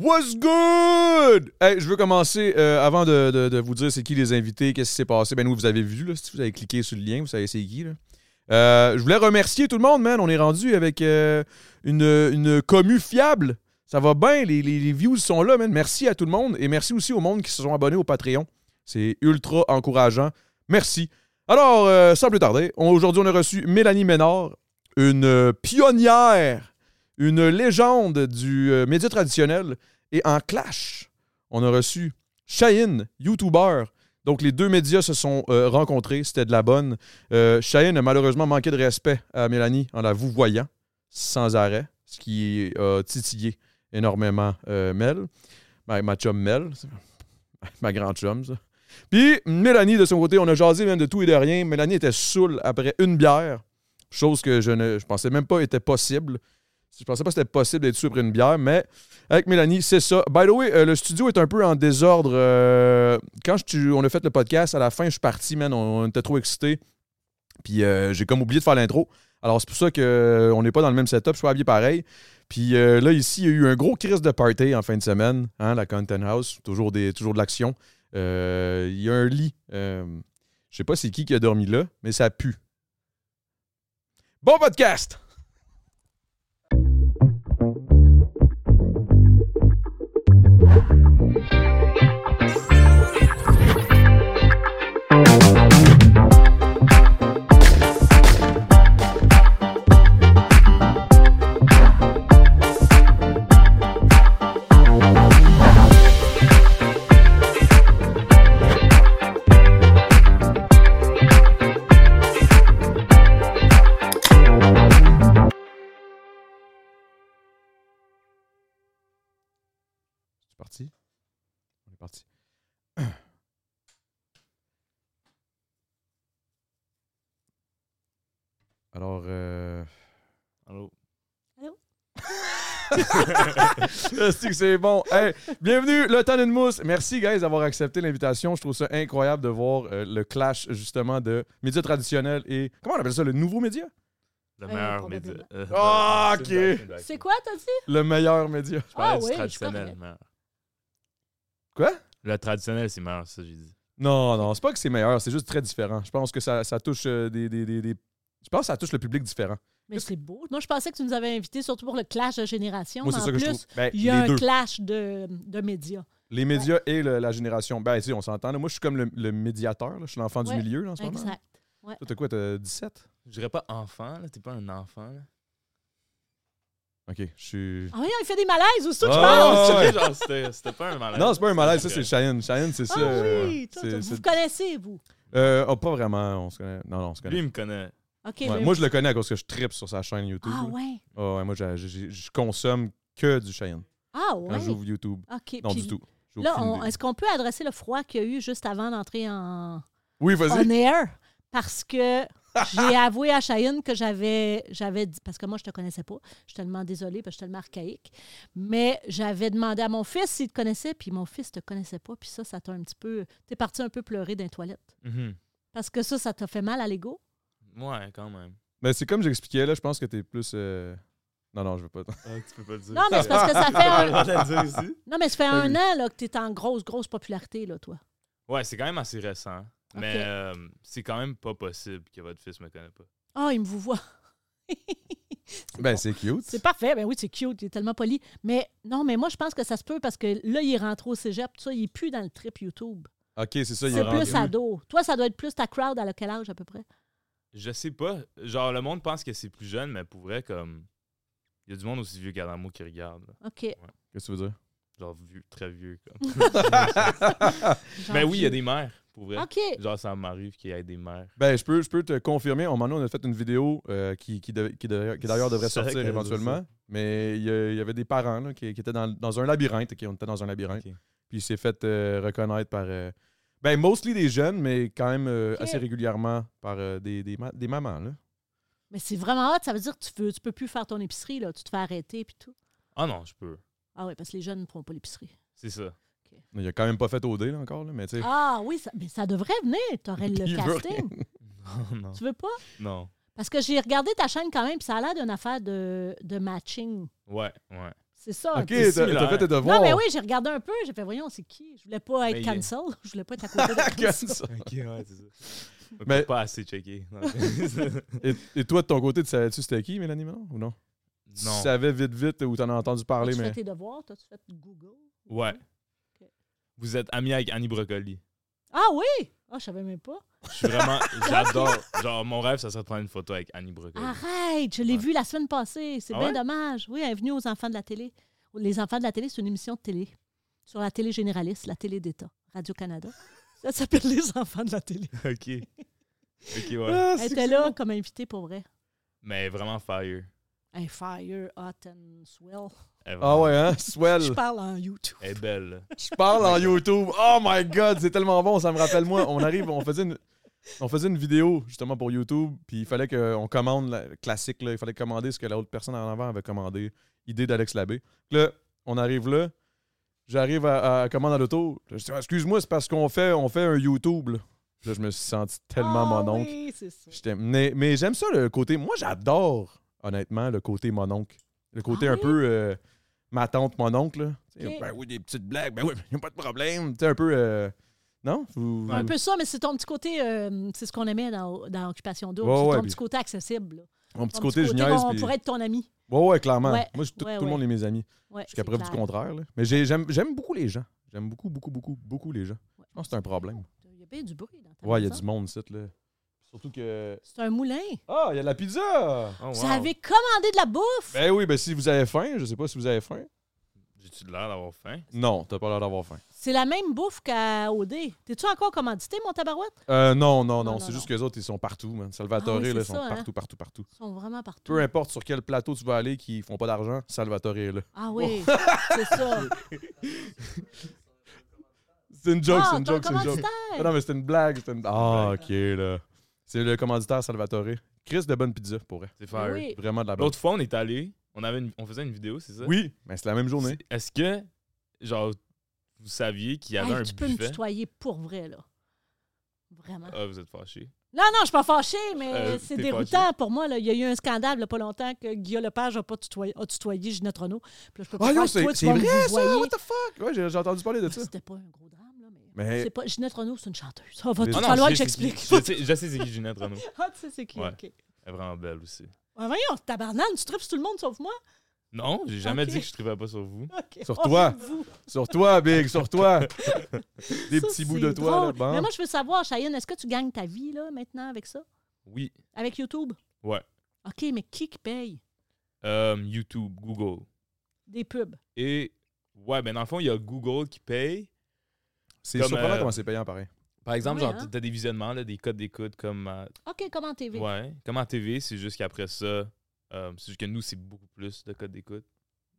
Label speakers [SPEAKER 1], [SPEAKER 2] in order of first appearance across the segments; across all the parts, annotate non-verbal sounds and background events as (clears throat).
[SPEAKER 1] What's good? Hey, je veux commencer euh, avant de, de- de vous dire c'est qui les invités, qu'est-ce qui s'est passé. Ben nous, vous avez vu, là, si vous avez cliqué sur le lien, vous savez c'est qui. Là. Euh, je voulais remercier tout le monde, man. On est rendu avec euh, une, une commu fiable. Ça va bien, les, les- les views sont là, man. Merci à tout le monde et merci aussi au monde qui se sont abonnés au Patreon. C'est ultra encourageant. Merci. Alors, euh, sans plus tarder, on- aujourd'hui, on a reçu Mélanie Ménard, une euh, pionnière, une légende du euh, média traditionnel. Et en clash, on a reçu Shaheen, YouTuber. Donc, les deux médias se sont euh, rencontrés. C'était de la bonne. Euh, Shaheen a malheureusement manqué de respect à Mélanie en la vous voyant sans arrêt, ce qui a titillé énormément euh, Mel. Ma, ma chum Mel. (laughs) Ma grande chum, ça. Puis Mélanie, de son côté, on a jasé même de tout et de rien. Mélanie était saoule après une bière, chose que je ne je pensais même pas était possible. Je pensais pas que c'était possible d'être saoul après une bière, mais avec Mélanie, c'est ça. By the way, euh, le studio est un peu en désordre. euh, quand je- tu- on a fait le podcast, à la fin, je suis parti, man. On, on était trop excités. Puis euh, j'ai comme oublié de faire l'intro. Alors c'est pour ça qu'on n'est pas dans le même setup, je suis pas habillé pareil. Puis euh, là, ici, il y a eu un gros crise de party en fin de semaine, hein, la Content House, toujours, des, toujours de l'action. Euh, Il y a un lit. euh, je sais pas c'est qui qui a dormi là, mais ça pue. Bon podcast! C'est parti. On est parti. (clears throat) Alors, euh...
[SPEAKER 2] Allô?
[SPEAKER 1] (laughs) Asti que c'est bon. Hey, bienvenue, le temps d'une mousse. Merci, guys, d'avoir accepté l'invitation. Je trouve ça incroyable de voir euh, le clash, justement, de médias traditionnels et. Comment on appelle ça, le nouveau média
[SPEAKER 2] Le
[SPEAKER 3] Euh,
[SPEAKER 2] meilleur
[SPEAKER 3] probablement.
[SPEAKER 2] média. euh,
[SPEAKER 1] Ah,
[SPEAKER 2] c'est une
[SPEAKER 1] ok.
[SPEAKER 2] blague, une blague.
[SPEAKER 3] C'est quoi, t'as dit?
[SPEAKER 1] Le meilleur média.
[SPEAKER 2] Je parlais
[SPEAKER 3] Ah
[SPEAKER 2] du
[SPEAKER 3] oui,
[SPEAKER 2] traditionnel.
[SPEAKER 3] c'est
[SPEAKER 2] meilleur.
[SPEAKER 1] Quoi?
[SPEAKER 2] Le traditionnel, c'est meilleur, ça, j'ai dit.
[SPEAKER 1] Non, non, c'est pas que c'est meilleur, c'est juste très différent. Je pense que ça, ça touche euh, des, des- des- des- Je pense que ça touche le public différent.
[SPEAKER 3] Mais c'est beau. Non, je pensais que tu nous avais invités surtout pour le clash de génération.
[SPEAKER 1] Moi,
[SPEAKER 3] mais
[SPEAKER 1] c'est
[SPEAKER 3] en
[SPEAKER 1] ça que
[SPEAKER 3] plus,
[SPEAKER 1] je trouve. Ben,
[SPEAKER 3] il y a
[SPEAKER 1] les
[SPEAKER 3] un
[SPEAKER 1] deux.
[SPEAKER 3] clash de, de médias.
[SPEAKER 1] Les médias et le- la génération. Ben, tu sais, on s'entend. là. Moi, je suis comme le, le médiateur. là. Je suis l'enfant du
[SPEAKER 3] Ouais,
[SPEAKER 1] milieu là, en ce moment.
[SPEAKER 3] Exact.
[SPEAKER 1] Toi, t'as quoi? T'as 17?
[SPEAKER 2] Je dirais pas enfant, là. T'es pas un enfant, là.
[SPEAKER 1] OK, je suis...
[SPEAKER 3] Ah oui, il fait des malaises, aussi, que je
[SPEAKER 1] Ah,
[SPEAKER 3] parle.
[SPEAKER 1] ouais.
[SPEAKER 2] C'est genre, c'était c'était pas un malaise.
[SPEAKER 1] Non, c'est pas un malaise, ça, c'est Cheyenne. Cheyenne, c'est ça.
[SPEAKER 3] Ah
[SPEAKER 1] euh,
[SPEAKER 3] oui, toi,
[SPEAKER 1] c'est-
[SPEAKER 3] toi, vous
[SPEAKER 1] c'est-
[SPEAKER 3] vous connaissez, vous.
[SPEAKER 1] Euh, oh, pas vraiment, on se connaît. Non, non, on se
[SPEAKER 2] Lui,
[SPEAKER 1] connaît.
[SPEAKER 2] il me connaît.
[SPEAKER 3] OK.
[SPEAKER 1] Ouais,
[SPEAKER 3] ben-
[SPEAKER 1] moi, je le connais à cause que je tripe sur sa chaîne YouTube.
[SPEAKER 3] Ah
[SPEAKER 1] là.
[SPEAKER 3] ouais.
[SPEAKER 1] Ah ouais, moi, j'ai- j'ai- je consomme que du Cheyenne
[SPEAKER 3] Ah
[SPEAKER 1] quand
[SPEAKER 3] ouais.
[SPEAKER 1] j'ouvre YouTube.
[SPEAKER 3] OK.
[SPEAKER 1] Non,
[SPEAKER 3] puis
[SPEAKER 1] du tout. J'ai
[SPEAKER 3] Là,
[SPEAKER 1] aucune
[SPEAKER 3] on-
[SPEAKER 1] idée.
[SPEAKER 3] est-ce qu'on peut adresser le froid qu'il y a eu juste avant d'entrer en
[SPEAKER 1] Oui, vas-y.
[SPEAKER 3] on air? Parce que j'ai avoué à Cheyenne que j'avais j'avais dit parce que moi je te connaissais pas, je suis tellement désolée parce que je suis tellement archaïque, mais j'avais demandé à mon fils s'il te connaissait puis mon fils te connaissait pas puis ça ça t'a un petit peu t'es parti un peu pleurer dans les toilettes
[SPEAKER 2] Mhm.
[SPEAKER 3] parce que ça ça t'a fait mal à l'ego.
[SPEAKER 2] Ouais, quand même.
[SPEAKER 1] Mais Ben, c'est comme j'expliquais, là, je pense que t'es plus... euh, Non, non, je veux
[SPEAKER 2] (laughs)
[SPEAKER 1] pas.
[SPEAKER 2] Ah, tu peux pas le dire.
[SPEAKER 3] Non mais
[SPEAKER 2] (laughs)
[SPEAKER 3] c'est parce que ça fait un,
[SPEAKER 2] Je vais le dire ici.
[SPEAKER 3] non mais ça fait
[SPEAKER 1] Ah
[SPEAKER 3] un
[SPEAKER 1] oui.
[SPEAKER 3] an là que t'es en grosse grosse popularité là toi.
[SPEAKER 2] Ouais, c'est quand même assez récent. Mais
[SPEAKER 3] Ok.
[SPEAKER 2] euh, c'est quand même pas possible que votre fils me connaisse pas.
[SPEAKER 3] Ah, il me vous voit. (laughs)
[SPEAKER 1] ben, c'est cute.
[SPEAKER 3] C'est parfait. Ben oui, c'est cute. Il est tellement poli. Mais non, mais moi, je pense que ça se peut parce que là, il est rentré au cégep. tout ça, il est plus dans le trip YouTube.
[SPEAKER 1] (laughs) OK, c'est ça, il est
[SPEAKER 3] C'est
[SPEAKER 1] rendu.
[SPEAKER 3] plus ado. Toi, ça doit être plus ta crowd à quel âge à peu près?
[SPEAKER 2] Je sais pas. Genre, le monde pense que c'est plus jeune, mais pour vrai, comme. Il y a du monde aussi vieux qu'Adamo qui regarde. là.
[SPEAKER 3] OK.
[SPEAKER 1] Qu'est-ce que tu veux dire?
[SPEAKER 2] Genre, vieux, très vieux. Comme.
[SPEAKER 3] Genre,
[SPEAKER 2] Ben oui, il y a
[SPEAKER 3] tu-
[SPEAKER 2] des euh, mères, pour vrai.
[SPEAKER 3] OK.
[SPEAKER 2] Genre, ça m'arrive qu'il y ait des mères.
[SPEAKER 1] Ben, je peux, je peux te confirmer. On m'en a, on a fait une vidéo euh, qui, qui, dev- qui d'ailleurs- qui d'ailleurs devrait
[SPEAKER 2] C'est vrai
[SPEAKER 1] sortir
[SPEAKER 2] qu'elle a dit
[SPEAKER 1] éventuellement. Mais il y, a- il y avait des parents là, qui, qui étaient dans, dans un labyrinthe. OK, on était dans un labyrinthe.
[SPEAKER 2] Ok.
[SPEAKER 1] Puis il s'est fait euh, reconnaître par. euh, ben, mostly des jeunes, mais quand même euh,
[SPEAKER 3] Ok.
[SPEAKER 1] assez régulièrement par euh, des, des, ma- des mamans. Là.
[SPEAKER 3] Mais c'est vraiment hot. Ça veut dire que tu, veux, tu peux plus faire ton épicerie. là. Tu te fais arrêter puis tout.
[SPEAKER 2] Ah non, je peux.
[SPEAKER 3] Ah oui, parce que les jeunes ne font pas l'épicerie.
[SPEAKER 2] C'est (laughs) ça.
[SPEAKER 1] Il a quand même pas fait OD là, encore, là, mais tu sais.
[SPEAKER 3] Ah oui, ça- mais ça devrait venir. Tu aurais
[SPEAKER 1] Puis
[SPEAKER 3] le
[SPEAKER 1] Euh. il veut
[SPEAKER 3] casting.
[SPEAKER 2] Non, Oh non.
[SPEAKER 3] Tu veux pas?
[SPEAKER 2] Non.
[SPEAKER 3] Parce que j'ai regardé ta chaîne quand même, puis ça a l'air d'une affaire de, de matching.
[SPEAKER 2] Ouais, ouais.
[SPEAKER 3] C'est ça.
[SPEAKER 1] Ok,
[SPEAKER 2] c'est
[SPEAKER 1] t'as- t'as
[SPEAKER 2] similaire.
[SPEAKER 1] fait tes devoirs.
[SPEAKER 3] Non, mais oui, j'ai regardé un peu. J'ai fait, voyons, c'est qui? Je voulais pas être
[SPEAKER 2] Mais il est-
[SPEAKER 3] cancel. Je voulais pas être à côté
[SPEAKER 1] (laughs)
[SPEAKER 3] de cancel.
[SPEAKER 1] Cancel.
[SPEAKER 2] Ok, ouais, c'est ça. (laughs)
[SPEAKER 1] Mais-
[SPEAKER 2] Mais pas assez checké. (laughs) Non,
[SPEAKER 1] Et, et toi, de ton côté, tu savais-tu c'était qui, Mélanie Ménard, ou non? Tu
[SPEAKER 2] Non.
[SPEAKER 1] savais vite, vite, euh, ou t'en as entendu parler,
[SPEAKER 3] tu
[SPEAKER 1] mais.
[SPEAKER 3] fait tes devoirs? T'as-tu fait Google?
[SPEAKER 2] Ouais.
[SPEAKER 3] Ok.
[SPEAKER 2] Vous êtes ami avec Annie Brocoli.
[SPEAKER 3] Ah oui! Ah, je savais même pas.
[SPEAKER 2] Je
[SPEAKER 3] (laughs)
[SPEAKER 2] suis vraiment.
[SPEAKER 3] Ah,
[SPEAKER 2] J'adore. Genre, mon rêve, ça serait de prendre une photo avec Annie Brocoli.
[SPEAKER 3] Arrête! Je l'ai
[SPEAKER 2] Ouais.
[SPEAKER 3] vu la semaine passée. C'est
[SPEAKER 2] Ah
[SPEAKER 3] bien
[SPEAKER 2] ouais?
[SPEAKER 3] dommage. Oui, elle est venue aux enfants de la télé. Les enfants de la télé, c'est une émission de télé. Sur la télé généraliste, la télé d'État, Radio-Canada. Ça s'appelle Les enfants de la télé.
[SPEAKER 2] (laughs) Ok. Ok, ouais.
[SPEAKER 1] Ah, (laughs)
[SPEAKER 3] Elle
[SPEAKER 1] c'est-
[SPEAKER 3] était là comme invitée pour vrai.
[SPEAKER 2] Mais vraiment fire.
[SPEAKER 3] Hey, fire, hot and swell.
[SPEAKER 2] Elle
[SPEAKER 1] Ah
[SPEAKER 2] est vraiment-
[SPEAKER 1] ouais, hein? Swell.
[SPEAKER 3] (laughs) Je parle en YouTube.
[SPEAKER 2] Elle est belle. là.
[SPEAKER 1] Je parle en YouTube. Oh my god, c'est tellement bon, ça me rappelle moi. On arrive, on faisait une, on faisait une vidéo justement pour YouTube, puis il fallait qu'on commande la- le classique, là, il fallait commander ce que l'autre personne en avant avait commandé. Idée d'Alex Labbé. Là, on arrive là, j'arrive à, à commande à l'auto. Je dis, excuse-moi, c'est parce qu'on fait, on fait un YouTube. Là, Là, je me suis senti tellement
[SPEAKER 3] Ah
[SPEAKER 1] mon oncle.
[SPEAKER 3] Oui, c'est ça.
[SPEAKER 1] J'étais- Mais, mais j'aime ça, le côté. Moi, j'adore, honnêtement, le côté mononcle. Le côté
[SPEAKER 3] Ah
[SPEAKER 1] un
[SPEAKER 3] oui?
[SPEAKER 1] peu euh, ma tante, mononcle. là. Tu sais,
[SPEAKER 3] Ok.
[SPEAKER 1] Ben oui, des petites blagues, ben oui, y a pas de problème. Tu sais, un peu. euh, non? Vous-
[SPEAKER 3] Un peu ça, mais c'est ton petit côté, euh, c'est ce qu'on aimait dans, dans Occupation Double.
[SPEAKER 1] Ouais,
[SPEAKER 3] c'est
[SPEAKER 1] ouais,
[SPEAKER 3] ton
[SPEAKER 1] puis-
[SPEAKER 3] petit côté accessible. là.
[SPEAKER 1] Mon petit
[SPEAKER 3] Ton
[SPEAKER 1] côté, je niaise,
[SPEAKER 3] qu'on
[SPEAKER 1] puis-
[SPEAKER 3] pourrait être ton ami.
[SPEAKER 1] Ouais, ouais, clairement.
[SPEAKER 3] Ouais,
[SPEAKER 1] Moi, je- tout,
[SPEAKER 3] ouais,
[SPEAKER 1] tout le monde est mes amis.
[SPEAKER 3] Ouais,
[SPEAKER 1] Jusqu'à
[SPEAKER 3] c'est
[SPEAKER 1] preuve du
[SPEAKER 3] clair.
[SPEAKER 1] contraire. là. Mais j'ai- j'aime j'aime beaucoup les gens. J'aime beaucoup, beaucoup, beaucoup, beaucoup les gens.
[SPEAKER 3] Ouais.
[SPEAKER 1] Je pense que c'est un problème.
[SPEAKER 3] Il y a bien du bruit dans ta
[SPEAKER 1] Ouais, il y a
[SPEAKER 3] maison.
[SPEAKER 1] du monde, ici, là. Surtout que.
[SPEAKER 3] C'est un moulin.
[SPEAKER 1] Ah, il y a de la pizza!
[SPEAKER 2] Oh,
[SPEAKER 3] Vous
[SPEAKER 2] wow.
[SPEAKER 3] avez commandé de la bouffe.
[SPEAKER 1] Ben oui, ben si vous avez faim, je sais pas si vous avez faim.
[SPEAKER 2] J'ai-tu de l'air d'avoir faim?
[SPEAKER 1] Non, t'as pas l'air d'avoir faim.
[SPEAKER 3] C'est la même bouffe qu'à OD. T'es-tu encore commandité, mon tabarouette?
[SPEAKER 1] Euh, non, non,
[SPEAKER 3] Non,
[SPEAKER 1] non.
[SPEAKER 3] non,
[SPEAKER 1] C'est
[SPEAKER 3] non.
[SPEAKER 1] juste que les autres, ils sont partout, man. Salvatore,
[SPEAKER 3] Ah oui,
[SPEAKER 1] là,
[SPEAKER 3] c'est
[SPEAKER 1] ils sont
[SPEAKER 3] ça, hein.
[SPEAKER 1] partout, partout, partout.
[SPEAKER 3] Ils sont vraiment partout.
[SPEAKER 1] Peu importe sur quel plateau tu vas aller qui font pas d'argent, Salvatore est là.
[SPEAKER 3] Ah oui, (laughs)
[SPEAKER 1] (laughs)
[SPEAKER 3] c'est ça.
[SPEAKER 1] C'est une joke,
[SPEAKER 3] Ah,
[SPEAKER 1] c'est une
[SPEAKER 3] t'as un
[SPEAKER 1] joke, c'est une joke.
[SPEAKER 3] commanditaire.
[SPEAKER 1] Ah non, mais c'est une blague. c'est Une... Ah, ok, là. C'est le commanditaire Salvatore. Chris de bonne pizza pour elle.
[SPEAKER 2] C'est fire.
[SPEAKER 3] Oui.
[SPEAKER 1] Vraiment de la bonne.
[SPEAKER 2] L'autre fois, on est allé. On, avait une- on faisait une vidéo, c'est ça?
[SPEAKER 1] Oui, mais c'est la même journée.
[SPEAKER 2] C'est- Est-ce que, genre, vous saviez qu'il y avait
[SPEAKER 3] Hey,
[SPEAKER 2] un
[SPEAKER 3] tu peux me
[SPEAKER 2] buffet?
[SPEAKER 3] tutoyer pour vrai, là. Vraiment.
[SPEAKER 2] Ah, vous êtes fâché.
[SPEAKER 3] Non, non, je suis pas fâchée, mais
[SPEAKER 2] Euh,
[SPEAKER 3] c'est
[SPEAKER 2] t'es
[SPEAKER 3] déroutant pour moi. Là. Il y a eu un scandale il y a pas longtemps que Guillaume Lepage a, pas tutoyé, a tutoyé Ginette Renault. Puis là, je peux pas
[SPEAKER 1] Ah non,
[SPEAKER 3] croire que toi,
[SPEAKER 1] c'est
[SPEAKER 3] tu
[SPEAKER 1] c'est
[SPEAKER 3] vas me
[SPEAKER 1] vrai ça,
[SPEAKER 3] vouvoyer.
[SPEAKER 1] what the fuck? Ouais, j'ai j'ai entendu parler de ça.
[SPEAKER 3] C'était pas un gros drame, là, mais...
[SPEAKER 1] (laughs) Mais-
[SPEAKER 3] C'est pas... Ginette Renault, c'est une chanteuse. Ça va
[SPEAKER 1] Mais-
[SPEAKER 3] tout
[SPEAKER 1] Ah
[SPEAKER 2] non,
[SPEAKER 3] falloir
[SPEAKER 2] je
[SPEAKER 3] que
[SPEAKER 2] sais c'est qui-
[SPEAKER 3] j'explique.
[SPEAKER 2] Je sais, je sais c'est qui Ginette Renault.
[SPEAKER 3] (laughs) Ah, tu sais c'est qui,
[SPEAKER 2] Ouais.
[SPEAKER 3] OK.
[SPEAKER 2] Elle est vraiment belle aussi.
[SPEAKER 3] Ah, voyons, tabarnane, tu tripes sur tout le monde sauf moi.
[SPEAKER 2] Non, j'ai jamais
[SPEAKER 3] Ok.
[SPEAKER 2] dit que je trivais pas sur vous.
[SPEAKER 3] OK.
[SPEAKER 1] Sur
[SPEAKER 3] Oh,
[SPEAKER 1] toi.
[SPEAKER 3] vous.
[SPEAKER 1] Sur toi, Big, sur toi. Des
[SPEAKER 3] Ça,
[SPEAKER 1] petits bouts
[SPEAKER 3] c'est
[SPEAKER 1] de toi, là.
[SPEAKER 3] drôle. Mais
[SPEAKER 1] Bon.
[SPEAKER 3] moi, je veux savoir, Chayenne, est-ce que tu gagnes ta vie, là, maintenant, avec ça?
[SPEAKER 2] Oui.
[SPEAKER 3] Avec YouTube?
[SPEAKER 2] Ouais.
[SPEAKER 3] OK, mais qui qui paye?
[SPEAKER 2] Euh, YouTube, Google.
[SPEAKER 3] Des pubs.
[SPEAKER 2] Et, ouais, ben dans le fond, il y a Google qui paye.
[SPEAKER 1] C'est
[SPEAKER 2] Comme,
[SPEAKER 1] surprenant
[SPEAKER 2] euh,
[SPEAKER 1] comment c'est payant, pareil.
[SPEAKER 2] Par exemple,
[SPEAKER 3] Ouais,
[SPEAKER 2] genre,
[SPEAKER 3] hein?
[SPEAKER 2] t'as des visionnements, là, des codes d'écoute comme à
[SPEAKER 3] OK, comment TV?
[SPEAKER 2] Ouais, comme en TV, c'est juste qu'après ça, euh, c'est juste que nous, c'est beaucoup plus de codes d'écoute.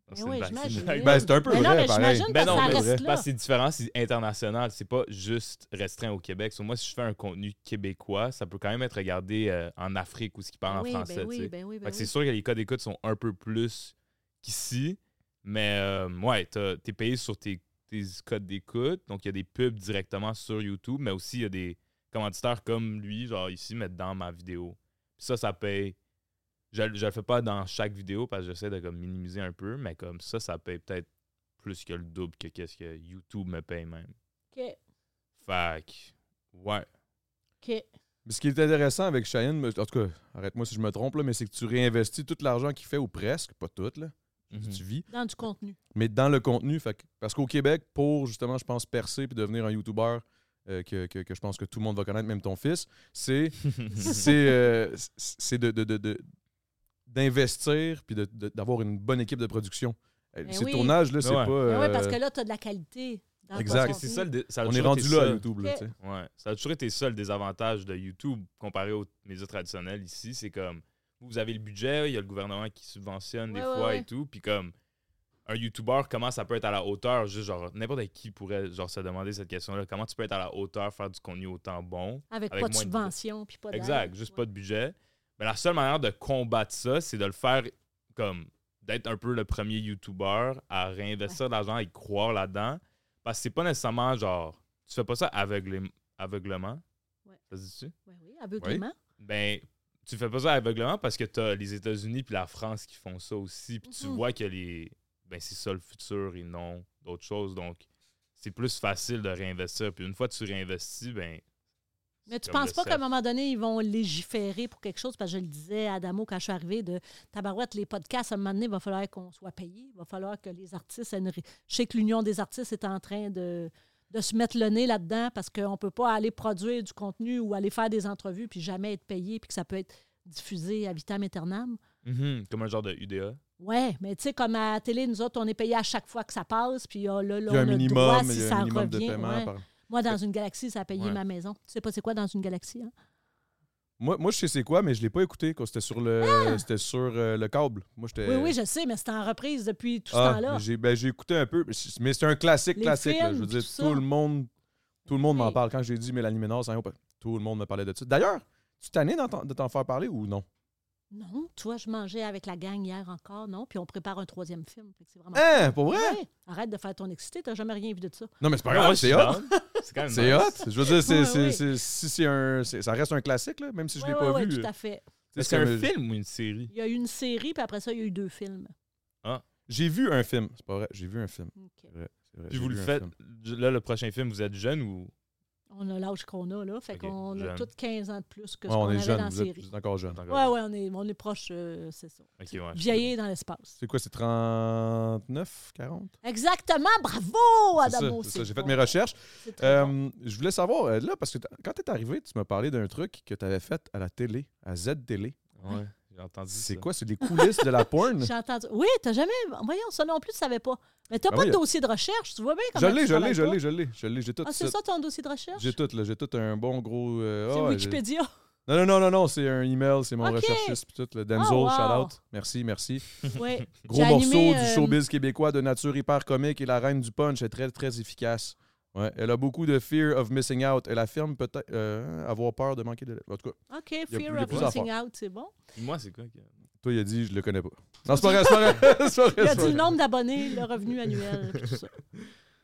[SPEAKER 3] Mais
[SPEAKER 2] C'est
[SPEAKER 3] oui,
[SPEAKER 2] une blague, c'est une
[SPEAKER 3] j'imagine.
[SPEAKER 2] blague.
[SPEAKER 1] Ben, c'est un peu
[SPEAKER 3] Mais non,
[SPEAKER 1] vrai,
[SPEAKER 3] mais
[SPEAKER 1] pareil.
[SPEAKER 3] j'imagine
[SPEAKER 2] Ben
[SPEAKER 3] que
[SPEAKER 2] non,
[SPEAKER 3] ça
[SPEAKER 2] mais
[SPEAKER 3] reste là.
[SPEAKER 2] Parce que c'est différent, c'est international, c'est pas juste restreint au Québec. So, moi, si je fais un contenu québécois, ça peut quand même être regardé euh, en Afrique ou ce qui parle
[SPEAKER 3] oui,
[SPEAKER 2] en français.
[SPEAKER 3] ben
[SPEAKER 2] tu sais.
[SPEAKER 3] oui, ben oui, ben
[SPEAKER 2] Fait que c'est
[SPEAKER 3] oui.
[SPEAKER 2] sûr que les codes d'écoute sont un peu plus qu'ici, mais euh, ouais, t'as- t'es payé sur tes, tes codes d'écoute. Donc, il y a des pubs directement sur YouTube, mais aussi il y a des commanditaires comme lui, genre ici, mettre dans ma vidéo. Puis ça, ça paye. Je, le- je le fais pas dans chaque vidéo parce que j'essaie de comme minimiser un peu, mais comme ça, ça paye peut-être plus que le double que qu'est-ce que YouTube me paye même.
[SPEAKER 3] OK,
[SPEAKER 2] Fait que, ouais.
[SPEAKER 3] OK.
[SPEAKER 1] Mais Ce qui est intéressant avec Cheyenne, en tout cas, arrête-moi si je me trompe, là, mais c'est que tu réinvestis tout l'argent qu'il fait, ou presque, pas tout, là, que
[SPEAKER 2] Mhm. (laughs)
[SPEAKER 1] tu vis,
[SPEAKER 3] Dans du contenu.
[SPEAKER 1] mais dans le contenu. fait que- parce qu'au Québec, pour justement, je pense, percer puis devenir un YouTuber euh, que, que- que je pense que tout le monde va connaître, même ton fils, c'est c'est, euh, c'est de- de- de- de- d'investir puis de- de- d'avoir une bonne équipe de production. Euh,
[SPEAKER 3] Ben
[SPEAKER 1] Ces
[SPEAKER 3] oui.
[SPEAKER 1] tournages-là, c'est
[SPEAKER 2] ouais.
[SPEAKER 1] pas.
[SPEAKER 3] Ben oui,
[SPEAKER 1] euh,
[SPEAKER 3] parce que là, tu as de la qualité. Dans ton
[SPEAKER 1] Exact.
[SPEAKER 2] Parce que
[SPEAKER 3] contenu.
[SPEAKER 2] c'est ça, le dé- ça a
[SPEAKER 1] on est
[SPEAKER 2] toujours
[SPEAKER 1] rendu
[SPEAKER 2] été
[SPEAKER 1] là
[SPEAKER 2] ça.
[SPEAKER 1] à YouTube. là,
[SPEAKER 3] Ok.
[SPEAKER 1] tu sais.
[SPEAKER 2] Ouais, ça a toujours été ça le désavantage de YouTube comparé aux médias traditionnels ici. C'est comme, vous vous avez le budget, il y a le gouvernement qui subventionne des
[SPEAKER 3] Ouais, ouais,
[SPEAKER 2] fois
[SPEAKER 3] ouais.
[SPEAKER 2] et tout. Puis comme, un YouTuber, comment ça peut être à la hauteur? Juste genre, n'importe qui pourrait genre se demander cette question-là. Comment tu peux être à la hauteur, faire du contenu autant bon?
[SPEAKER 3] Avec,
[SPEAKER 2] avec
[SPEAKER 3] pas de
[SPEAKER 2] moins de-
[SPEAKER 3] subvention, puis pas d'aide.
[SPEAKER 2] Exact, juste
[SPEAKER 3] Ouais.
[SPEAKER 2] pas de budget. Mais la seule manière de combattre ça, c'est de le faire comme d'être un peu le premier YouTuber à réinvestir de l'argent et croire là-dedans. Parce que c'est pas nécessairement genre, tu fais pas ça aveuglé- aveuglement.
[SPEAKER 3] Ouais.
[SPEAKER 2] Ça se dit-tu?
[SPEAKER 3] Ouais, oui, aveuglément.
[SPEAKER 2] Ben, tu fais pas ça aveuglément parce que t'as les États-Unis puis la France qui font ça aussi. Puis tu
[SPEAKER 3] Mhm.
[SPEAKER 2] vois que les ben c'est ça le futur et non d'autres choses. Donc, c'est plus facile de réinvestir. Puis une fois que tu réinvestis, ben.
[SPEAKER 3] Mais tu
[SPEAKER 2] comme
[SPEAKER 3] penses
[SPEAKER 2] le
[SPEAKER 3] pas
[SPEAKER 2] sel.
[SPEAKER 3] qu'à un moment donné, ils vont légiférer pour quelque chose? Parce que je le disais à Adamo quand je suis arrivée de Tabarouette, les podcasts, à un moment donné, il va falloir qu'on soit payé. Il va falloir que les artistes. aient une ré- Je sais que l'Union des artistes est en train de, de se mettre le nez là-dedans parce qu'on ne peut pas aller produire du contenu ou aller faire des entrevues puis jamais être payé puis que ça peut être diffusé à vitam aeternam.
[SPEAKER 2] Mhm, comme un genre de UDA.
[SPEAKER 3] Ouais, mais tu sais, comme à la télé, nous autres, on est payé à chaque fois que ça passe, puis ah, là, là,
[SPEAKER 1] Il y a un
[SPEAKER 3] on a le droit
[SPEAKER 1] minimum,
[SPEAKER 3] si
[SPEAKER 1] il y a
[SPEAKER 3] ça
[SPEAKER 1] un minimum de
[SPEAKER 3] revient.
[SPEAKER 1] paiement.
[SPEAKER 3] ouais.
[SPEAKER 1] par-
[SPEAKER 3] Moi, dans une galaxie, ça a payé
[SPEAKER 2] Ouais.
[SPEAKER 3] ma maison. Tu sais pas c'est quoi dans une galaxie, hein?
[SPEAKER 1] Moi, moi, je sais c'est quoi, mais je l'ai pas écouté quand c'était sur le c'était sur euh, le câble. Moi, j'étais.
[SPEAKER 3] Ah! Oui, oui, je sais, mais c'était en reprise depuis tout ce
[SPEAKER 1] Ah,
[SPEAKER 3] temps-là.
[SPEAKER 1] mais j'ai ben, j'ai écouté un peu, mais c'est- mais c'est un classique,
[SPEAKER 3] Les
[SPEAKER 1] classique. là. je veux
[SPEAKER 3] films,
[SPEAKER 1] dire,
[SPEAKER 3] tout ça.
[SPEAKER 1] tout le monde, tout le monde m'en
[SPEAKER 3] Hey.
[SPEAKER 1] parle. Quand j'ai dit Mélanie Ménard, ça y est, hop, tout le monde me parlait de ça. D'ailleurs, tu t'années d'en- de t'en faire parler ou non?
[SPEAKER 3] Non, tu vois, je mangeais avec la gang hier encore, non? Puis on prépare un troisième film. Fait que c'est vraiment...
[SPEAKER 1] Hein, pour vrai?
[SPEAKER 3] Ouais, Arrête de faire ton excité, t'as jamais rien vu de ça.
[SPEAKER 1] Non, mais c'est pas
[SPEAKER 2] Ouais,
[SPEAKER 1] grave,
[SPEAKER 2] je suis
[SPEAKER 1] c'est hot.
[SPEAKER 2] down. C'est quand même
[SPEAKER 1] C'est
[SPEAKER 2] nice.
[SPEAKER 1] hot. Je veux dire, c'est,
[SPEAKER 3] Ouais,
[SPEAKER 1] c'est-
[SPEAKER 3] ouais.
[SPEAKER 1] c'est- si c'est un, c'est- ça reste un classique, là, même si je
[SPEAKER 3] Oui,
[SPEAKER 1] l'ai
[SPEAKER 3] oui,
[SPEAKER 1] pas
[SPEAKER 3] oui,
[SPEAKER 1] vu. euh.
[SPEAKER 3] tout à fait.
[SPEAKER 1] C'est
[SPEAKER 2] Mais C'est
[SPEAKER 1] comme-
[SPEAKER 2] un film ou une série?
[SPEAKER 3] Il y a eu une série, puis après ça, il y a eu deux films.
[SPEAKER 1] J'ai vu un film. C'est pas vrai, j'ai vu un film.
[SPEAKER 3] OK.
[SPEAKER 1] C'est vrai, c'est vrai,
[SPEAKER 2] Puis
[SPEAKER 1] j'ai
[SPEAKER 2] vous
[SPEAKER 1] vu
[SPEAKER 2] le
[SPEAKER 1] un
[SPEAKER 2] faites.
[SPEAKER 1] film.
[SPEAKER 2] Là, le prochain film, vous êtes jeune ou.
[SPEAKER 3] On a l'âge qu'on a, là. Fait
[SPEAKER 2] OK,
[SPEAKER 3] qu'on a
[SPEAKER 2] jeune.
[SPEAKER 3] toutes 15 ans de plus que ce
[SPEAKER 1] Ouais,
[SPEAKER 3] qu'on
[SPEAKER 1] on est
[SPEAKER 3] avait dans
[SPEAKER 1] jeune,
[SPEAKER 3] la
[SPEAKER 1] vous êtes,
[SPEAKER 3] série.
[SPEAKER 1] vous êtes encore jeune.
[SPEAKER 3] Oui, oui, on est, on est proche, euh, c'est ça.
[SPEAKER 2] Ok, ouais, je-
[SPEAKER 3] Vieillir dans l'espace.
[SPEAKER 1] C'est quoi, c'est 39, 40?
[SPEAKER 3] Exactement, bravo,
[SPEAKER 1] C'est ça,
[SPEAKER 3] Adamo.
[SPEAKER 1] c'est
[SPEAKER 3] c'est
[SPEAKER 1] ça, J'ai fait
[SPEAKER 3] bon.
[SPEAKER 1] mes recherches.
[SPEAKER 3] C'est très bon.
[SPEAKER 1] Euh, je voulais savoir, euh, là, parce que t'as- quand t'es arrivé, tu m'as parlé d'un truc que t'avais fait à la télé, à Z-Télé.
[SPEAKER 2] Ouais, j'ai entendu
[SPEAKER 1] C'est
[SPEAKER 2] ça.
[SPEAKER 1] quoi? C'est les coulisses
[SPEAKER 3] (laughs)
[SPEAKER 1] de la porn?
[SPEAKER 3] J'ai entendu. Oui, t'as jamais. Voyons, ça non plus, tu savais pas. Mais t'as
[SPEAKER 1] Ah
[SPEAKER 3] pas
[SPEAKER 1] oui,
[SPEAKER 3] de
[SPEAKER 1] euh,
[SPEAKER 3] dossier de recherche, tu vois bien
[SPEAKER 1] Je
[SPEAKER 3] comment.
[SPEAKER 1] l'ai,
[SPEAKER 3] tu
[SPEAKER 1] je l'ai,
[SPEAKER 3] travailles
[SPEAKER 1] je
[SPEAKER 3] pas.
[SPEAKER 1] l'ai, je l'ai, je l'ai, j'ai tout
[SPEAKER 3] Ah, c'est
[SPEAKER 1] ça.
[SPEAKER 3] ça ton dossier de recherche?
[SPEAKER 1] J'ai tout, là, j'ai tout un bon gros... euh,
[SPEAKER 3] C'est
[SPEAKER 1] ah, j'ai-
[SPEAKER 3] Wikipédia.
[SPEAKER 1] Non, non, non, non, non, c'est un email, c'est mon
[SPEAKER 3] Ok.
[SPEAKER 1] recherchiste, puis tout, le Denzel,
[SPEAKER 3] Oh, wow.
[SPEAKER 1] shout-out. Merci, merci.
[SPEAKER 3] (laughs) Oui.
[SPEAKER 1] Gros
[SPEAKER 3] J'ai
[SPEAKER 1] morceau
[SPEAKER 3] animé,
[SPEAKER 1] du
[SPEAKER 3] euh,
[SPEAKER 1] showbiz québécois de nature hyper comique et la reine du punch est très, très efficace. Ouais, elle a beaucoup de fear of missing out. Elle affirme peut-être euh, avoir peur de manquer de... En tout cas,
[SPEAKER 3] OK,
[SPEAKER 1] y a plus-
[SPEAKER 3] Fear
[SPEAKER 1] y a
[SPEAKER 3] of
[SPEAKER 1] plus à
[SPEAKER 3] Missing Out, c'est bon.
[SPEAKER 2] Puis Moi, c'est quoi? que-
[SPEAKER 1] toi, il a dit, je le connais pas. Non, c'est pas vrai, c'est pas vrai.
[SPEAKER 3] (laughs)
[SPEAKER 1] c'est pas vrai,
[SPEAKER 3] Il a
[SPEAKER 1] c'est pas
[SPEAKER 3] dit
[SPEAKER 1] vrai.
[SPEAKER 3] le nombre d'abonnés, le revenu annuel, puis
[SPEAKER 1] (laughs)
[SPEAKER 3] tout ça.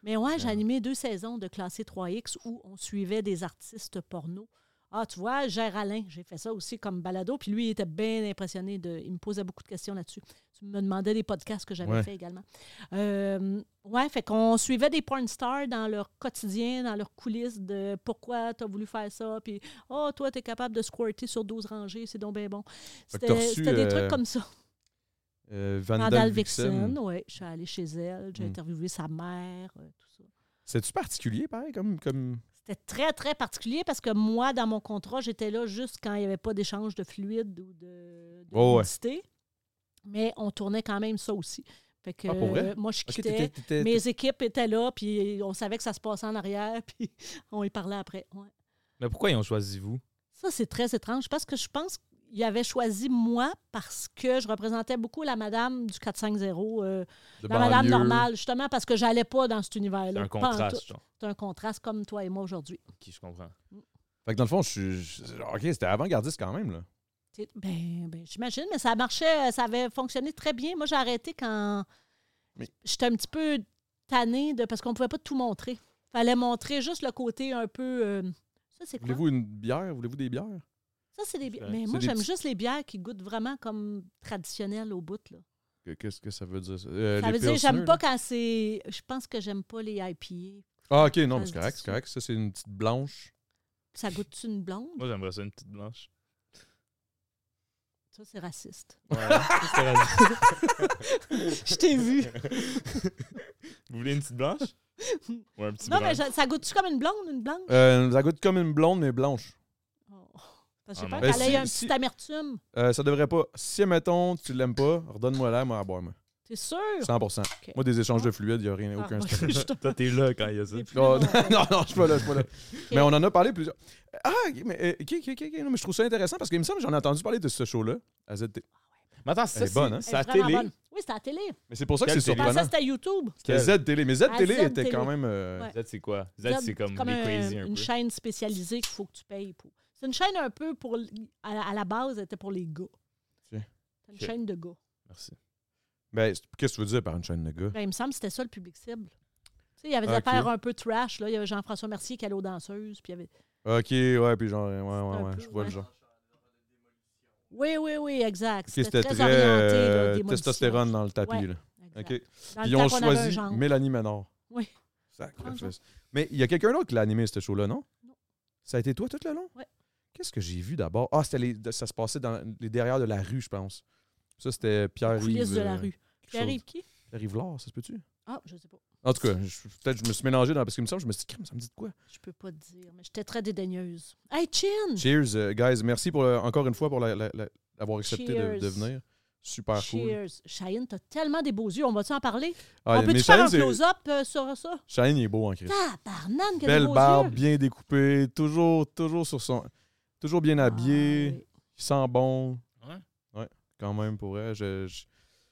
[SPEAKER 3] Mais ouais, j'ai
[SPEAKER 1] Ah.
[SPEAKER 2] Ouais.
[SPEAKER 3] animé deux saisons de Classé 3X où on suivait des artistes porno. Ah, tu vois, Gérard Alain, j'ai fait ça aussi comme balado, puis lui, il était bien impressionné. De, il me posait beaucoup de questions là-dessus. Tu me demandais des podcasts que j'avais
[SPEAKER 1] Ouais.
[SPEAKER 3] fait également. Euh, ouais, fait qu'on suivait des porn stars dans leur quotidien, dans leurs coulisses de pourquoi t'as voulu faire ça, puis oh, toi, t'es capable de squirter sur 12 rangées, c'est donc bien bon.
[SPEAKER 1] Fait que t'as
[SPEAKER 3] C'était
[SPEAKER 1] reçu,
[SPEAKER 3] c'était des
[SPEAKER 1] euh,
[SPEAKER 3] trucs comme ça.
[SPEAKER 1] Euh, Vandal
[SPEAKER 3] Vandal
[SPEAKER 1] Vixen.
[SPEAKER 3] Vixen, oui. Je suis allée chez elle, j'ai
[SPEAKER 1] Mm.
[SPEAKER 3] interviewé sa mère, euh, tout ça.
[SPEAKER 1] C'est-tu particulier, pareil, comme... comme...
[SPEAKER 3] C'était très, très particulier parce que moi, dans mon contrat, j'étais là juste quand il n'y avait pas d'échange de fluide ou de, de
[SPEAKER 1] Oh, ouais.
[SPEAKER 3] nudité. Mais on tournait quand même ça aussi. Fait que
[SPEAKER 1] Ah, pour vrai?
[SPEAKER 3] euh, moi, je
[SPEAKER 1] Ok,
[SPEAKER 3] quittais.
[SPEAKER 1] t'étais- t'étais-
[SPEAKER 3] Mes équipes étaient là, puis on savait que ça se passait en arrière, (laughs) puis on y parlait après. ouais.
[SPEAKER 2] Mais pourquoi ils ont choisi vous?
[SPEAKER 3] Ça, c'est très étrange parce que je pense qu'il avait choisi moi parce que je représentais beaucoup la madame du 450, euh,
[SPEAKER 1] de
[SPEAKER 3] la madame
[SPEAKER 1] banlieue.
[SPEAKER 3] normale, justement, parce que j'allais pas dans cet
[SPEAKER 2] C'est
[SPEAKER 3] univers-là.
[SPEAKER 2] un
[SPEAKER 3] pas en tout.
[SPEAKER 2] contraste, genre.
[SPEAKER 3] C'est un contraste comme toi et moi aujourd'hui.
[SPEAKER 2] Ok, je comprends.
[SPEAKER 1] Fait que dans le fond, je suis. je- Ok, c'était avant-gardiste quand même, là.
[SPEAKER 3] C'est- Ben, ben, j'imagine, mais ça marchait, euh, ça avait fonctionné très bien. Moi, j'ai arrêté quand
[SPEAKER 1] Mais-
[SPEAKER 3] j'étais un petit peu tannée de parce qu'on pouvait pas tout montrer. Fallait montrer juste le côté un peu. euh, ça, c'est quoi?
[SPEAKER 1] Voulez-vous une bière? Voulez-vous des bières?
[SPEAKER 3] Ça, c'est des bières.
[SPEAKER 2] C'est-
[SPEAKER 3] Mais
[SPEAKER 1] c'est
[SPEAKER 3] moi,
[SPEAKER 1] des
[SPEAKER 3] j'aime
[SPEAKER 1] petits-
[SPEAKER 3] juste les bières qui goûtent vraiment comme traditionnelles au bout. Là.
[SPEAKER 1] Que- Qu'est-ce que ça veut dire? Ça, Euh,
[SPEAKER 3] Ça veut dire, j'aime pas quand c'est. Je pense que j'aime pas les IPA.
[SPEAKER 1] Ah, ok, non, mais c'est
[SPEAKER 3] Ça se
[SPEAKER 1] correct,
[SPEAKER 3] dit
[SPEAKER 1] c'est correct. Ça, c'est une petite blanche.
[SPEAKER 3] Ça goûte une blonde?
[SPEAKER 2] Moi, j'aimerais ça une petite blanche.
[SPEAKER 3] Ça, c'est raciste.
[SPEAKER 2] Ouais, hein? c'est radieux.
[SPEAKER 3] Je t'ai vu.
[SPEAKER 2] (laughs) Vous voulez une petite blanche? Ou un petit
[SPEAKER 3] Non,
[SPEAKER 2] brun?
[SPEAKER 3] mais je- ça goûte-tu comme une blonde, une blonde?
[SPEAKER 1] Euh, ça goûte comme une blonde, mais blanche.
[SPEAKER 3] Oh. Parce que
[SPEAKER 2] Ah,
[SPEAKER 3] j'ai peur
[SPEAKER 2] non.
[SPEAKER 3] qu'elle
[SPEAKER 1] Ben,
[SPEAKER 3] ait
[SPEAKER 1] si-
[SPEAKER 3] un
[SPEAKER 1] si-
[SPEAKER 3] petit amertume.
[SPEAKER 1] Euh, ça devrait pas. Si, mettons, tu l'aimes pas, redonne-moi l'air, moi, à boire, moi.
[SPEAKER 3] T'es sûr?
[SPEAKER 1] 100%.
[SPEAKER 3] Ok.
[SPEAKER 1] Moi, des échanges de fluides, il n'y a rien,
[SPEAKER 3] Ah, (laughs)
[SPEAKER 1] aucun
[SPEAKER 3] moi,
[SPEAKER 1] stress.
[SPEAKER 3] je- je-
[SPEAKER 2] Toi, t'es là quand il y a ça.
[SPEAKER 3] j'ai plus
[SPEAKER 1] Non,
[SPEAKER 3] le nom.
[SPEAKER 1] (laughs) non, non, je suis pas là, je suis pas là. Mais on en a parlé plusieurs. Ah, ok, mais, euh, ok, ok, ok, ok, non, mais je trouve ça intéressant parce qu'il me semble que j'en ai entendu parler de ce show-là, à ZT.
[SPEAKER 2] Mais attends,
[SPEAKER 1] Elle
[SPEAKER 2] ça,
[SPEAKER 1] est
[SPEAKER 2] c'est
[SPEAKER 1] bonne, hein?
[SPEAKER 3] Elle est
[SPEAKER 2] c'est à
[SPEAKER 3] vraiment
[SPEAKER 2] télé.
[SPEAKER 3] bonne. Oui, c'était à la télé.
[SPEAKER 1] Mais c'est pour ça que c'est
[SPEAKER 2] Quelle
[SPEAKER 3] Je pensais que
[SPEAKER 1] surprenant.
[SPEAKER 3] c'était à YouTube.
[SPEAKER 1] C'était Z-Télé, mais Z-Télé
[SPEAKER 3] Ah, À
[SPEAKER 1] était quand
[SPEAKER 3] Z-Télé.
[SPEAKER 1] même... euh,
[SPEAKER 3] Ouais.
[SPEAKER 2] Z, c'est quoi? Z, c'est comme, les
[SPEAKER 3] un-
[SPEAKER 2] crazy un
[SPEAKER 3] une
[SPEAKER 2] peu.
[SPEAKER 3] chaîne spécialisée qu'il faut que tu payes pour. C'est une chaîne un peu pour. l- À, la- à la base, elle était pour les gars. C'est une
[SPEAKER 2] Ok.
[SPEAKER 3] chaîne de gars.
[SPEAKER 2] Merci.
[SPEAKER 1] Ben, c'est- qu'est-ce que tu veux dire par une chaîne de gars?
[SPEAKER 3] Ben, il me semble que c'était ça le public cible. Tu sais, il y avait des
[SPEAKER 1] Ah, Ok.
[SPEAKER 3] affaires un peu trash. Là. Il y avait Jean-François Mercier qui allait aux danseuses. Puis il y avait...
[SPEAKER 1] Ok, ouais, puis genre, ouais, ouais,
[SPEAKER 3] un
[SPEAKER 1] ouais,
[SPEAKER 3] peu,
[SPEAKER 1] je vois le
[SPEAKER 3] ouais.
[SPEAKER 1] genre.
[SPEAKER 3] Oui, oui, oui, exact.
[SPEAKER 1] Ok,
[SPEAKER 3] c'était très,
[SPEAKER 1] euh,
[SPEAKER 3] orienté. là, démolition.
[SPEAKER 1] testostérone dans le tapis,
[SPEAKER 3] Ouais.
[SPEAKER 1] là.
[SPEAKER 3] Exact.
[SPEAKER 1] OK.
[SPEAKER 3] Dans
[SPEAKER 1] Puis
[SPEAKER 3] le
[SPEAKER 1] ils ont
[SPEAKER 3] temps qu'on avait un
[SPEAKER 1] choisi
[SPEAKER 3] genre.
[SPEAKER 1] Mélanie Ménard.
[SPEAKER 3] Oui.
[SPEAKER 1] Sacrifice. Mais il y a quelqu'un d'autre qui l'a animé, ce show-là, non?
[SPEAKER 3] Non.
[SPEAKER 1] Ça a été toi tout le long?
[SPEAKER 3] Ouais.
[SPEAKER 1] Qu'est-ce que j'ai vu d'abord? Ah, c'était les- ça se passait dans les derrière de la rue, je pense. Ça, c'était Pierre
[SPEAKER 3] Coulisses
[SPEAKER 1] euh,
[SPEAKER 3] de la rue. Pierre-Yves qui?
[SPEAKER 1] Pierre Yves Lard, ça se peut-tu?
[SPEAKER 3] Ah, je sais pas.
[SPEAKER 1] En tout cas, je- peut-être que je me suis mélangé dans. Parce que me semble, je me suis dit, Crime, ça me dit de quoi?
[SPEAKER 3] Je peux pas te dire, mais j'étais très dédaigneuse. Hey, Chin!
[SPEAKER 1] Cheers, euh, guys. Merci pour, euh, encore une fois pour la- la- la- avoir accepté de,
[SPEAKER 3] Cheers.
[SPEAKER 1] de venir. Super cool.
[SPEAKER 3] Cheers. Cheyenne, t'as tellement des beaux yeux. On va-tu en parler?
[SPEAKER 1] Ah,
[SPEAKER 3] On peut-tu
[SPEAKER 1] mais
[SPEAKER 3] faire
[SPEAKER 1] Shane,
[SPEAKER 3] un
[SPEAKER 1] c'est-
[SPEAKER 3] close-up euh, sur ça?
[SPEAKER 1] Shane, il est beau hein, en Christ.
[SPEAKER 3] Tabarnane, que des
[SPEAKER 1] Belle
[SPEAKER 3] beaux
[SPEAKER 1] barbe,
[SPEAKER 3] yeux!
[SPEAKER 1] bien découpée, toujours, toujours sur son. Toujours bien habillé.
[SPEAKER 3] Ah,
[SPEAKER 1] Il sent bon.
[SPEAKER 2] Ouais.
[SPEAKER 1] Ouais, quand même, pour vrai. Je, je-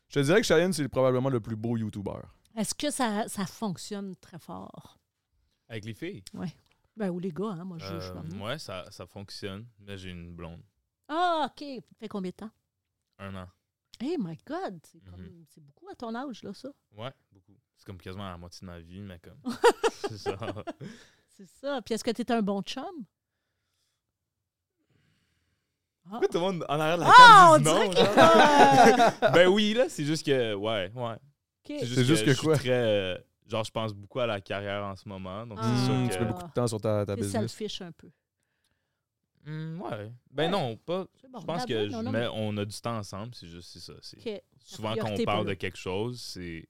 [SPEAKER 1] je te dirais que Cheyenne, c'est probablement le plus beau YouTuber.
[SPEAKER 3] oui. Est-ce que ça, ça fonctionne très fort?
[SPEAKER 2] Avec les filles.
[SPEAKER 3] Ben, ou les gars, hein, moi, je, je
[SPEAKER 2] Euh,
[SPEAKER 3] suis pas venue.
[SPEAKER 2] ouais, ça, ça fonctionne. Mais j'ai une blonde.
[SPEAKER 3] Ah, OK. Ça fait combien de temps?
[SPEAKER 2] Un an.
[SPEAKER 3] Hey, my God! C'est comme-
[SPEAKER 2] Mhm.
[SPEAKER 3] c'est beaucoup à ton âge, là, ça.
[SPEAKER 2] Ouais, beaucoup. C'est comme quasiment à la moitié de ma vie, mais comme. (laughs) c'est ça.
[SPEAKER 3] C'est ça. Puis est-ce que t'es un bon chum? Ah,
[SPEAKER 2] Pourquoi tout le monde en arrière de la
[SPEAKER 3] Ah,
[SPEAKER 2] cam
[SPEAKER 3] on
[SPEAKER 2] dit
[SPEAKER 3] dirait
[SPEAKER 2] non,
[SPEAKER 3] qu'il euh,
[SPEAKER 2] genre?
[SPEAKER 3] va...
[SPEAKER 2] (laughs) Ben oui, là, c'est juste que. Ouais, ouais.
[SPEAKER 3] OK.
[SPEAKER 2] C'est juste,
[SPEAKER 1] C'est juste que
[SPEAKER 2] je suis
[SPEAKER 1] quoi?
[SPEAKER 2] très, euh, genre, je pense beaucoup à la carrière en ce moment. Donc,
[SPEAKER 3] Ah.
[SPEAKER 2] c'est sûr
[SPEAKER 1] Hmm,
[SPEAKER 2] que.
[SPEAKER 1] Tu mets beaucoup de temps sur ta, ta
[SPEAKER 3] T'es
[SPEAKER 1] business.
[SPEAKER 3] selfish un peu.
[SPEAKER 2] Hmm, ouais. Ben
[SPEAKER 3] Ouais.
[SPEAKER 2] non, pas.
[SPEAKER 3] C'est bon,
[SPEAKER 2] Je pense que
[SPEAKER 3] regarde,
[SPEAKER 2] je
[SPEAKER 3] non, non,
[SPEAKER 2] mets- on a du temps ensemble, c'est juste c'est ça. c'est-
[SPEAKER 3] mais- OK.
[SPEAKER 2] Souvent, quand
[SPEAKER 3] priorité
[SPEAKER 2] on
[SPEAKER 3] pour
[SPEAKER 2] parle de
[SPEAKER 3] l'autre.
[SPEAKER 2] quelque chose, c'est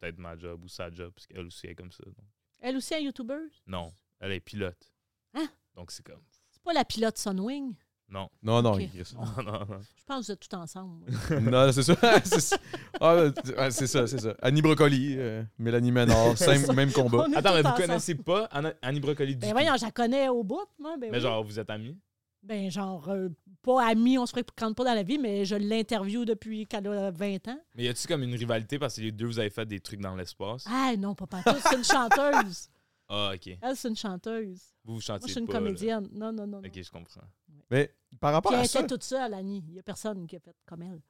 [SPEAKER 2] peut-être ma job ou sa job, parce qu'elle aussi est comme ça. donc.
[SPEAKER 3] Elle aussi, un YouTuber?
[SPEAKER 2] Non, elle est pilote.
[SPEAKER 3] Hein?
[SPEAKER 2] Donc, c'est comme.
[SPEAKER 3] C'est pas la pilote Sunwing.
[SPEAKER 2] Non,
[SPEAKER 1] Non, non,
[SPEAKER 3] Ok.
[SPEAKER 1] il crie ça.
[SPEAKER 2] (laughs) non, non, non.
[SPEAKER 3] Je pense que vous êtes tout ensemble. moi.
[SPEAKER 1] non, c'est ça. (laughs) c'est ça, Ah, euh, ouais, c'est ça. c'est ça. Annie Brocoli, euh, Mélanie Ménard,
[SPEAKER 3] C'est
[SPEAKER 1] same-
[SPEAKER 3] ça.
[SPEAKER 1] même combat.
[SPEAKER 3] (laughs) On est
[SPEAKER 2] Attends, mais
[SPEAKER 3] tout
[SPEAKER 2] vous
[SPEAKER 3] ensemble.
[SPEAKER 2] connaissez pas Anna- Annie Brocoli du
[SPEAKER 3] Ben
[SPEAKER 2] tout?
[SPEAKER 3] voyons, je la connais au bout, moi. Ben,
[SPEAKER 2] Mais
[SPEAKER 3] oui.
[SPEAKER 2] genre, vous êtes amis?
[SPEAKER 3] Ben genre, euh, pas amis, on se fréquente pas dans la vie, mais je l'interview depuis qu'elle a 20 ans.
[SPEAKER 2] Mais y a-tu comme une rivalité parce que les deux, vous avez fait des trucs dans l'espace?
[SPEAKER 3] Ah non, pas partout, c'est une
[SPEAKER 2] (laughs)
[SPEAKER 3] chanteuse.
[SPEAKER 2] Ah, ok.
[SPEAKER 3] Elle, c'est une chanteuse.
[SPEAKER 2] Vous vous chantiez
[SPEAKER 3] Moi, je suis une
[SPEAKER 2] Ah, pas, là.
[SPEAKER 3] comédienne. Non, non, non. non.
[SPEAKER 2] Ok, je comprends.
[SPEAKER 1] Mais par rapport
[SPEAKER 3] Puis elle
[SPEAKER 1] à
[SPEAKER 3] était
[SPEAKER 1] ça.
[SPEAKER 3] toute seule, Annie. Il n'y a personne qui a fait comme elle.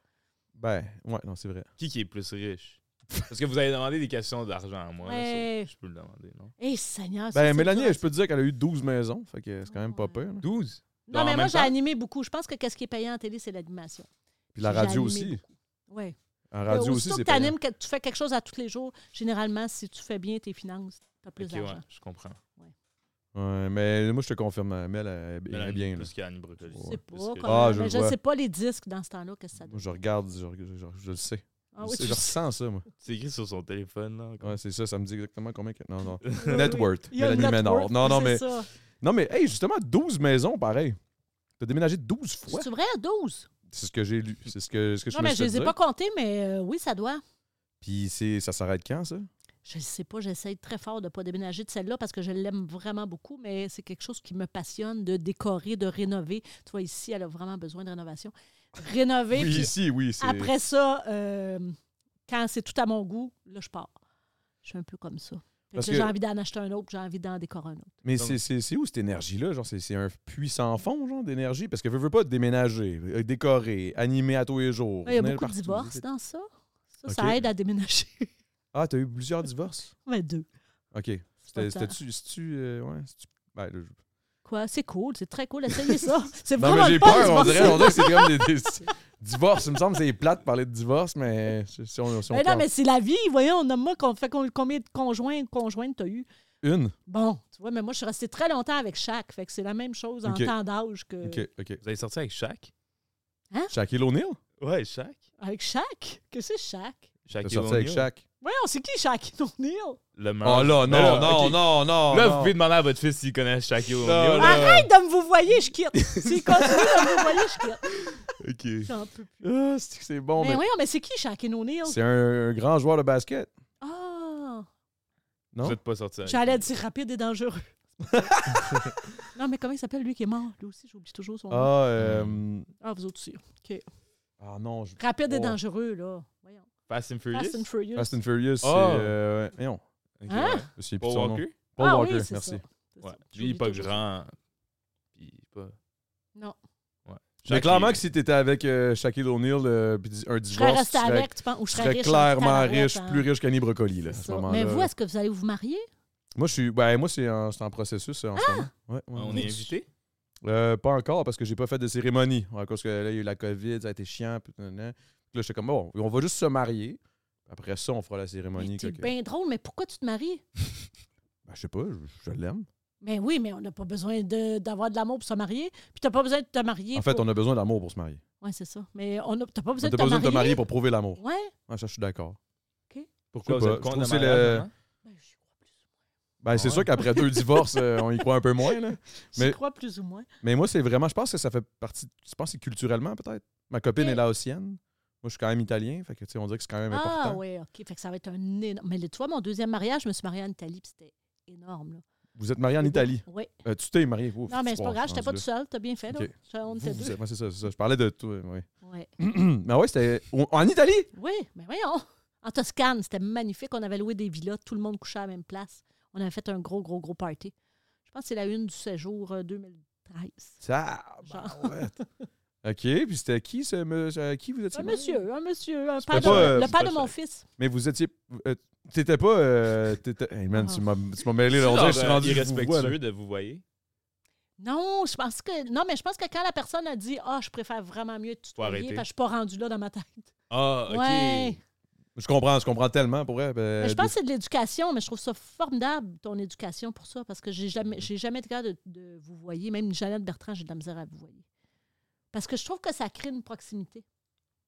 [SPEAKER 1] Ben, ouais, non, c'est vrai.
[SPEAKER 2] Qui qui est plus riche? Parce que vous avez demandé des questions d'argent à moi. là, ça,
[SPEAKER 3] Ouais.
[SPEAKER 2] je peux le demander, non?
[SPEAKER 3] Hé, Seigneur, ça, Ah.
[SPEAKER 1] Ben,
[SPEAKER 3] c'est
[SPEAKER 1] Mélanie,
[SPEAKER 3] dur.
[SPEAKER 1] je peux te dire qu'elle a eu 12 maisons. Fait que c'est quand même pas
[SPEAKER 3] Ouais.
[SPEAKER 1] peur.
[SPEAKER 2] 12?
[SPEAKER 3] Non,
[SPEAKER 2] en
[SPEAKER 3] mais moi,
[SPEAKER 2] même
[SPEAKER 3] j'ai
[SPEAKER 2] temps.
[SPEAKER 3] animé beaucoup. Je pense que qu'est-ce qui est payant en télé, c'est l'animation.
[SPEAKER 1] Puis la
[SPEAKER 3] J'ai
[SPEAKER 1] radio
[SPEAKER 3] animé
[SPEAKER 1] aussi.
[SPEAKER 3] beaucoup. Oui.
[SPEAKER 1] En radio aussi,
[SPEAKER 3] Aussitôt
[SPEAKER 1] c'est
[SPEAKER 3] que
[SPEAKER 1] pas.
[SPEAKER 3] t'animes, que tu fais quelque chose à tous les jours, généralement, si tu fais bien tes finances, t'as plus
[SPEAKER 2] Ok,
[SPEAKER 3] d'argent.
[SPEAKER 2] ouais, je comprends.
[SPEAKER 1] Ouais, mais moi, je te confirme, Mel, elle, elle est
[SPEAKER 2] Mélanie,
[SPEAKER 1] bien. là.
[SPEAKER 2] Plus qu'Annie Brocoli.
[SPEAKER 1] Ouais.
[SPEAKER 3] Je sais
[SPEAKER 2] Plus
[SPEAKER 3] pas.
[SPEAKER 2] que-
[SPEAKER 3] comment,
[SPEAKER 1] Ah, je
[SPEAKER 3] mais
[SPEAKER 1] le
[SPEAKER 3] je
[SPEAKER 1] vois.
[SPEAKER 3] sais pas les disques dans ce temps-là, qu'est-ce que ça
[SPEAKER 1] Moi,
[SPEAKER 3] donne.
[SPEAKER 1] je regarde, je, je- je- je le sais.
[SPEAKER 3] Ah
[SPEAKER 1] je,
[SPEAKER 3] oui,
[SPEAKER 1] sais,
[SPEAKER 3] tu-
[SPEAKER 1] je ressens ça, moi.
[SPEAKER 2] C'est écrit sur son téléphone, là. encore.
[SPEAKER 1] Ouais, c'est ça, ça me dit exactement combien. que- Non, non. (laughs)
[SPEAKER 3] Oui,
[SPEAKER 1] Net
[SPEAKER 3] oui.
[SPEAKER 1] worth,
[SPEAKER 3] (laughs) Il y a le
[SPEAKER 1] Mélanie
[SPEAKER 3] net
[SPEAKER 1] Ménard.
[SPEAKER 3] worth,
[SPEAKER 1] Non, non, mais-
[SPEAKER 3] C'est ça.
[SPEAKER 1] Non, mais, hey, justement, 12 maisons, pareil. T'as déménagé 12 fois.
[SPEAKER 3] C'est vrai, 12.
[SPEAKER 1] C'est ce que j'ai lu. C'est ce que, ce que je
[SPEAKER 3] non,
[SPEAKER 1] me
[SPEAKER 3] mais
[SPEAKER 1] suis
[SPEAKER 3] je
[SPEAKER 1] fait
[SPEAKER 3] les ai
[SPEAKER 1] dire.
[SPEAKER 3] pas comptés, mais euh, oui, ça doit.
[SPEAKER 1] Puis c'est- ça s'arrête quand, ça?
[SPEAKER 3] Je ne sais pas, j'essaie très fort de ne pas déménager de celle-là parce que je l'aime vraiment beaucoup, mais c'est quelque chose qui me passionne de décorer, de rénover. Tu vois, ici, elle a vraiment besoin de rénovation. Rénover,
[SPEAKER 1] Oui,
[SPEAKER 3] puis
[SPEAKER 1] ici, oui. c'est-
[SPEAKER 3] après ça, euh, quand c'est tout à mon goût, là, je pars. Je suis un peu comme ça. Fait que
[SPEAKER 1] Parce
[SPEAKER 3] là,
[SPEAKER 1] que-
[SPEAKER 3] j'ai envie d'en acheter un autre, j'ai envie d'en décorer un autre.
[SPEAKER 1] Mais
[SPEAKER 2] Donc-
[SPEAKER 1] c'est- c'est c'est où cette énergie-là? Genre, c'est c'est un puissant fond, genre, d'énergie? Parce que veux, veux pas déménager, euh, décorer, animer à tous les jours.
[SPEAKER 3] Il y a
[SPEAKER 1] venir
[SPEAKER 3] beaucoup de
[SPEAKER 1] partout.
[SPEAKER 3] divorces hein. dans ça. Ça,
[SPEAKER 1] Ok.
[SPEAKER 3] ça aide à déménager. (laughs)
[SPEAKER 1] Ah, t'as eu plusieurs divorces?
[SPEAKER 3] mais deux.
[SPEAKER 1] OK.
[SPEAKER 3] C'est pas
[SPEAKER 1] C'était-
[SPEAKER 3] tant.
[SPEAKER 1] C'était-tu... c'est-tu, euh, ouais, c'est-tu- ben, là, je-
[SPEAKER 3] Quoi? C'est cool, c'est très cool.
[SPEAKER 1] (laughs)
[SPEAKER 3] Essayez ça. C'est
[SPEAKER 1] Non,
[SPEAKER 3] vraiment
[SPEAKER 1] mais j'ai
[SPEAKER 3] le fun,
[SPEAKER 1] peur, on
[SPEAKER 3] divorcer.
[SPEAKER 1] dirait, on dirait que c'est comme des, des- (laughs) divorces. Il me semble que c'est plate de parler de divorce, mais si si on, si on
[SPEAKER 3] (laughs) Mais non,
[SPEAKER 1] parle-
[SPEAKER 3] mais c'est la vie, voyons. On a moi qu'on fait qu'on- combien de conjoints et de conjointes t'as eu.
[SPEAKER 1] Une.
[SPEAKER 3] Bon, tu vois, mais moi, je suis restée très longtemps avec chaque. Fait que c'est la même chose en
[SPEAKER 1] Ok.
[SPEAKER 3] temps d'âge que.
[SPEAKER 1] OK, OK.
[SPEAKER 2] Vous avez sorti avec Shaq?
[SPEAKER 1] Shaquille O'Neal?
[SPEAKER 2] Ouais, Shaq.
[SPEAKER 3] Avec chaque? Que c'est chaque?
[SPEAKER 1] T'as
[SPEAKER 2] Shaq
[SPEAKER 1] sorti avec Shaq.
[SPEAKER 3] Voyons, c'est qui Shaq O'Neill?
[SPEAKER 2] Le meilleur-
[SPEAKER 1] Oh là, non,
[SPEAKER 2] Mais là,
[SPEAKER 1] non,
[SPEAKER 2] ok.
[SPEAKER 1] non, non,
[SPEAKER 2] Là,
[SPEAKER 1] non.
[SPEAKER 2] vous pouvez demander à votre fils s'il connaît Shaq
[SPEAKER 1] Non,
[SPEAKER 2] O'Neal.
[SPEAKER 1] là.
[SPEAKER 3] Arrête de me vous voyez,
[SPEAKER 1] (laughs)
[SPEAKER 3] je quitte. S'il continue de me vous voyez, je quitte.
[SPEAKER 2] OK.
[SPEAKER 3] J'en peux plus.
[SPEAKER 1] Ah, c'est que c'est bon,
[SPEAKER 3] mais
[SPEAKER 1] mais
[SPEAKER 3] voyons, mais c'est qui Shaq O'Neill?
[SPEAKER 1] c'est un, un grand joueur de basket,
[SPEAKER 3] Ah!
[SPEAKER 1] Non.
[SPEAKER 2] Vous êtes pas sorti avec
[SPEAKER 3] J'allais dire rapide
[SPEAKER 1] (laughs)
[SPEAKER 3] et dangereux. non, mais comment il s'appelle lui qui est mort? Lui aussi, j'oublie toujours son
[SPEAKER 1] Ah,
[SPEAKER 3] nom.
[SPEAKER 1] euh,
[SPEAKER 3] Ah, vous autres aussi.
[SPEAKER 1] ah non, je...
[SPEAKER 3] Rapide et
[SPEAKER 1] Oh.
[SPEAKER 3] dangereux, là. Voyons.
[SPEAKER 2] Fast and Furious?
[SPEAKER 3] Fast and Furious.
[SPEAKER 1] Fast and Furious, c'est...
[SPEAKER 2] Ah.
[SPEAKER 1] euh, ouais, voyons,
[SPEAKER 2] Ok,
[SPEAKER 3] Hein?
[SPEAKER 2] ouais.
[SPEAKER 1] je me souviens plus de
[SPEAKER 2] Paul
[SPEAKER 1] son nom.
[SPEAKER 2] Walker?
[SPEAKER 1] Paul
[SPEAKER 3] Ah
[SPEAKER 1] Walker,
[SPEAKER 3] oui, c'est
[SPEAKER 1] merci.
[SPEAKER 3] ça. C'est
[SPEAKER 2] Ouais.
[SPEAKER 3] ça.
[SPEAKER 2] Lui, il est pas
[SPEAKER 3] J'oublie toujours.
[SPEAKER 2] grand. Puis, il est pas...
[SPEAKER 3] Non.
[SPEAKER 1] Mais
[SPEAKER 2] Ouais. Shaq,
[SPEAKER 1] clairement
[SPEAKER 2] il-
[SPEAKER 1] que si t'étais avec euh, Shaquille O'Neal euh, pis dis- un
[SPEAKER 3] Je serais
[SPEAKER 1] divorce, tu
[SPEAKER 3] resté
[SPEAKER 1] serais,
[SPEAKER 3] avec, tu penses, ou je
[SPEAKER 1] tu
[SPEAKER 3] serais
[SPEAKER 1] serais
[SPEAKER 3] riche. en
[SPEAKER 1] clairement
[SPEAKER 3] tabarouette,
[SPEAKER 1] riche,
[SPEAKER 3] hein.
[SPEAKER 1] plus riche qu'Annie Brocoli, là, à
[SPEAKER 3] C'est
[SPEAKER 1] ce
[SPEAKER 3] ça.
[SPEAKER 1] moment-là.
[SPEAKER 3] Mais vous, est-ce que vous allez vous marier?
[SPEAKER 1] Moi, je suis, ben, moi c'est en, c'est en processus euh, en
[SPEAKER 3] Ah!
[SPEAKER 1] ce moment. Ouais, ouais,
[SPEAKER 2] Ah, On
[SPEAKER 1] ouais.
[SPEAKER 2] est invité?
[SPEAKER 1] Euh, pas encore, parce que j'ai pas fait de cérémonie. À cause que là, il y a eu la COVID, ça a été chiant. Puis, nan, nan. Puis là, j'étais comme, bon, on va juste se marier. Après ça, on fera la cérémonie.
[SPEAKER 3] Mais T'es
[SPEAKER 1] quoi que-
[SPEAKER 3] bien drôle, mais pourquoi tu te maries?
[SPEAKER 1] Ben, je sais pas, je, je l'aime.
[SPEAKER 3] Ben oui, mais on n'a pas besoin de- d'avoir de, l'amour pour se marier. Puis t'as pas besoin de te marier.
[SPEAKER 1] En fait, on a besoin d'amour pour se marier.
[SPEAKER 3] Oui, c'est ça. Mais on a- t'as pas
[SPEAKER 1] T'as
[SPEAKER 3] besoin de te
[SPEAKER 1] pas besoin de te
[SPEAKER 3] marier.
[SPEAKER 1] marier pour prouver l'amour.
[SPEAKER 3] Ouais.
[SPEAKER 1] Ouais, ça, je suis d'accord.
[SPEAKER 3] OK.
[SPEAKER 1] Pourquoi
[SPEAKER 2] Vous
[SPEAKER 1] pas?
[SPEAKER 2] êtes
[SPEAKER 1] Je
[SPEAKER 2] contre
[SPEAKER 1] trouve que c'est
[SPEAKER 2] mariage,
[SPEAKER 1] le-
[SPEAKER 2] hein? Ah,
[SPEAKER 3] Ben, j'y crois plus ou
[SPEAKER 1] Ben, c'est
[SPEAKER 2] Ouais.
[SPEAKER 1] sûr qu'après
[SPEAKER 2] (laughs)
[SPEAKER 1] deux divorces, euh, on y croit un peu moins. Là.
[SPEAKER 3] moins.
[SPEAKER 1] Mais-
[SPEAKER 3] J'y crois plus ou moins.
[SPEAKER 1] Mais moi, c'est vraiment, je pense que ça fait partie. Je pense que c'est culturellement, peut-être. Ma copine
[SPEAKER 3] Mais-
[SPEAKER 1] est laotienne. Moi, je suis quand même italien. Fait que, tu sais, on dirait que c'est quand même
[SPEAKER 3] Ah
[SPEAKER 1] important.
[SPEAKER 3] oui, OK. Fait que ça va être un énorme... Mais là, tu vois, mon deuxième mariage, je me suis mariée en Italie, puis c'était énorme. Là.
[SPEAKER 1] Vous êtes marié
[SPEAKER 3] (laughs)
[SPEAKER 1] en Italie.
[SPEAKER 3] Oui.
[SPEAKER 1] Euh, tu t'es marié. Ouf,
[SPEAKER 3] Non, mais c'est pas
[SPEAKER 1] wow,
[SPEAKER 3] grave, j'étais pas
[SPEAKER 1] rendu
[SPEAKER 3] tout seul. T'as bien fait, là.
[SPEAKER 1] OK.
[SPEAKER 3] Ça, On
[SPEAKER 1] là.
[SPEAKER 3] était
[SPEAKER 1] Vous, vous
[SPEAKER 3] deux.
[SPEAKER 1] êtes- ouais, c'est ça, c'est ça. Je parlais de toi. ouais. (clears throat)
[SPEAKER 3] Ouais.
[SPEAKER 1] mais ouais, c'était. on- En Italie?
[SPEAKER 3] Oui, mais voyons. En Toscane, c'était magnifique. On avait loué des villas, tout le monde couchait à la même place. On avait fait un gros, gros, gros party. Je pense que c'est la une du séjour euh, 2013.
[SPEAKER 1] Ça.
[SPEAKER 3] Genre.
[SPEAKER 1] ouais. OK. Puis c'était qui, ce, me- ce- à qui vous étiez
[SPEAKER 3] Un
[SPEAKER 1] marié?
[SPEAKER 3] monsieur, un monsieur, un
[SPEAKER 1] C'était
[SPEAKER 3] père de-
[SPEAKER 1] pas, euh,
[SPEAKER 3] le père de
[SPEAKER 2] c'était-
[SPEAKER 3] mon fils.
[SPEAKER 1] Mais vous étiez. euh, T'étais pas. euh, t'étais- Hey man,
[SPEAKER 3] Ah.
[SPEAKER 1] tu m'as tu m'as mêlé. là, On dirait que je suis
[SPEAKER 2] genre,
[SPEAKER 1] rendu
[SPEAKER 2] euh,
[SPEAKER 1] je vous vois, là.
[SPEAKER 2] irrespectueux de vous voyez.
[SPEAKER 3] Non, je pense que non, mais je pense que quand la personne a dit Ah, je préfère vraiment mieux te tutoyer,
[SPEAKER 2] arrêter.
[SPEAKER 3] parce que je suis pas rendu là dans
[SPEAKER 1] (laughs)
[SPEAKER 3] ma tête.
[SPEAKER 2] Ah, ok.
[SPEAKER 3] Ouais.
[SPEAKER 1] Euh, Je comprends, je comprends tellement pour elle. ben,
[SPEAKER 3] Mais je pense que c'est de l'éducation, mais je trouve ça formidable, ton éducation pour ça, parce que j'ai jamais, j'ai jamais été capable de, de vous voyez. Même Jeannette Bertrand, j'ai de la misère à vous voyez. Parce que je trouve que ça crée une proximité.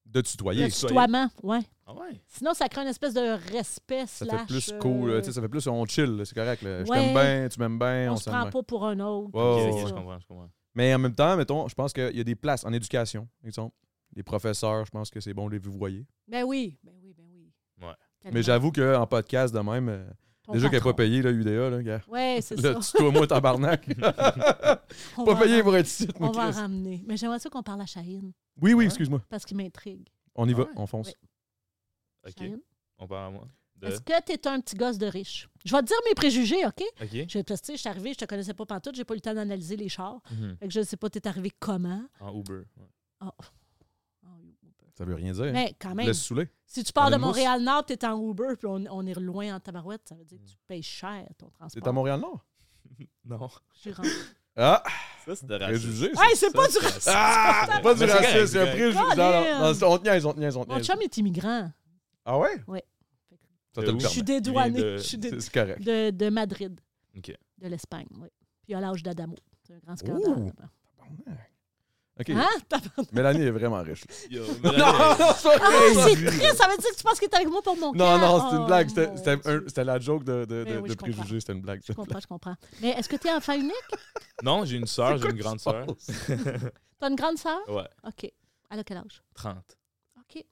[SPEAKER 1] de tutoyer.
[SPEAKER 3] Le
[SPEAKER 2] tutoyer.
[SPEAKER 3] tutoiement, ouais.
[SPEAKER 2] Ah ouais.
[SPEAKER 3] Sinon, ça crée une espèce de respect.
[SPEAKER 1] Ça
[SPEAKER 3] slash,
[SPEAKER 1] fait plus
[SPEAKER 3] euh,
[SPEAKER 1] cool, là, tu sais, ça fait plus on chill, là, c'est correct. là. Je
[SPEAKER 3] Ouais.
[SPEAKER 1] t'aime bien, tu m'aimes bien,
[SPEAKER 3] on,
[SPEAKER 1] on,
[SPEAKER 3] se
[SPEAKER 1] s'aime
[SPEAKER 3] prend
[SPEAKER 1] bien.
[SPEAKER 3] pas pour un autre.
[SPEAKER 1] Ouais,
[SPEAKER 2] Ok,
[SPEAKER 1] ouais,
[SPEAKER 2] ok,
[SPEAKER 1] ouais.
[SPEAKER 2] je comprends, je comprends.
[SPEAKER 1] Mais en même temps, mettons, je pense qu'il y a des places en éducation, exemple. Les professeurs, je pense que c'est bon de les vous voyez.
[SPEAKER 3] Ben oui, ben oui, ben oui.
[SPEAKER 2] Ouais.
[SPEAKER 3] Tellement.
[SPEAKER 1] Mais j'avoue qu'en podcast de même, euh,
[SPEAKER 3] Ton
[SPEAKER 1] déjà qu'elle n'est
[SPEAKER 3] patron.
[SPEAKER 1] pas payée, là, UDA, là, gars.
[SPEAKER 3] Ouais, c'est
[SPEAKER 1] (laughs)
[SPEAKER 3] ça.
[SPEAKER 1] Là, tutoie-moi, tabarnak.
[SPEAKER 3] (laughs)
[SPEAKER 1] (laughs)
[SPEAKER 3] On
[SPEAKER 1] pas
[SPEAKER 3] va
[SPEAKER 1] payé
[SPEAKER 3] en-
[SPEAKER 1] pour être ici,
[SPEAKER 3] On
[SPEAKER 1] moi,
[SPEAKER 3] va en
[SPEAKER 1] Chris.
[SPEAKER 3] ramener. Mais j'aimerais ça qu'on parle à Chahine,
[SPEAKER 1] Oui, oui,
[SPEAKER 2] Ouais.
[SPEAKER 1] excuse-moi.
[SPEAKER 3] parce qu'il m'intrigue.
[SPEAKER 1] On y va,
[SPEAKER 2] Ouais.
[SPEAKER 1] on fonce.
[SPEAKER 3] Ouais.
[SPEAKER 2] Ok,
[SPEAKER 3] Chahine,
[SPEAKER 2] on parle à moi. De-
[SPEAKER 3] est-ce que tu es un petit gosse de riche? Je vais te dire mes préjugés, OK?
[SPEAKER 2] Ok.
[SPEAKER 3] Je, parce que, tu sais, je suis arrivée, je te connaissais pas pantoute, j'ai pas eu le temps d'analyser les chars.
[SPEAKER 2] Mhm.
[SPEAKER 3] Fait que je ne sais pas, tu es arrivé comment.
[SPEAKER 2] En Uber. ouais.
[SPEAKER 3] Oh, Uber.
[SPEAKER 1] Ça veut rien dire.
[SPEAKER 3] Mais Ben, quand même,
[SPEAKER 1] Laisse saouler.
[SPEAKER 3] si tu pars de
[SPEAKER 1] Parlez-moi.
[SPEAKER 3] Montréal-Nord, tu es en Uber, puis on, on est loin en tabarouette, ça veut dire que
[SPEAKER 1] Mm.
[SPEAKER 3] tu payes cher ton
[SPEAKER 1] C'est à
[SPEAKER 3] transport.
[SPEAKER 1] Montréal Nord.
[SPEAKER 2] Non.
[SPEAKER 3] Je rentre.
[SPEAKER 1] Ah,
[SPEAKER 2] Ça, c'est de
[SPEAKER 1] préjugé. ça.
[SPEAKER 3] Hey, c'est pas du
[SPEAKER 2] racisme.
[SPEAKER 1] Ah, c'est pas du
[SPEAKER 2] Mais c'est
[SPEAKER 1] racisme,
[SPEAKER 2] correct,
[SPEAKER 1] c'est un
[SPEAKER 2] c'est
[SPEAKER 1] préjugé.
[SPEAKER 3] correct.
[SPEAKER 1] Non, non, non, c'est- on te niaise, on te niaise, on te
[SPEAKER 3] Mon
[SPEAKER 1] niaise.
[SPEAKER 3] chum est immigrant.
[SPEAKER 1] Ah ouais?
[SPEAKER 3] Ouais.
[SPEAKER 1] Ça te le
[SPEAKER 2] Je
[SPEAKER 3] Je suis
[SPEAKER 1] permet.
[SPEAKER 3] dédouanée.
[SPEAKER 2] Il vient de-
[SPEAKER 3] Je suis dé-
[SPEAKER 1] C'est c'est correct.
[SPEAKER 3] de, de Madrid,
[SPEAKER 2] Ok.
[SPEAKER 3] de l'Espagne, oui. Puis à l'âge d'Adamo. C'est un grand scandale.
[SPEAKER 1] Ouh.
[SPEAKER 3] là-bas.
[SPEAKER 1] OK.
[SPEAKER 3] Hein? Tabarnak.
[SPEAKER 1] Mélanie est vraiment riche.
[SPEAKER 2] (laughs) Yo,
[SPEAKER 1] non, non, c'est
[SPEAKER 3] Ah,
[SPEAKER 1] vrai.
[SPEAKER 3] c'est triste! Ça veut dire que tu penses qu'il est avec moi pour mon
[SPEAKER 1] non,
[SPEAKER 3] camp.
[SPEAKER 1] non, c'était
[SPEAKER 3] Oh,
[SPEAKER 1] une blague. C'était-
[SPEAKER 3] mon
[SPEAKER 1] C'était un-
[SPEAKER 3] Dieu.
[SPEAKER 1] c'était la joke de, de,
[SPEAKER 3] Mais
[SPEAKER 1] de-
[SPEAKER 3] oui,
[SPEAKER 1] de
[SPEAKER 3] je comprends.
[SPEAKER 1] préjugés. C'était une blague.
[SPEAKER 3] Je comprends, je comprends. Mais est-ce que tu es enfant unique?
[SPEAKER 2] Non, j'ai une soeur, Ah, j'ai une grande soeur.
[SPEAKER 3] T'as une grande sœur?
[SPEAKER 2] Ouais,
[SPEAKER 3] OK. Elle a quel âge?
[SPEAKER 2] 30.
[SPEAKER 3] OK. Puis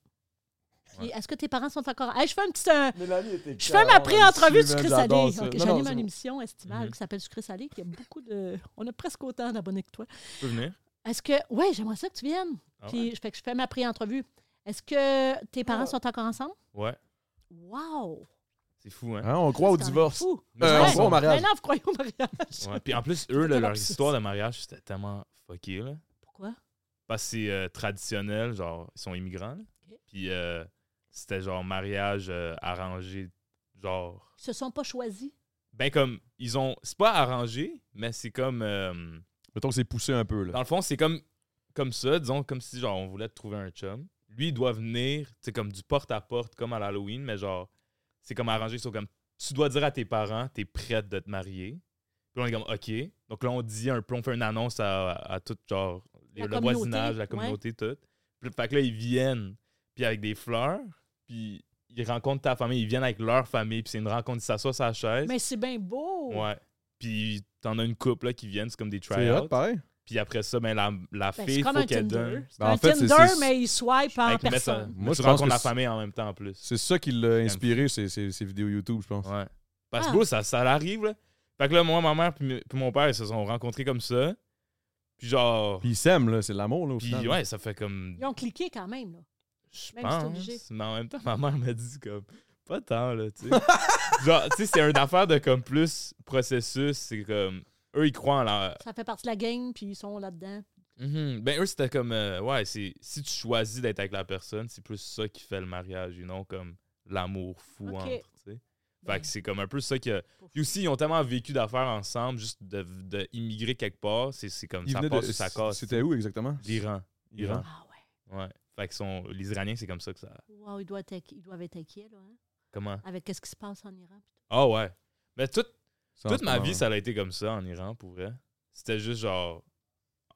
[SPEAKER 2] Ouais.
[SPEAKER 3] est-ce que tes parents sont encore... Hey, je fais un petit... euh,
[SPEAKER 1] Mélanie était
[SPEAKER 3] Je fais ma pré-entrevue
[SPEAKER 1] du
[SPEAKER 3] Sucré Salé. Ok, J'anime une émission estivale
[SPEAKER 2] Mhm.
[SPEAKER 3] qui s'appelle Sucré Salé, qui a beaucoup de... On a presque autant d'abonnés que toi.
[SPEAKER 2] Tu peux venir?
[SPEAKER 3] Est-ce que... Oui, j'aimerais ça que tu viennes.
[SPEAKER 2] Ah ouais?
[SPEAKER 3] Puis je fais que je fais ma pré-entrevue. Est-ce que tes parents
[SPEAKER 1] Ah.
[SPEAKER 3] sont encore ensemble?
[SPEAKER 2] Ouais,
[SPEAKER 3] Wow!
[SPEAKER 2] c'est fou, hein?
[SPEAKER 1] On croit au
[SPEAKER 3] C'est quand même
[SPEAKER 1] divorce.
[SPEAKER 3] fou.
[SPEAKER 2] Nous
[SPEAKER 1] Euh, on
[SPEAKER 2] sommes
[SPEAKER 1] croit au
[SPEAKER 2] ensemble.
[SPEAKER 1] mariage.
[SPEAKER 3] Maintenant, vous croyez au mariage.
[SPEAKER 2] Ouais, Puis en plus, eux, là,
[SPEAKER 3] un
[SPEAKER 2] leur
[SPEAKER 3] lapsus.
[SPEAKER 2] histoire de mariage, c'était tellement fucké, là.
[SPEAKER 3] Pourquoi?
[SPEAKER 2] Parce que c'est euh, traditionnel, genre, ils sont immigrants. là.
[SPEAKER 3] Ok.
[SPEAKER 2] Puis euh, c'était genre mariage euh, arrangé, genre.
[SPEAKER 3] Ils se sont pas choisis.
[SPEAKER 2] Ben comme, ils ont. C'est pas arrangé, mais c'est comme. euh,
[SPEAKER 1] Mettons que c'est poussé un peu.
[SPEAKER 2] Dans
[SPEAKER 1] là.
[SPEAKER 2] le fond, c'est comme, comme ça, disons, comme si genre on voulait te trouver un chum. Lui, il doit venir, c'est comme du porte-à-porte, comme à l'Halloween, mais genre, c'est comme arrangé, c'est comme, tu dois dire à tes parents, t'es prête de te marier. Puis là, on est comme, OK. Donc là, on dit un peu, on fait une annonce à, à tout, genre, les-
[SPEAKER 3] La
[SPEAKER 2] le
[SPEAKER 3] communauté,
[SPEAKER 2] voisinage, la
[SPEAKER 3] ouais.
[SPEAKER 2] communauté, tout. Puis, fait que là, ils viennent, puis avec des fleurs, puis ils rencontrent ta famille, ils viennent avec leur famille, puis c'est une rencontre, ils s'assoient sur la chaise.
[SPEAKER 3] Mais c'est bien beau.
[SPEAKER 2] Ouais. Puis t'en as une couple là, qui viennent, c'est comme des
[SPEAKER 1] C'est hot,
[SPEAKER 2] tryouts.
[SPEAKER 1] pareil.
[SPEAKER 2] Puis après ça, ben, la, la
[SPEAKER 3] Ben,
[SPEAKER 2] fille,
[SPEAKER 3] c'est comme
[SPEAKER 2] faut
[SPEAKER 3] un
[SPEAKER 2] qu'elle
[SPEAKER 3] Tinder.
[SPEAKER 2] donne.
[SPEAKER 3] C'est
[SPEAKER 1] Ben, en
[SPEAKER 3] un
[SPEAKER 1] fait, c'est-
[SPEAKER 3] Tinder,
[SPEAKER 1] c'est-
[SPEAKER 3] mais il swipe en
[SPEAKER 2] Avec- mais ça-
[SPEAKER 3] personne.
[SPEAKER 2] Moi,
[SPEAKER 1] Moi,
[SPEAKER 2] je
[SPEAKER 1] je pense
[SPEAKER 2] rencontre
[SPEAKER 1] que
[SPEAKER 2] la
[SPEAKER 1] c'est-
[SPEAKER 2] famille en même temps en plus.
[SPEAKER 1] C'est ça qui l'a inspiré, ces ces- ces vidéos YouTube, je pense.
[SPEAKER 2] Ouais. Parce que
[SPEAKER 3] Ah.
[SPEAKER 2] bro, ça, ça arrive, là. Fait que là, moi, ma mère puis, m- puis mon père, ils se sont rencontrés comme ça. Puis genre...
[SPEAKER 1] Puis ils s'aiment, là, c'est de l'amour. là, au
[SPEAKER 2] Puis
[SPEAKER 1] final.
[SPEAKER 2] ouais, ça fait comme...
[SPEAKER 3] Ils ont cliqué quand même. Là.
[SPEAKER 2] Je
[SPEAKER 3] même si t'es obligé.
[SPEAKER 2] pense. Mais en même temps, (laughs) ma mère m'a dit comme... Pas tant, là, tu sais.
[SPEAKER 1] (laughs)
[SPEAKER 2] genre, tu sais, c'est une affaire de comme plus processus. C'est comme... Eux, ils croient en la...
[SPEAKER 3] Ça fait partie de la game, puis ils sont là-dedans.
[SPEAKER 2] Mhm. Ben, eux, c'était comme... euh, ouais, c'est... Si tu choisis d'être avec la personne, c'est plus ça qui fait le mariage, you know? Comme l'amour fou
[SPEAKER 3] Ok.
[SPEAKER 2] entre, tu sais. Fait
[SPEAKER 3] Ben,
[SPEAKER 2] que c'est comme un peu ça que. Puis aussi, ils ont tellement vécu d'affaires ensemble, juste de, de immigrer quelque part, c'est c'est comme
[SPEAKER 1] Ils
[SPEAKER 2] ça
[SPEAKER 1] venaient
[SPEAKER 2] passe
[SPEAKER 1] de-
[SPEAKER 2] ou ça casse.
[SPEAKER 1] C'était où exactement?
[SPEAKER 2] L'Iran. Iran.
[SPEAKER 3] Ah ouais.
[SPEAKER 2] Ouais. Fait que sont, les Iraniens, c'est comme ça que ça.
[SPEAKER 3] Wow, ils doivent être, ils doivent être inquiets, là, hein,
[SPEAKER 2] Comment
[SPEAKER 3] avec qu'est-ce qui se passe en Iran. puis tout.
[SPEAKER 2] Ah ouais. Mais tout,
[SPEAKER 1] Ça, en
[SPEAKER 2] Toute
[SPEAKER 1] ce
[SPEAKER 2] ma
[SPEAKER 1] moment.
[SPEAKER 2] vie, ça a été comme ça en Iran, pour vrai. C'était juste genre.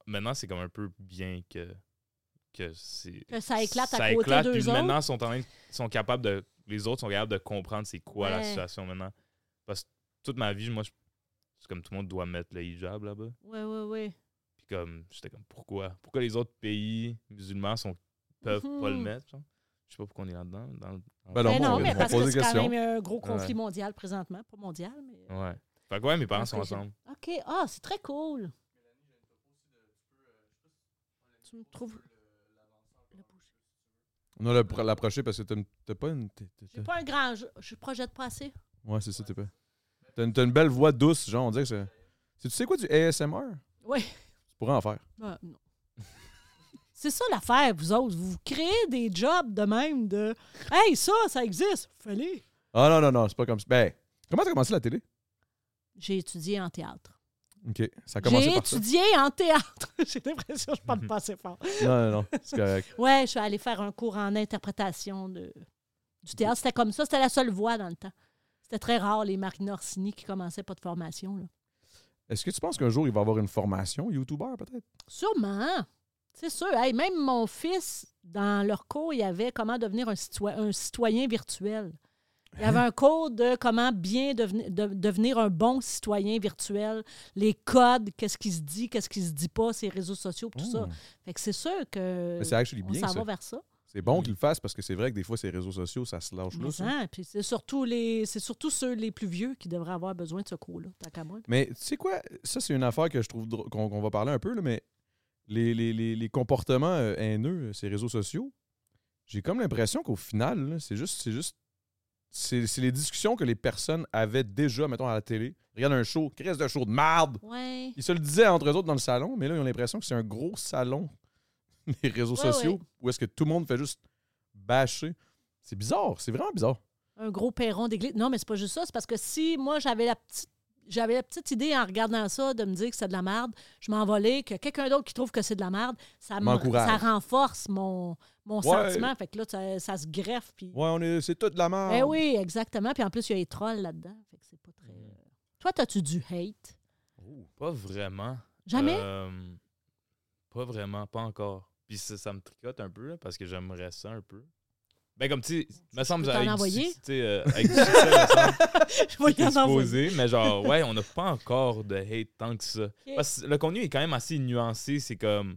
[SPEAKER 2] Maintenant, c'est comme un peu bien que. Que, c'est-
[SPEAKER 3] Que ça éclate à
[SPEAKER 2] ça
[SPEAKER 3] côté
[SPEAKER 2] éclate,
[SPEAKER 3] d'eux
[SPEAKER 2] puis
[SPEAKER 3] autres.
[SPEAKER 2] maintenant, sont en train de- sont capables de. Les autres sont capables de comprendre c'est quoi la
[SPEAKER 3] Ouais.
[SPEAKER 2] situation maintenant. Parce que toute ma vie, moi, je- c'est comme tout le monde doit mettre le hijab là-bas.
[SPEAKER 3] Oui, oui, oui.
[SPEAKER 2] Puis comme, j'étais comme, pourquoi Pourquoi les autres pays musulmans sont, peuvent pas le
[SPEAKER 3] Mhm.
[SPEAKER 2] mettre genre? Je sais pas pourquoi on est là-dedans. dans- dans-
[SPEAKER 1] Ben
[SPEAKER 3] Mais
[SPEAKER 1] Alors,
[SPEAKER 3] non,
[SPEAKER 1] on-
[SPEAKER 3] mais
[SPEAKER 1] on
[SPEAKER 3] parce
[SPEAKER 1] pose
[SPEAKER 3] que
[SPEAKER 1] des
[SPEAKER 3] c'est quand
[SPEAKER 1] questions.
[SPEAKER 3] même un gros conflit
[SPEAKER 2] Ouais.
[SPEAKER 3] mondial présentement. Pas mondial, mais.
[SPEAKER 2] Ouais. Fait que ouais, mes parents
[SPEAKER 3] Parce
[SPEAKER 2] sont
[SPEAKER 3] que j'ai-
[SPEAKER 2] ensemble.
[SPEAKER 3] OK. Ah, c'est très cool. Tu me trouves.
[SPEAKER 1] On a le- l'approché parce que t'as une- t'as pas une. t'as- t'as-
[SPEAKER 3] J'ai pas un grand. Je, je projette pas assez.
[SPEAKER 1] Ouais, c'est ça, t'es pas. T'as une, t'as une belle voix douce, genre, on dirait que c'est. c'est- Tu sais quoi du ASMR?
[SPEAKER 3] Oui.
[SPEAKER 1] Tu pourrais en faire.
[SPEAKER 3] Ben, non. (laughs) C'est ça l'affaire, vous autres. Vous créez des jobs de même de Hey, ça, ça existe. Fallait.
[SPEAKER 1] Ah non, non, non, c'est pas comme ça. Ben, comment t'as commencé la télé?
[SPEAKER 3] J'ai étudié en théâtre.
[SPEAKER 1] Ok, ça a commencé
[SPEAKER 3] J'ai
[SPEAKER 1] par ça. Mhm.
[SPEAKER 3] étudié en théâtre. (laughs) J'ai l'impression que je parle pas assez fort.
[SPEAKER 1] Non, non, non, c'est correct.
[SPEAKER 3] Ouais, je suis allée faire un cours en interprétation de, du théâtre. C'était comme ça. C'était la seule voie dans le temps. C'était très rare, les Marina Orsini qui commençaient pas de formation. Là.
[SPEAKER 1] Est-ce que tu penses qu'un jour, il va avoir une formation YouTuber, peut-être?
[SPEAKER 3] Sûrement. C'est sûr. Hey, même mon fils, dans leur cours, il y avait comment devenir un, citoy- un citoyen virtuel. Il y avait un cours de comment bien deveni- de- devenir un bon citoyen virtuel, les codes, qu'est-ce qui se dit, qu'est-ce qui se dit pas, ces réseaux sociaux, tout ça.
[SPEAKER 1] Hmm.
[SPEAKER 3] Fait que c'est sûr que
[SPEAKER 1] Mais c'est actually
[SPEAKER 3] on
[SPEAKER 1] bien,
[SPEAKER 3] s'en
[SPEAKER 1] ça.
[SPEAKER 3] va vers ça.
[SPEAKER 1] C'est bon qu'il le fasse parce que c'est vrai que des fois, ces réseaux sociaux, ça se lâche
[SPEAKER 3] Mais
[SPEAKER 1] plus.
[SPEAKER 3] hein, puis c'est surtout les c'est surtout ceux les plus vieux qui devraient avoir besoin de ce cours-là, tant qu'à moi.
[SPEAKER 1] Mais tu sais quoi? Ça, c'est une affaire que je trouve drô- qu'on qu'on va parler un peu, là, mais les, les- les- les comportements euh, haineux, euh, ces réseaux sociaux, j'ai comme l'impression qu'au final, là, c'est juste. C'est juste. C'est c'est les discussions que les personnes avaient déjà, mettons, à la télé. Regarde un show, crise de show de marde!
[SPEAKER 3] Ouais.
[SPEAKER 1] Ils se le disaient entre eux autres dans le salon, mais là, ils ont l'impression que c'est un gros salon, (laughs) les réseaux
[SPEAKER 3] Ouais,
[SPEAKER 1] sociaux,
[SPEAKER 3] ouais.
[SPEAKER 1] où est-ce que tout le monde fait juste bâcher. C'est bizarre, c'est vraiment bizarre.
[SPEAKER 3] un gros perron d'église. Non, mais c'est pas juste ça. C'est parce que si moi, j'avais la petite. J'avais la petite idée en regardant ça de me dire que c'est de la merde. Je m'envolais, que quelqu'un d'autre qui trouve que c'est de la merde, ça, me,
[SPEAKER 1] M'encourage.
[SPEAKER 3] ça renforce mon, mon
[SPEAKER 1] Ouais.
[SPEAKER 3] sentiment. Fait que là, ça, ça se greffe. Puis...
[SPEAKER 1] Ouais, on est, c'est toute la merde.
[SPEAKER 3] Eh oui, exactement. Puis en plus, il y a les trolls là-dedans. Fait que c'est pas très. Toi, t'as-tu du hate?
[SPEAKER 2] Pas vraiment.
[SPEAKER 3] Jamais?
[SPEAKER 2] Euh, pas vraiment, pas encore. Puis ça, ça me tricote un peu, là, parce que j'aimerais ça un peu. Ben, comme tu sais, me semble
[SPEAKER 3] peux t'en
[SPEAKER 2] avec du
[SPEAKER 3] envoyer?
[SPEAKER 2] succès, tu sais, euh, avec du succès, me
[SPEAKER 3] (laughs)
[SPEAKER 2] semble,
[SPEAKER 3] Je vais y en
[SPEAKER 2] Euh, c'est
[SPEAKER 3] envoyer.
[SPEAKER 2] supposé, mais genre, ouais, on n'a pas encore de hate tant que ça.
[SPEAKER 3] Ok.
[SPEAKER 2] Parce que le contenu est quand même assez nuancé, c'est comme.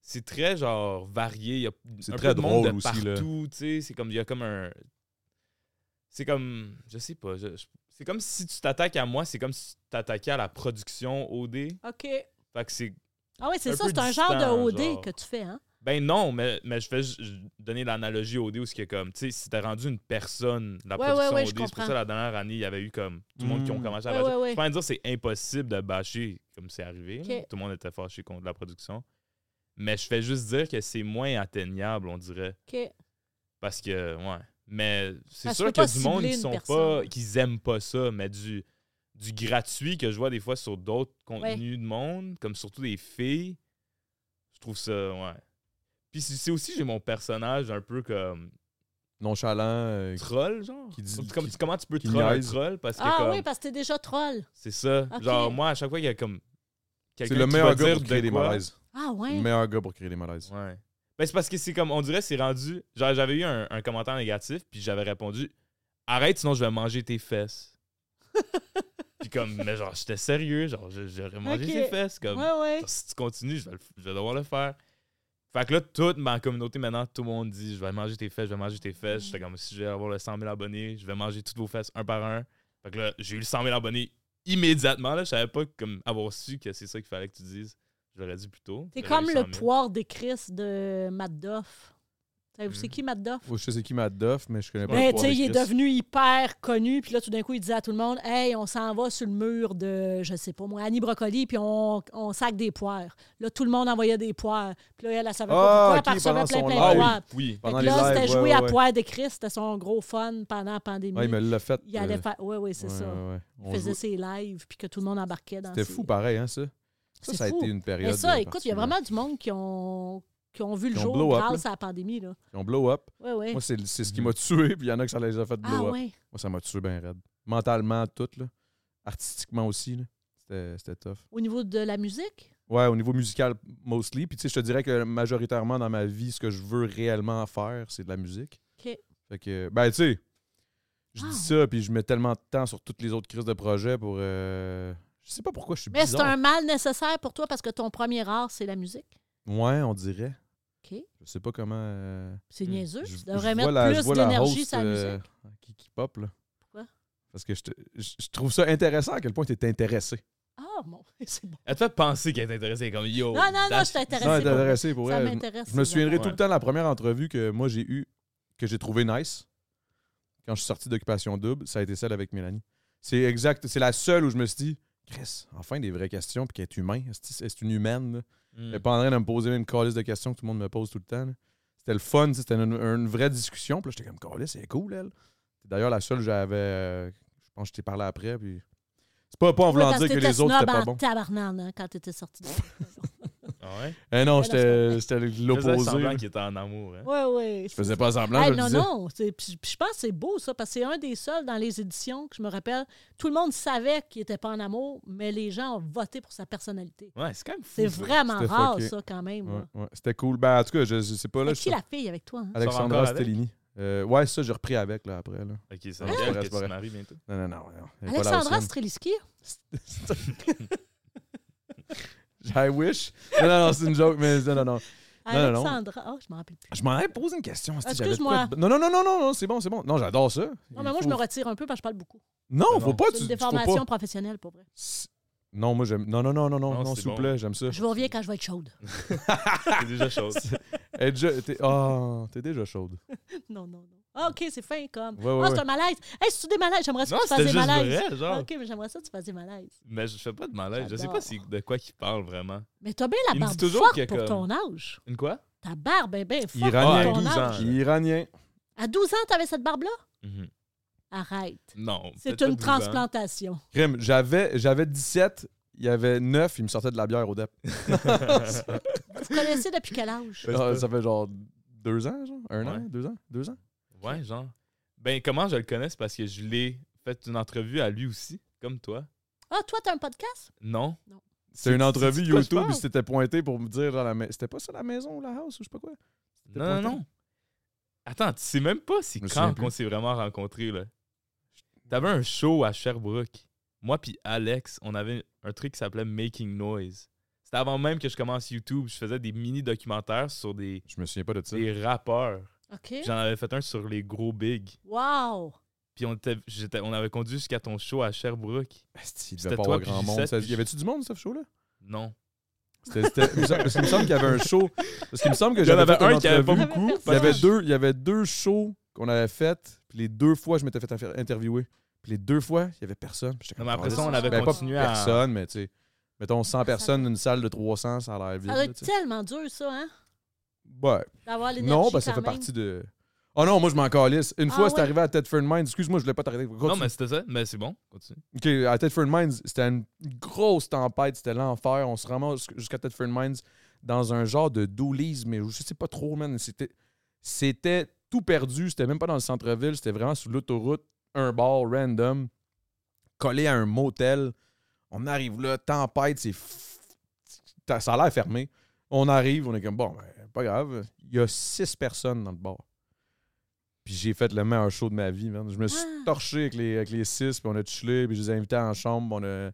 [SPEAKER 2] C'est très, genre, varié. Il y a
[SPEAKER 1] C'est
[SPEAKER 2] un
[SPEAKER 1] très
[SPEAKER 2] peu de monde
[SPEAKER 1] drôle
[SPEAKER 2] de
[SPEAKER 1] aussi, là.
[SPEAKER 2] partout, tu sais. C'est comme, il y a comme un. C'est comme. Je sais pas. je- je- c'est comme si tu t'attaques à moi, c'est comme si tu t'attaquais à la production OD.
[SPEAKER 3] OK.
[SPEAKER 2] Fait que c'est.
[SPEAKER 3] Ah oui, c'est
[SPEAKER 2] Un
[SPEAKER 3] ça.
[SPEAKER 2] peu
[SPEAKER 3] C'est un genre de
[SPEAKER 2] distant,
[SPEAKER 3] OD
[SPEAKER 2] genre.
[SPEAKER 3] que tu fais, hein?
[SPEAKER 2] Ben non, mais, mais je fais ju- je donner l'analogie au dé où ce qui est comme, tu sais, si t'as rendu une personne la
[SPEAKER 3] Ouais,
[SPEAKER 2] production
[SPEAKER 3] ouais, ouais,
[SPEAKER 2] au
[SPEAKER 3] je
[SPEAKER 2] dé, c'est pour
[SPEAKER 3] comprends.
[SPEAKER 2] ça la dernière année, il y avait eu comme tout le monde qui ont
[SPEAKER 1] Mm.
[SPEAKER 2] commencé à
[SPEAKER 3] Ouais,
[SPEAKER 2] bâcher.
[SPEAKER 3] ouais, ouais.
[SPEAKER 2] Je peux pas dire que c'est impossible de bâcher comme c'est arrivé. là.
[SPEAKER 3] Ok.
[SPEAKER 2] Tout le monde était fâché contre la production. Mais je fais juste dire que c'est moins atteignable, on dirait.
[SPEAKER 3] OK.
[SPEAKER 2] Parce que, ouais. Mais c'est
[SPEAKER 3] Parce que tu peux
[SPEAKER 2] sûr qu'il y
[SPEAKER 3] pas
[SPEAKER 2] a du monde
[SPEAKER 3] cibler
[SPEAKER 2] qui
[SPEAKER 3] une
[SPEAKER 2] sont
[SPEAKER 3] personne.
[SPEAKER 2] pas. qui aiment pas ça, mais du, du gratuit que je vois des fois sur d'autres contenus de monde, comme surtout des filles, je trouve ça, ouais. Puis c'est c'est aussi, j'ai mon personnage un peu comme
[SPEAKER 1] Nonchalant. euh,
[SPEAKER 2] troll, genre.
[SPEAKER 1] Qui dit-
[SPEAKER 2] Comme- comme-
[SPEAKER 1] qui-
[SPEAKER 2] comment tu peux
[SPEAKER 1] qui
[SPEAKER 2] troll un
[SPEAKER 1] niaise.
[SPEAKER 2] troll? Parce que,
[SPEAKER 3] Ah
[SPEAKER 2] comme,
[SPEAKER 3] oui, parce que t'es déjà troll.
[SPEAKER 2] c'est ça.
[SPEAKER 3] Ok.
[SPEAKER 2] Genre, moi, à chaque fois qu'il y a comme.
[SPEAKER 1] C'est
[SPEAKER 2] quelqu'un
[SPEAKER 1] le
[SPEAKER 2] qui
[SPEAKER 1] meilleur
[SPEAKER 2] va
[SPEAKER 1] gars
[SPEAKER 2] dire
[SPEAKER 1] pour
[SPEAKER 2] de
[SPEAKER 1] créer des
[SPEAKER 2] quoi,
[SPEAKER 1] malaises.
[SPEAKER 3] Ah
[SPEAKER 1] Le
[SPEAKER 3] ouais.
[SPEAKER 1] meilleur gars pour créer des malaises.
[SPEAKER 2] Ouais. Ben, c'est parce que c'est comme, on dirait, c'est rendu. Genre, j'avais eu un, un commentaire négatif, puis j'avais répondu Arrête, sinon je vais manger
[SPEAKER 3] (laughs)
[SPEAKER 2] tes fesses. puis comme, mais genre, j'étais sérieux, genre, je- j'aurais mangé
[SPEAKER 3] Ok.
[SPEAKER 2] tes fesses. Comme,
[SPEAKER 3] Ouais, ouais.
[SPEAKER 2] genre, si tu continues, je vais, le f- je vais devoir le faire. Fait que là, toute ma communauté, maintenant, tout le monde dit Je vais manger tes fesses, je vais manger tes fesses. J'étais comme, si je vais avoir le 100 000 abonnés, je vais manger toutes vos fesses un par un. Fait que là, j'ai eu le 100 000 abonnés immédiatement. Là, je savais pas comme, avoir su que c'est ça qu'il fallait que tu dises. Je l'aurais dit plus tôt.
[SPEAKER 3] T'es
[SPEAKER 2] J'aurais eu
[SPEAKER 3] comme
[SPEAKER 2] 100
[SPEAKER 3] le
[SPEAKER 2] 000.
[SPEAKER 3] poire des Chris de Mad Doff. Savez-vous C'est
[SPEAKER 2] Hmm.
[SPEAKER 3] qui Mad Doff?
[SPEAKER 1] Faut- Je sais qui m'a Duff, mais je connais pas
[SPEAKER 3] Ben,
[SPEAKER 1] le
[SPEAKER 3] tu
[SPEAKER 1] pouvoir
[SPEAKER 3] sais,
[SPEAKER 1] des
[SPEAKER 3] il est
[SPEAKER 1] Chris.
[SPEAKER 3] devenu hyper connu, puis là, tout d'un coup, il disait à tout le monde Hey, on s'en va sur le mur de, je sais pas moi, Annie Brocoli, puis on, on sac des poires. Là, tout le monde envoyait des poires. Puis là, elle, elle savait
[SPEAKER 1] Ah,
[SPEAKER 3] pas pourquoi,
[SPEAKER 1] ok,
[SPEAKER 3] elle recevait
[SPEAKER 1] pendant
[SPEAKER 3] plein,
[SPEAKER 1] son
[SPEAKER 3] plein
[SPEAKER 1] live.
[SPEAKER 3] de
[SPEAKER 1] Ah
[SPEAKER 3] poires.
[SPEAKER 2] Oui.
[SPEAKER 3] Fait
[SPEAKER 1] Pendant
[SPEAKER 3] que
[SPEAKER 1] les
[SPEAKER 3] là,
[SPEAKER 1] lives,
[SPEAKER 3] c'était
[SPEAKER 1] ouais,
[SPEAKER 3] joué
[SPEAKER 1] ouais,
[SPEAKER 3] à
[SPEAKER 1] ouais.
[SPEAKER 3] Poire de Christ, c'était son gros fun pendant la pandémie.
[SPEAKER 1] Ouais, il me l'a fait.
[SPEAKER 3] Il allait
[SPEAKER 1] euh,
[SPEAKER 3] faire. Oui, oui, c'est
[SPEAKER 1] ouais,
[SPEAKER 3] ça.
[SPEAKER 1] ouais, ouais.
[SPEAKER 3] Il
[SPEAKER 1] On
[SPEAKER 3] faisait
[SPEAKER 1] jouait-
[SPEAKER 3] ses lives, puis que tout le monde embarquait dans
[SPEAKER 1] C'était
[SPEAKER 3] ses-
[SPEAKER 1] fou pareil, hein, ça. Ça,
[SPEAKER 3] C'est
[SPEAKER 1] ça a
[SPEAKER 3] fou.
[SPEAKER 1] été une période.
[SPEAKER 3] Mais ça,
[SPEAKER 1] euh,
[SPEAKER 3] écoute, il y a
[SPEAKER 1] particulière.
[SPEAKER 3] vraiment du monde qui ont qui ont vu le
[SPEAKER 1] Qui ont
[SPEAKER 3] jour
[SPEAKER 1] blow up,
[SPEAKER 3] grâce à la pandémie. Là.
[SPEAKER 1] Ils ont blow up.
[SPEAKER 3] Ouais, ouais.
[SPEAKER 1] Moi, c'est c'est ce qui
[SPEAKER 2] Mhm.
[SPEAKER 1] m'a tué, puis il y en a que ça les a fait blow
[SPEAKER 3] ah,
[SPEAKER 1] up.
[SPEAKER 3] ouais.
[SPEAKER 1] Moi, ça m'a tué bien raide. Mentalement, tout, là. Artistiquement aussi, là. C'était- C'était tough.
[SPEAKER 3] Au niveau de la musique,
[SPEAKER 1] Ouais, au niveau musical, mostly. Puis, tu sais, je te dirais que majoritairement dans ma vie, ce que je veux réellement faire, c'est de la musique.
[SPEAKER 3] OK.
[SPEAKER 1] Fait que, ben, tu sais, je
[SPEAKER 3] Wow.
[SPEAKER 1] dis ça, puis je mets tellement de temps sur toutes les autres crises de projet pour. euh, Je sais pas pourquoi je suis
[SPEAKER 3] mais c'est
[SPEAKER 1] bizarre.
[SPEAKER 3] un mal nécessaire pour toi parce que ton premier art, c'est la musique.
[SPEAKER 1] Ouais, on dirait.
[SPEAKER 3] OK.
[SPEAKER 1] Je sais pas comment. euh,
[SPEAKER 3] C'est
[SPEAKER 2] Hmm.
[SPEAKER 3] niaiseux.
[SPEAKER 1] je-
[SPEAKER 3] Tu
[SPEAKER 1] je
[SPEAKER 3] devrais
[SPEAKER 1] vois
[SPEAKER 3] mettre
[SPEAKER 1] la- je
[SPEAKER 3] plus
[SPEAKER 1] vois la
[SPEAKER 3] d'énergie
[SPEAKER 1] host,
[SPEAKER 3] sur la musique.
[SPEAKER 1] euh, qui, qui pop, là.
[SPEAKER 3] Pourquoi?
[SPEAKER 1] Parce que je, te- je- je trouve ça intéressant à quel point tu es intéressé.
[SPEAKER 3] Ah, bon, c'est bon.
[SPEAKER 2] Elle te fait penser qu'elle est intéressée comme yo.
[SPEAKER 3] Non, non, non,
[SPEAKER 2] that's-
[SPEAKER 3] je t'intéresse.
[SPEAKER 1] Non, intéressé pour
[SPEAKER 3] Ça
[SPEAKER 1] elle.
[SPEAKER 3] m'intéresse.
[SPEAKER 1] Je me
[SPEAKER 3] ces
[SPEAKER 1] souviendrai
[SPEAKER 3] affaires.
[SPEAKER 1] tout le temps de la première entrevue que moi j'ai eue, que j'ai trouvé nice, quand je suis sorti d'Occupation Double, ça a été celle avec Mélanie. C'est exact, c'est la seule où je me suis dit, Chris, enfin des vraies questions, puis qu'elle est humain, est-ce est une humaine? là?
[SPEAKER 2] Mm.
[SPEAKER 1] Elle est pas en train de me poser une calice de questions que tout le monde me pose tout le temps. là. C'était le fun, tu sais, c'était une, une vraie discussion, puis là, j'étais comme, calice, c'est cool, elle. C'est D'ailleurs, la seule, j'avais, euh, je pense que je t'ai parlé après, puis. C'est pas, pas en
[SPEAKER 3] Ouais,
[SPEAKER 1] voulant
[SPEAKER 3] parce
[SPEAKER 1] dire que
[SPEAKER 3] t'étais
[SPEAKER 1] les autres, c'était
[SPEAKER 3] snob
[SPEAKER 1] pas
[SPEAKER 3] en
[SPEAKER 1] bon.
[SPEAKER 3] tabarnane, hein, quand t'étais sorti.
[SPEAKER 1] (laughs)
[SPEAKER 2] Ah ouais?
[SPEAKER 1] Eh non,
[SPEAKER 3] Ouais,
[SPEAKER 1] j'étais c'était
[SPEAKER 2] Faisait
[SPEAKER 1] l'opposé.
[SPEAKER 2] semblant
[SPEAKER 1] là.
[SPEAKER 2] qu'il était en amour. Hein?
[SPEAKER 3] Oui, oui.
[SPEAKER 1] Je faisais pas semblant, je le
[SPEAKER 3] non,
[SPEAKER 1] disais.
[SPEAKER 3] non. c'est- Puis puis je pense que c'est beau, ça, parce que c'est un des seuls dans les éditions que je me rappelle. Tout le monde savait qu'il n'était pas en amour, mais les gens ont voté pour sa personnalité.
[SPEAKER 2] Ouais, c'est quand même fou.
[SPEAKER 3] C'est
[SPEAKER 2] ça.
[SPEAKER 3] vraiment
[SPEAKER 1] C'était
[SPEAKER 3] rare,
[SPEAKER 1] fucké.
[SPEAKER 3] ça, quand même.
[SPEAKER 1] Ouais,
[SPEAKER 3] là.
[SPEAKER 1] ouais. C'était cool. Ben, en tout cas, je, je sais pas. Là,
[SPEAKER 3] Mais
[SPEAKER 1] je-
[SPEAKER 3] qui la fille avec toi? hein?
[SPEAKER 2] Sort
[SPEAKER 1] Alexandra
[SPEAKER 2] encore avec?
[SPEAKER 1] Stellini. Euh, ouais, ça, j'ai repris avec là, après. Là.
[SPEAKER 2] Ok, ça
[SPEAKER 1] Non,
[SPEAKER 2] me
[SPEAKER 1] c'est vrai,
[SPEAKER 2] gêne que
[SPEAKER 1] c'est
[SPEAKER 2] tu
[SPEAKER 1] pas
[SPEAKER 2] te
[SPEAKER 1] vrai.
[SPEAKER 2] maries bientôt.
[SPEAKER 1] Non, non, non. non. Elle est pas là,
[SPEAKER 3] Alexandra
[SPEAKER 1] Houssen.
[SPEAKER 3] Streliski?
[SPEAKER 1] (laughs) I wish. Non, non, non, c'est une joke, mais non, non, non. non, non.
[SPEAKER 3] Alexandra. Oh, je m'en rappelle plus.
[SPEAKER 1] Je m'en ai posé une question. si j'avais de
[SPEAKER 3] Ah, Excuse-moi.
[SPEAKER 1] quoi de- Non, non, non, non, non, non, c'est bon, c'est bon. Non, j'adore ça.
[SPEAKER 3] Non,
[SPEAKER 1] Il
[SPEAKER 3] mais moi, je
[SPEAKER 1] faut-
[SPEAKER 3] me retire un peu parce que je parle beaucoup.
[SPEAKER 1] Non, faut
[SPEAKER 2] Non.
[SPEAKER 1] pas.
[SPEAKER 3] C'est
[SPEAKER 1] Tu,
[SPEAKER 3] une
[SPEAKER 1] tu faut
[SPEAKER 3] déformation
[SPEAKER 1] pas.
[SPEAKER 3] professionnelle, pour vrai.
[SPEAKER 1] C'est- Non, moi, j'aime. Non, non, non, non, non,
[SPEAKER 2] Non,
[SPEAKER 1] non,
[SPEAKER 2] c'est
[SPEAKER 1] s'il vous
[SPEAKER 2] bon.
[SPEAKER 1] plaît, j'aime
[SPEAKER 2] (laughs)
[SPEAKER 1] ça.
[SPEAKER 3] Je vous reviens quand je vais être chaude. (laughs)
[SPEAKER 2] C'est
[SPEAKER 1] (laughs)
[SPEAKER 2] déjà chose.
[SPEAKER 1] Elle est déjà- T'es oh, t'es déjà chaude.
[SPEAKER 3] Non, non, non. Ah, OK, c'est fin comme.
[SPEAKER 1] Ouais, ouais,
[SPEAKER 3] Ah,
[SPEAKER 1] ouais.
[SPEAKER 3] c'est un malaise. Hey, c'est-tu des malaises? J'aimerais ça
[SPEAKER 2] non,
[SPEAKER 3] que tu fasses
[SPEAKER 2] c'était
[SPEAKER 3] des
[SPEAKER 2] juste
[SPEAKER 3] malaises.
[SPEAKER 2] vrai, genre.
[SPEAKER 3] Ah, OK, mais j'aimerais ça que tu fasses des malaises.
[SPEAKER 2] Mais je fais pas de malaise. Je sais
[SPEAKER 3] J'adore.
[SPEAKER 2] pas si de quoi qu'il parle vraiment.
[SPEAKER 3] Mais t'as bien la
[SPEAKER 2] Il me dit
[SPEAKER 3] barbe
[SPEAKER 2] toujours qu'il y
[SPEAKER 3] forte
[SPEAKER 2] a
[SPEAKER 3] pour
[SPEAKER 2] comme-
[SPEAKER 3] ton âge.
[SPEAKER 2] Une quoi?
[SPEAKER 3] Ta barbe est bien forte
[SPEAKER 1] Iranien,
[SPEAKER 3] pour ton
[SPEAKER 2] 12 ans.
[SPEAKER 3] âge.
[SPEAKER 1] Iranien.
[SPEAKER 3] À 12 ans, t'avais cette barbe-là?
[SPEAKER 2] Mhm.
[SPEAKER 3] Arrête.
[SPEAKER 2] Non.
[SPEAKER 3] C'est
[SPEAKER 2] peut-être pas
[SPEAKER 3] une
[SPEAKER 2] 12 ans.
[SPEAKER 3] transplantation.
[SPEAKER 1] Crime, j'avais j'avais 17, il y avait 9, il me sortait de la bière au dep.
[SPEAKER 3] Vous connaissez depuis quel âge?
[SPEAKER 2] Ouais,
[SPEAKER 1] Ah,
[SPEAKER 2] c'est
[SPEAKER 1] ça fait genre deux ans, genre? Un an?
[SPEAKER 2] Ouais.
[SPEAKER 1] Deux ans? Deux ans?
[SPEAKER 2] (laughs) Ouais, genre. Ben, comment je le connais? C'est parce que je l'ai fait une entrevue à lui aussi, comme toi.
[SPEAKER 3] Ah, toi, t'as un podcast?
[SPEAKER 2] Non?
[SPEAKER 1] C'est une
[SPEAKER 2] c'est-
[SPEAKER 1] entrevue
[SPEAKER 2] c'est de quoi je
[SPEAKER 1] YouTube,
[SPEAKER 2] parle?
[SPEAKER 1] puis c'était pointé pour me dire, genre, la ma- c'était pas ça la maison ou la house ou je sais pas quoi? C'était
[SPEAKER 2] Non, non,
[SPEAKER 1] pointé.
[SPEAKER 2] non. Attends, tu sais même pas c'est
[SPEAKER 1] Je me souviens
[SPEAKER 2] quand
[SPEAKER 1] plus.
[SPEAKER 2] qu'on s'est vraiment rencontrés, là. T'avais un show à Sherbrooke. Moi puis Alex, on avait un truc qui s'appelait Making Noise. C'était avant même que je commence YouTube. Je faisais des mini-documentaires sur des,
[SPEAKER 1] Je me souviens pas de ça.
[SPEAKER 2] des rappeurs.
[SPEAKER 3] OK.
[SPEAKER 2] J'en avais fait un sur les gros bigs.
[SPEAKER 3] Wow!
[SPEAKER 2] Puis on, était- j'étais- on avait conduit jusqu'à ton show à Sherbrooke.
[SPEAKER 1] Asti, il devait
[SPEAKER 2] C'était
[SPEAKER 1] pas
[SPEAKER 2] toi
[SPEAKER 1] avoir
[SPEAKER 2] puis
[SPEAKER 1] grand
[SPEAKER 2] J7,
[SPEAKER 1] monde. Ça-
[SPEAKER 2] puis
[SPEAKER 1] Y avait-tu du monde, ce show-là?
[SPEAKER 2] Non.
[SPEAKER 1] C'était, c'était- il me semble- parce qu'il me semble qu'il y avait un show. Parce qu'il me semble que
[SPEAKER 2] Il y en
[SPEAKER 1] j'avais
[SPEAKER 2] avait
[SPEAKER 1] fait une
[SPEAKER 2] un qui avait pas
[SPEAKER 1] entrevue.
[SPEAKER 2] beaucoup.
[SPEAKER 3] Il y
[SPEAKER 1] Il y avait
[SPEAKER 2] parce que-
[SPEAKER 1] deux, il y avait deux shows qu'on avait faites, puis les deux fois, je m'étais fait affaire- interviewer. Puis les deux fois, il y avait personne. Puis j'étais
[SPEAKER 2] Non,
[SPEAKER 1] comme,
[SPEAKER 2] mais après
[SPEAKER 1] Ah,
[SPEAKER 2] ça, on
[SPEAKER 1] c'est-
[SPEAKER 2] avait
[SPEAKER 1] ben, pas
[SPEAKER 2] continué à.
[SPEAKER 1] personne, mais tu sais, mettons 100 personnes dans une salle de 300, ça a l'air vide.
[SPEAKER 3] Ça
[SPEAKER 1] là,
[SPEAKER 3] doit être
[SPEAKER 1] tu sais.
[SPEAKER 3] tellement dur, ça, hein?
[SPEAKER 1] Ouais.
[SPEAKER 3] D'avoir l'énergie.
[SPEAKER 1] Non, parce que ça
[SPEAKER 3] quand
[SPEAKER 1] fait
[SPEAKER 3] même.
[SPEAKER 1] partie de. Oh non, moi je m'en calisse. Une
[SPEAKER 3] Ah
[SPEAKER 1] fois, c'est
[SPEAKER 3] ouais?
[SPEAKER 1] arrivé à Tedford Mines. Excuse-moi, je voulais pas t'arrêter.
[SPEAKER 2] Non,
[SPEAKER 1] Continue.
[SPEAKER 2] mais c'était ça. Mais c'est bon. Continue.
[SPEAKER 1] OK, à Tedford Mines, c'était une grosse tempête, c'était l'enfer. On se ramasse jusqu'à Tedford Mines dans un genre de doulisme, mais je sais pas trop, man. C'était, c'était tout perdu. C'était même pas dans le centre-ville, c'était vraiment sur l'autoroute, un bar random, collé à un motel. On arrive là, tempête, c'est. f- Ça ça a l'air fermé. On arrive, on est comme, bon, ben, pas grave. Il y a six personnes dans le bar. Puis j'ai fait le meilleur show de ma vie, man. Je me suis
[SPEAKER 3] Ah.
[SPEAKER 1] torché avec les, avec les six, puis on a chillé, puis je les ai invités en chambre. puis On a...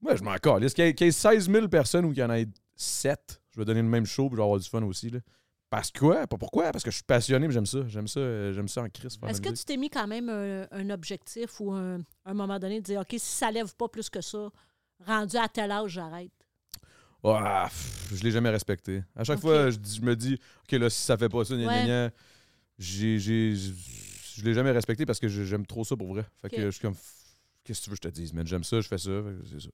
[SPEAKER 1] Moi, je m'en calisse. Qu'il y, ait- qu'il y ait 16 000 personnes ou qu'il y en ait 7, je vais donner le même show, puis je vais avoir du fun aussi, là. Parce que quoi? Pas pourquoi? Parce que je suis passionné, puis j'aime ça. J'aime ça, euh, j'aime ça en crise. faire de la
[SPEAKER 3] Est-ce que
[SPEAKER 1] musique.
[SPEAKER 3] tu t'es mis quand même un, un objectif ou un, un moment donné de dire, OK, si ça lève pas plus que ça, rendu à tel âge, j'arrête?
[SPEAKER 1] Ah, pff, je l'ai jamais respecté. À chaque
[SPEAKER 3] Ok.
[SPEAKER 1] fois, je, dis- je me dis, OK, là, si ça fait pas ça, gna, gna,
[SPEAKER 3] Ouais.
[SPEAKER 1] gna, j'ai, j'ai- je- je l'ai jamais respecté parce que je- j'aime trop ça pour vrai. Fait
[SPEAKER 3] Ok.
[SPEAKER 1] que je suis comme, Pff, qu'est-ce que tu veux que je te dise, man? J'aime ça, je fais ça, fait que c'est ça.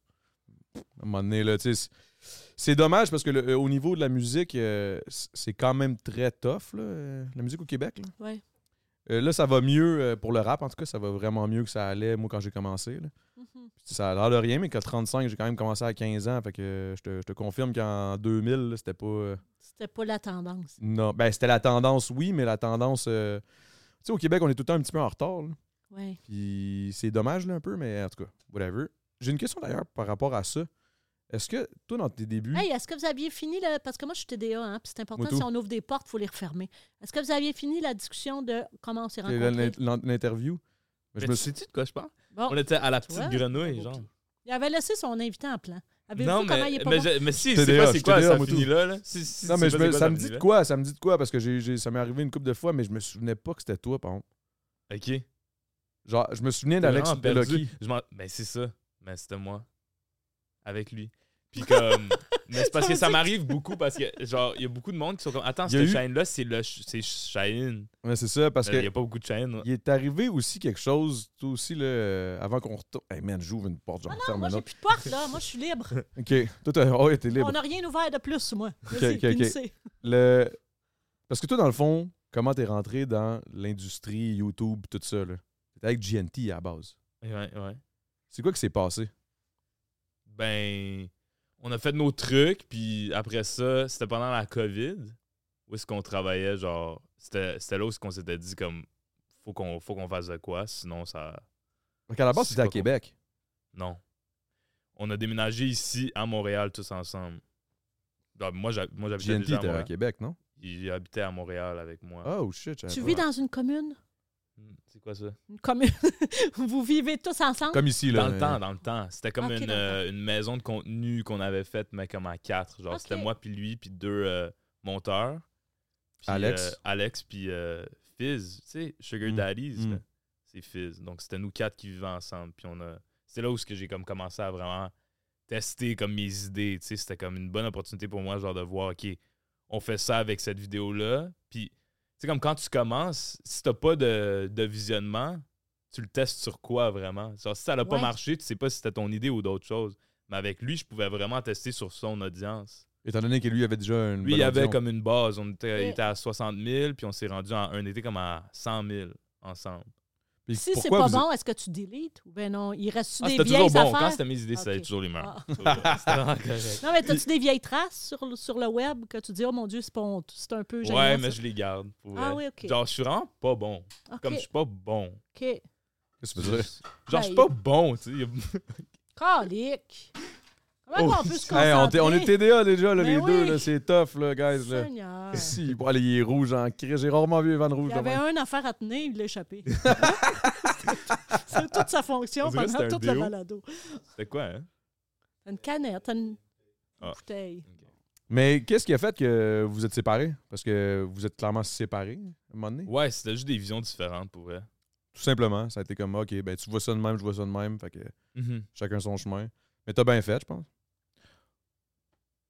[SPEAKER 1] À un moment donné, là, tu sais, c'est- c'est dommage parce que le- euh, au niveau de la musique, euh, c- c'est quand même très tough, là, euh, la musique au Québec. Là.
[SPEAKER 3] Ouais.
[SPEAKER 1] Euh, là, ça va mieux euh, pour le rap, en tout cas, ça va vraiment mieux que ça allait, moi, quand j'ai commencé. là.
[SPEAKER 3] Mhm.
[SPEAKER 1] Puis Ça a l'air de rien, mais qu'à 35, j'ai quand même commencé à 15 ans. Fait que euh, je te, je te confirme qu'en 2000, là, c'était pas. euh,
[SPEAKER 3] C'était pas la tendance.
[SPEAKER 1] non, ben c'était la tendance, oui, mais la tendance. euh, Tu sais, au Québec, on est tout le temps un petit peu en retard. là.
[SPEAKER 3] Ouais.
[SPEAKER 1] Puis c'est dommage, là, un peu, mais en tout cas, whatever. J'ai une question d'ailleurs par rapport à ça. Est-ce que, toi, dans tes
[SPEAKER 2] Mm.
[SPEAKER 1] débuts.
[SPEAKER 3] Hey, est-ce que vous aviez fini, le- parce que moi, je suis TDA, hein, puis c'est important,
[SPEAKER 1] Moi tout.
[SPEAKER 3] si on ouvre des portes, il faut les refermer. Est-ce que vous aviez fini la discussion de comment on s'est
[SPEAKER 1] t'es là,
[SPEAKER 3] rencontrés?
[SPEAKER 1] l'in- l'in- l'interview. Ben,
[SPEAKER 2] Mais
[SPEAKER 1] je me
[SPEAKER 2] tu
[SPEAKER 1] suis
[SPEAKER 2] sais-tu de quoi je parle?
[SPEAKER 3] Bon,
[SPEAKER 2] On était à la
[SPEAKER 3] tu
[SPEAKER 2] petite
[SPEAKER 3] vois,
[SPEAKER 2] grenouille,
[SPEAKER 3] c'est pas
[SPEAKER 2] genre.
[SPEAKER 3] beau. il avait laissé son invité en plan. Avez-vous
[SPEAKER 2] Non,
[SPEAKER 3] vu comment
[SPEAKER 2] mais,
[SPEAKER 3] il est pas
[SPEAKER 2] mais,
[SPEAKER 3] bon?
[SPEAKER 2] je- mais si,
[SPEAKER 1] Je te
[SPEAKER 2] c'est
[SPEAKER 1] dirai,
[SPEAKER 2] pas
[SPEAKER 1] je
[SPEAKER 2] c'est
[SPEAKER 1] te
[SPEAKER 2] quoi,
[SPEAKER 1] dirai,
[SPEAKER 2] ça
[SPEAKER 1] moi,
[SPEAKER 2] finit
[SPEAKER 1] tout.
[SPEAKER 2] là, là. Si, si,
[SPEAKER 1] Non,
[SPEAKER 2] c'est
[SPEAKER 1] mais
[SPEAKER 2] pas
[SPEAKER 1] je
[SPEAKER 2] c'est
[SPEAKER 1] me-
[SPEAKER 2] quoi,
[SPEAKER 1] ça me
[SPEAKER 2] finit
[SPEAKER 1] dit de
[SPEAKER 2] là.
[SPEAKER 1] quoi? Ça me dit de quoi? Parce que j'ai- j'ai- ça m'est arrivé une couple de fois, mais je me souvenais pas que c'était toi, par contre.
[SPEAKER 2] Ok.
[SPEAKER 1] Genre, je me souvenais
[SPEAKER 2] T'es
[SPEAKER 1] d'Alex
[SPEAKER 2] vraiment perdu.
[SPEAKER 1] Bellocchi.
[SPEAKER 2] Je m'en- Ben, c'est ça. Ben, c'était moi. Avec lui.
[SPEAKER 3] (laughs)
[SPEAKER 2] Puis comme. mais c'est parce
[SPEAKER 3] Ça
[SPEAKER 2] que
[SPEAKER 3] veut
[SPEAKER 2] ça
[SPEAKER 3] dire
[SPEAKER 2] m'arrive beaucoup parce que, genre, il y a beaucoup de monde qui sont comme. Attends,
[SPEAKER 1] Il y a
[SPEAKER 2] cette
[SPEAKER 1] eu-
[SPEAKER 2] Shine-là, c'est le ch- c'est Shine.
[SPEAKER 1] Ouais, c'est ça, parce
[SPEAKER 2] Il n'y
[SPEAKER 1] que
[SPEAKER 2] a pas beaucoup de Shine.
[SPEAKER 1] il est arrivé aussi quelque chose, toi aussi, là, euh, avant qu'on retourne. Hey man, j'ouvre une porte, j'en ferme
[SPEAKER 3] Ah Moi,
[SPEAKER 1] une
[SPEAKER 3] j'ai
[SPEAKER 1] autre.
[SPEAKER 3] plus de porte, là. Moi, je suis
[SPEAKER 2] (laughs)
[SPEAKER 3] libre.
[SPEAKER 1] Ok, toi, t'as- oh, t'es libre.
[SPEAKER 3] On n'a rien ouvert de plus, moi.
[SPEAKER 1] Ok,
[SPEAKER 3] Vas-y,
[SPEAKER 1] ok, ok.
[SPEAKER 3] finissez.
[SPEAKER 1] Le... Parce que toi, dans le fond, comment t'es rentré dans l'industrie, YouTube, tout ça, là? T'étais avec GNT à la base.
[SPEAKER 2] Ouais, ouais.
[SPEAKER 1] C'est quoi qui s'est passé?
[SPEAKER 2] Ben. On a fait nos trucs, puis après ça, c'était pendant la COVID. Où est-ce qu'on travaillait, genre. C'était c'était là où est-ce qu'on s'était dit, comme. Faut qu'on faut qu'on fasse de quoi, sinon ça.
[SPEAKER 1] Parce qu'à la base,
[SPEAKER 2] C'est
[SPEAKER 1] c'était à
[SPEAKER 2] quoi qu'on-
[SPEAKER 1] Québec.
[SPEAKER 2] Non. On a déménagé ici, à Montréal, tous ensemble. Ben, moi, j'ha- moi, j'habitais
[SPEAKER 1] GNT
[SPEAKER 2] déjà à
[SPEAKER 1] était à
[SPEAKER 2] Montréal.
[SPEAKER 1] Québec, non?
[SPEAKER 2] Il habitait à Montréal avec moi.
[SPEAKER 1] Oh shit, j'avais
[SPEAKER 3] Tu
[SPEAKER 1] pas-
[SPEAKER 3] vis dans une commune?
[SPEAKER 2] Hmm, C'est quoi ça?
[SPEAKER 3] Une commune? (laughs) vous vivez tous ensemble?
[SPEAKER 1] Comme ici, là.
[SPEAKER 2] Dans le
[SPEAKER 1] euh,
[SPEAKER 2] temps, dans le temps. C'était comme
[SPEAKER 3] Ah, Ok, dans
[SPEAKER 2] une,
[SPEAKER 3] le
[SPEAKER 2] euh, une maison de contenu qu'on avait faite, mais comme à quatre. Genre,
[SPEAKER 3] Ok.
[SPEAKER 2] c'était moi, puis lui, puis deux euh, monteurs. Puis,
[SPEAKER 1] Alex.
[SPEAKER 2] euh, Alex, puis euh, Fizz. Tu sais, Sugar
[SPEAKER 1] Mm.
[SPEAKER 2] Daddies,
[SPEAKER 1] Mm.
[SPEAKER 2] là, c'est Fizz. Donc, c'était nous quatre qui vivions ensemble. Puis on a... C'est là où ce que j'ai comme commencé à vraiment tester comme mes idées. Tu sais, c'était comme une bonne opportunité pour moi, genre, de voir, OK, on fait ça avec cette vidéo-là. Puis, tu sais, comme quand tu commences, si t'as pas de, de visionnement, tu le testes sur quoi vraiment? Genre, si ça n'a pas
[SPEAKER 3] Ouais.
[SPEAKER 2] marché, tu sais pas si c'était ton idée ou d'autres choses. Mais avec lui, je pouvais vraiment tester sur son audience.
[SPEAKER 1] Étant donné que lui avait déjà une.
[SPEAKER 2] Lui,
[SPEAKER 1] bonne
[SPEAKER 2] il avait
[SPEAKER 1] audience.
[SPEAKER 2] comme une base. On était, il
[SPEAKER 3] Et-
[SPEAKER 2] était à 60 000, puis on s'est rendu en un été comme à 100 000 ensemble. Ah,
[SPEAKER 1] Puis
[SPEAKER 3] si c'est
[SPEAKER 1] pourquoi
[SPEAKER 3] pas
[SPEAKER 1] vous-
[SPEAKER 3] bon, est-ce que tu délites? Ou bien non, il reste
[SPEAKER 2] Ah,
[SPEAKER 3] des
[SPEAKER 2] c'était
[SPEAKER 3] vieilles
[SPEAKER 2] toujours bon. Quand
[SPEAKER 3] affaires?
[SPEAKER 2] c'était mes idées, c'était
[SPEAKER 3] Ok.
[SPEAKER 2] toujours
[SPEAKER 1] (laughs)
[SPEAKER 2] les meilleurs. (laughs)
[SPEAKER 3] Ah.
[SPEAKER 2] C'était
[SPEAKER 3] (laughs)
[SPEAKER 2] vraiment correct.
[SPEAKER 3] Non, mais as-tu des vieilles traces sur, le- sur le web que tu dis, oh mon Dieu, c'est pas honte- c'est un peu gênant?
[SPEAKER 2] Ouais,
[SPEAKER 3] ça?
[SPEAKER 2] mais je les garde. pour
[SPEAKER 3] Ah
[SPEAKER 2] vrai.
[SPEAKER 3] oui, ok.
[SPEAKER 2] Genre, je suis vraiment pas bon.
[SPEAKER 3] OK,
[SPEAKER 2] Comme je suis pas bon.
[SPEAKER 3] OK.
[SPEAKER 1] Qu'est-ce que tu veux dire?
[SPEAKER 2] Genre, je suis pas bon, tu sais.
[SPEAKER 3] Calique! Comment
[SPEAKER 1] Oh.
[SPEAKER 3] on peut se concentrer?
[SPEAKER 1] Hey, on, t'est- on est TDA déjà, là,
[SPEAKER 3] Mais
[SPEAKER 1] les deux.
[SPEAKER 3] oui.
[SPEAKER 1] là, C'est tough, là, guys. Là.
[SPEAKER 3] Seigneur!
[SPEAKER 1] Si, bon, allez, il est rouge en cri. J'ai rarement vu Evan
[SPEAKER 3] Il
[SPEAKER 1] rouge.
[SPEAKER 3] y
[SPEAKER 1] de
[SPEAKER 3] avait
[SPEAKER 1] même.
[SPEAKER 3] un affaire à tenir, il
[SPEAKER 1] (laughs)
[SPEAKER 3] l'a échappé. c'est toute sa fonction
[SPEAKER 2] On dirait que
[SPEAKER 3] pendant
[SPEAKER 2] c'était un
[SPEAKER 3] tout le
[SPEAKER 2] déo.
[SPEAKER 3] balado.
[SPEAKER 2] C'était quoi, hein?
[SPEAKER 3] T'as une canette, t'as une
[SPEAKER 2] Ah.
[SPEAKER 3] bouteille.
[SPEAKER 1] Mais qu'est-ce qui a fait que vous êtes séparés? Parce que vous êtes clairement séparés, à un moment donné.
[SPEAKER 2] Ouais, c'était juste des visions différentes pour vrai.
[SPEAKER 1] Tout simplement. Ça a été comme, OK, ben, tu vois ça de même, je vois ça de même. Fait que
[SPEAKER 2] Mm-hmm.
[SPEAKER 1] chacun son chemin. Mais t'as bien fait, je pense.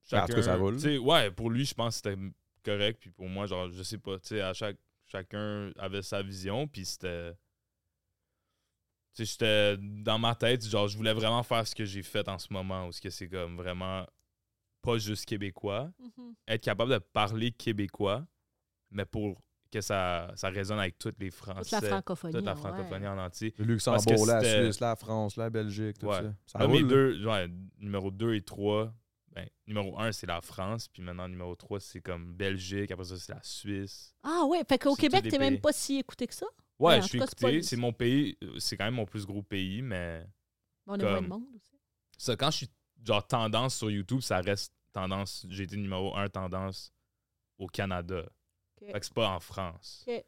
[SPEAKER 2] Chacun,
[SPEAKER 1] en tout cas, ça roule.
[SPEAKER 2] tu sais, Ouais, pour lui, je pense que c'était correct. Puis pour moi, genre, je sais pas, tu sais, à chaque, chacun avait sa vision. Puis c'était. Tu sais, j'étais dans ma tête, genre, je voulais vraiment faire ce que j'ai fait en ce moment. Ou ce que c'est comme vraiment pas juste québécois.
[SPEAKER 3] Mhm.
[SPEAKER 2] Être capable de parler québécois, mais pour que ça, ça résonne avec toutes les
[SPEAKER 3] Toute
[SPEAKER 2] Français.
[SPEAKER 3] la francophonie.
[SPEAKER 2] Ah, toute la
[SPEAKER 3] ouais.
[SPEAKER 2] francophonie en entier.
[SPEAKER 1] Le Luxembourg,
[SPEAKER 2] Parce que
[SPEAKER 1] la
[SPEAKER 2] c'était-
[SPEAKER 1] Suisse, la France, la Belgique, tout
[SPEAKER 2] Ouais.
[SPEAKER 1] ça. Ça
[SPEAKER 2] Là, mes
[SPEAKER 1] roule, là.
[SPEAKER 2] deux, ouais, numéro 2 et 3, ben, numéro 1, c'est la France, puis maintenant, numéro 3, c'est comme Belgique, après ça, c'est la Suisse.
[SPEAKER 3] Ah oui, fait qu'au
[SPEAKER 2] C'est
[SPEAKER 3] Québec,
[SPEAKER 2] tous des
[SPEAKER 3] t'es même
[SPEAKER 2] pays.
[SPEAKER 3] pas si écouté que ça.
[SPEAKER 2] Ouais,
[SPEAKER 3] Ouais, en
[SPEAKER 2] je suis
[SPEAKER 3] tout cas, c'est pas
[SPEAKER 2] écouté,
[SPEAKER 3] lui.
[SPEAKER 2] c'est mon pays, euh, c'est quand même mon plus gros pays, mais
[SPEAKER 3] On est moins de
[SPEAKER 2] Comme-
[SPEAKER 3] monde aussi.
[SPEAKER 2] ça, quand je suis genre tendance sur YouTube, ça reste tendance, j'ai été numéro 1 tendance au Canada.
[SPEAKER 3] Ok.
[SPEAKER 2] Fait que c'est pas en France.
[SPEAKER 3] Ok.